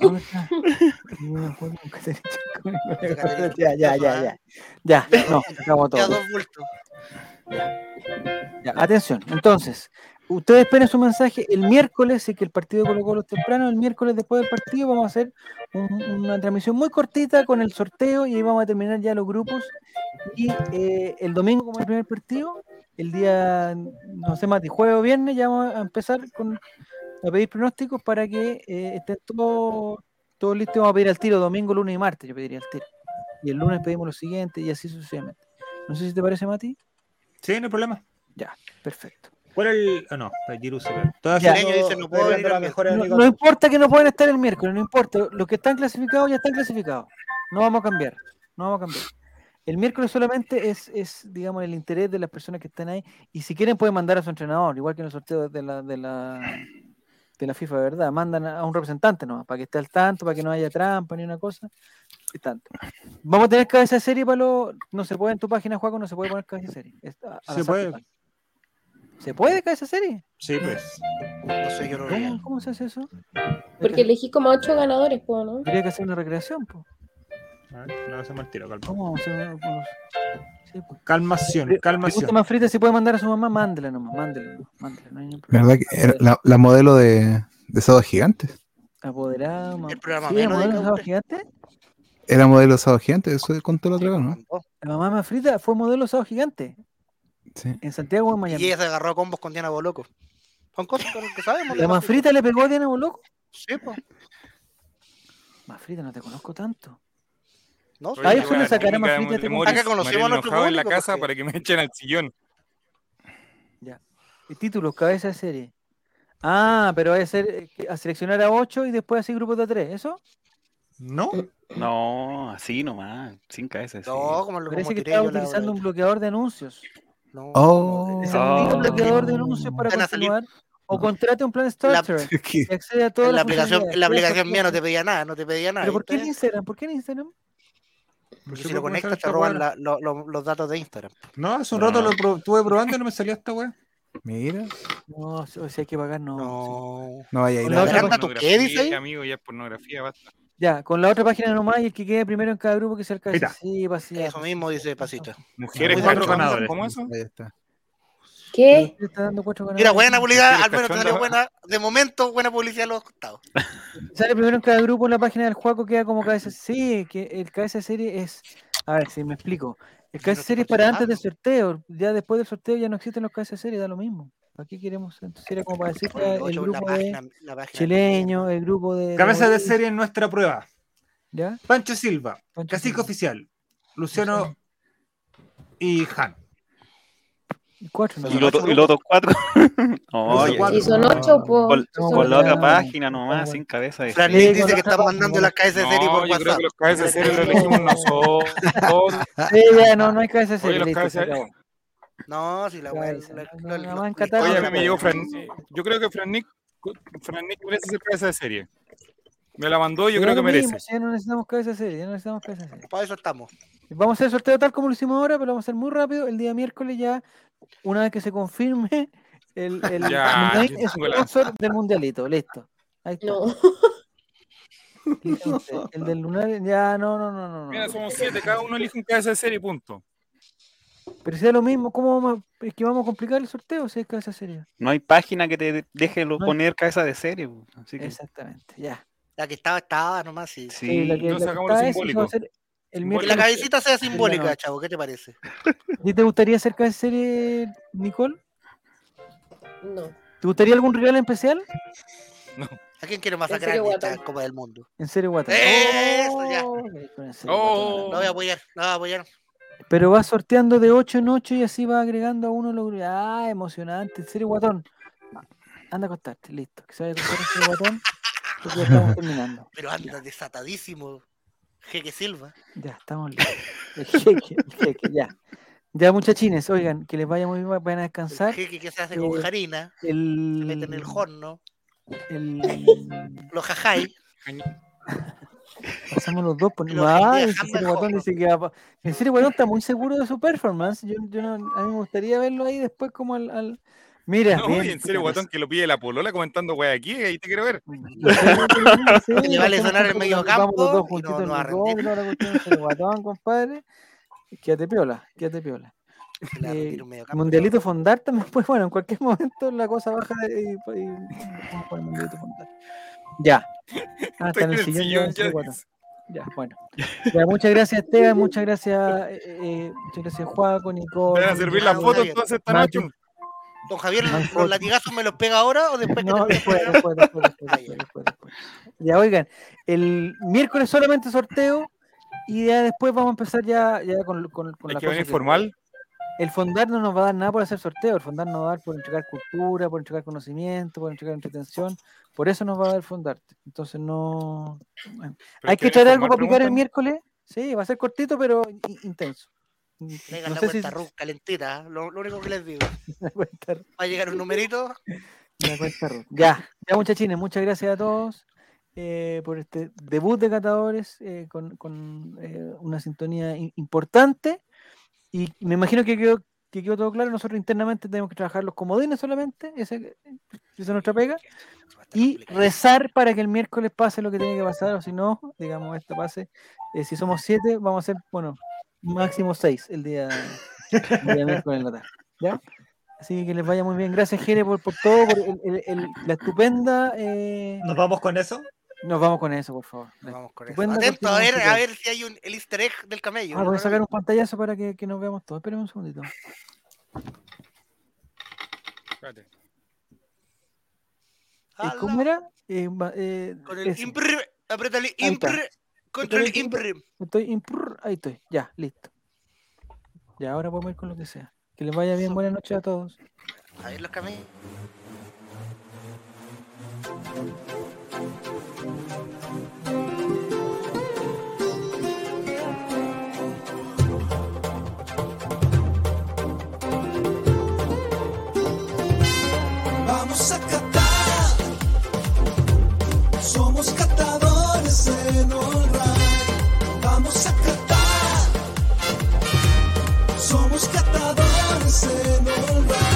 ¿Dónde está? No me acuerdo nunca de Chaco, no me Catarina, acuerdo. Ya, ya, ya, ya. Ya, no, se acabó Ya todo. dos bultos. Ya, atención, entonces, ustedes esperen su mensaje el miércoles, sé que el partido Colo Colo es temprano, el miércoles después del partido vamos a hacer un- una transmisión muy cortita con el sorteo y ahí vamos a terminar ya los grupos. Y eh, el domingo como el primer partido, el día, no sé, Mati, jueves o viernes, ya vamos a empezar con, a pedir pronósticos para que eh, estén todos todo listos. Vamos a pedir al tiro domingo, lunes y martes, yo pediría al tiro. Y el lunes pedimos lo siguiente y así sucesivamente. No sé si te parece, Mati. Sí, no hay problema. Perfecto. ¿Cuál es el.? Ah, no, el Jerusalén. Ya. El año dice, no puedo ir al- mejores No, amigos. no importa que no puedan estar el miércoles, no importa. Los que están clasificados ya están clasificados. No vamos a cambiar. No vamos a cambiar. El miércoles solamente es, es, digamos, el interés de las personas que están ahí. Y si quieren pueden mandar a su entrenador, igual que en el sorteo de la, de la, de la FIFA, ¿verdad? Mandan a un representante nomás, para que esté al tanto, para que no haya trampa ni una cosa. Y tanto. Vamos a tener cabeza de serie para lo... No se puede en tu página, Juaco, no se puede poner cabeza de serie. Es a- al Se azar puede. total. ¿Se puede cabeza de serie? Sí, pues. No sé, yo no veía. ¿Cómo, cómo se hace eso? Porque elegí como a ocho ganadores, po, ¿no? Habría que hacer una recreación, po. A ver, No hacemos el tiro, calma. ¿Cómo vamos a hacer una- unos- Sí, po. Calmación, eh, Pregunta calmación. más frita si puede mandar a su mamá, mándela nomás, mándela, nomás, mándela, no hay ningún problema. ¿Verdad que era la, la modelo de, de Sábado Gigante? Apoderada, mamá. El programa Sí, la menos modelo dedicado a Sábado usted. Gigante. Era modelo de Sábado Gigante, eso contó la otra vez, ¿no? La mamá más frita fue modelo Sábado Gigante Sí. en Santiago o en Miami. Y ella se agarró a combos con Diana Boloco. Con cosas con las que sabemos. ¿La Mafrita le pegó a Diana Boloco? Sí, po. Mafrita, no te conozco tanto. No, Oye, sí, Ay, yo po. fue una la sacara típica más de frita, tengo- Moris, Acá conocemos María a nuestro enojado en la público, casa porque- para que me echen al sillón. Eh, Títulos, cabeza de serie. Ah, pero va a, ser, eh, que- a seleccionar a 8 y después así grupos de 3, ¿eso? ¿No? No, así nomás, cinco veces. sí. No, como lo Parece como que tiré estaba yo la- utilizando un bloqueador de anuncios. No, Oh. Es no, el Ah. único bloqueador Oh. de anuncios para Van a salir. continuar. O contrate un plan La- Starter ¿Qué? y accede a todas En la las aplicación, funcionalidades. en la Todas aplicación esas mía no cosas. te pedía nada, no te pedía nada. ¿Pero por qué en Entonces, Instagram? ¿Por qué en Instagram? Porque ¿Qué si lo puede conectas ser te esta roban weá? la- lo- lo- los datos de Instagram. No, hace un rato lo pro- estuve probando y no me salió esta weá. Mira, No, si- o sea, hay que pagar, no. No. no vaya a ir Con la a- otra Fernanda, ¿tú qué dices ahí? Amigo, ya es pornografía, basta. Ya, con la otra página nomás y el que quede primero en cada grupo que se alcance. Ahí está. Sí, pasilla. Eso mismo dice Pasita. Mujeres Muy cuatro bueno. eh. ganadores. ¿Cómo eso? Ahí está. ¿Qué? Te está dando cuatro Mira, ganadores. buena publicidad, Mujeres al menos te salió cachondas. buena. De momento, buena publicidad a los costados. Sale primero en cada grupo en la página del Juaco, queda como cabeza. Sí, que el cabeza de serie es. A ver, si me explico. El Yo cabeza no de serie es estoy para antes del participando. sorteo. Ya después del sorteo ya no existen los cabezas de serie, da lo mismo. ¿Para qué queremos? Entonces era como para decir que pues, el Ocho, la grupo página, de la página. chileño, el grupo de. Cabeza de Mauricio, serie en nuestra prueba. ¿Ya? Pancho Silva, Pancho Cacique Silva. Oficial, Luciano y Han. Y Cuatro, Y ¿no? los do- y los otros cuatro. Oye, cuatro. Si son ocho, pues. Con, No, con la otra no, página no, nomás, no. sin cabeza de Fran Sí, Nick con dice la que están otra mandando página. las cabezas de serie No, por yo creo WhatsApp. que los cabezas de serie los elegimos nosotros. Sí, ya, no, no hay cabeza de Oye, serie. los listo, se cabezas- acabó. No, si la weá. Cabeza, la- no, la- no, los no, en publicados- Cataluña. Oye, a mí me llegó Fran. eh, Yo creo que Fran Nick, Fran Nick merece ser cabeza de serie. Me la mandó, yo Pero creo da que lo merece. mismo, si ya no necesitamos cabeza de serie, ya no necesitamos cabeza de serie. Para eso estamos. Vamos a hacer el sorteo tal como lo hicimos ahora, pero lo vamos a hacer muy rápido. El día miércoles ya, una vez que se confirme, el, el Ya, main yo tengo la- sponsor del mundialito. Listo. Ahí está. No. Listo. El del lunar, ya, no, no, no, no. no. Mira, somos siete, cada uno elige un cabeza de serie, punto. Pero si da lo mismo, ¿cómo vamos a, es que vamos a complicar el sorteo si es cabeza seria? No hay página que te de- deje lo- No hay- poner cabeza de serie. bu. Así que, Exactamente, ya. La que estaba, estaba nomás. sí. sí. Eh, la que- no la que sacamos lo está es, simbólico. eso va a ser el Simbólico. Que la miércoles. cabecita sea simbólica, noche. chavo. ¿Qué te parece? ¿Y te gustaría hacer cabeza serie, Nicole? No. ¿Te gustaría algún rival en especial? ¿A quién quiere masacrar serio, en esta guatón. Copa del Mundo? En serio, Guata. Eso, ya. Oh, con el serio, Guata. Oh, No voy a apoyar, no voy a apoyar. Pero va sorteando de 8 en 8 y así va agregando a uno los. Ah, emocionante. En serio, guatón. Anda a acostarte, listo. Que se vaya a acostar el serio, guatón. Porque ya estamos terminando. Pero anda desatadísimo. Jeque Silva. Ya, estamos listos. El jeque, el jeque, ya. Ya, muchachines, oigan, que les vaya muy bien, vayan a Mm. El descansar. jeque que se hace con Eh, jarina. El. Meten el horno. el- Los jajay. Pasamos los dos por Lo Ah, vendí en dejando serio, el Guatón jojo. dice que va pa- En serio, Guatón está muy seguro de su performance. Yo, yo no, a mí me gustaría verlo ahí después como al. al- Mira, No, bien, pues. y en serio, puta, guatón, que lo pide la polola comentando, güey, aquí, ahí te quiero ver. Pues Que le vale sonar el medio campo Vamos los y dos no- juntitos en no va a el gol, rendir. toda la cuestión, se lo guataban, compadre. Quédate piola, quédate piola. Le va a Eh, rendir un medio campo, Mundialito Fondar también, pues bueno, en cualquier momento la cosa baja y, y- vamos por el Mundialito Fondar. Ya. Ah, está en el sillón, ya, en serio, guatón. Ya, bueno. Ya, muchas gracias, Esteban, muchas gracias, eh, eh, muchas gracias, Juaco, Te Nicole. van a servir la las Mauro fotos Javier. entonces esta Macho. noche. chavo. Don Javier, Más ¿los fotos. latigazos me los pega ahora o después que No, termine? después, después, después, después, después, después, después. Ya, oigan, el miércoles solamente sorteo y ya después vamos a empezar ya, ya con, con, con Hay la que cosa venir que- formal. El fondar no nos va a dar nada por hacer sorteo, el fondar nos va a dar por entregar cultura, por entregar conocimiento, por entregar entretención, por eso nos va a dar el fondarte. Entonces no... bueno. Pero Hay que venir traer algo formal, para picar el preguntan. miércoles, sí, va a ser cortito pero in- intenso. Traigan No la sé si- cuenta RUS calentita, ¿eh? lo, lo único que les digo. la cuenta Ruth. Va a llegar un numerito. La cuenta Ruth. Ya, ya muchachines, muchas gracias a todos eh, por este debut de Catadores eh, con, con, eh, una sintonía i- importante. Y me imagino que quedó, que quedó todo claro. Nosotros internamente tenemos que trabajar los comodines solamente, esa, esa es nuestra pega. Y rezar para que el miércoles pase lo que tiene que pasar, o si no, digamos, esta pase. eh, si somos siete, vamos a ser, bueno, máximo seis el día, el día miércoles en la tarde. ¿ya? Así que les vaya muy bien. Gracias, Jere, por, por todo, por el- el- el- la estupenda. eh, ¿Nos vamos con eso? Nos vamos con eso, por favor. Vamos con eso. Estupenda Atento a ver, cortina a ver si hay un, el easter egg del camello. Ah, ¿no? voy a sacar un pantallazo para que, que nos veamos todos. Esperen un segundito. Espérate. Ah, Eh, ¿Cómo era? Eh, va- eh, Con el ese. imprim, apretale Ahí está. imprim, control Apretale imprim. Estoy en prrr, ahí estoy, ya, listo. Ya, ahora podemos ir con lo que sea. Que les vaya bien, buenas noches a todos. A ver los caminos. Vamos a catar. Somos catadores en Allright. Vamos a catar. Somos catadores en Allright.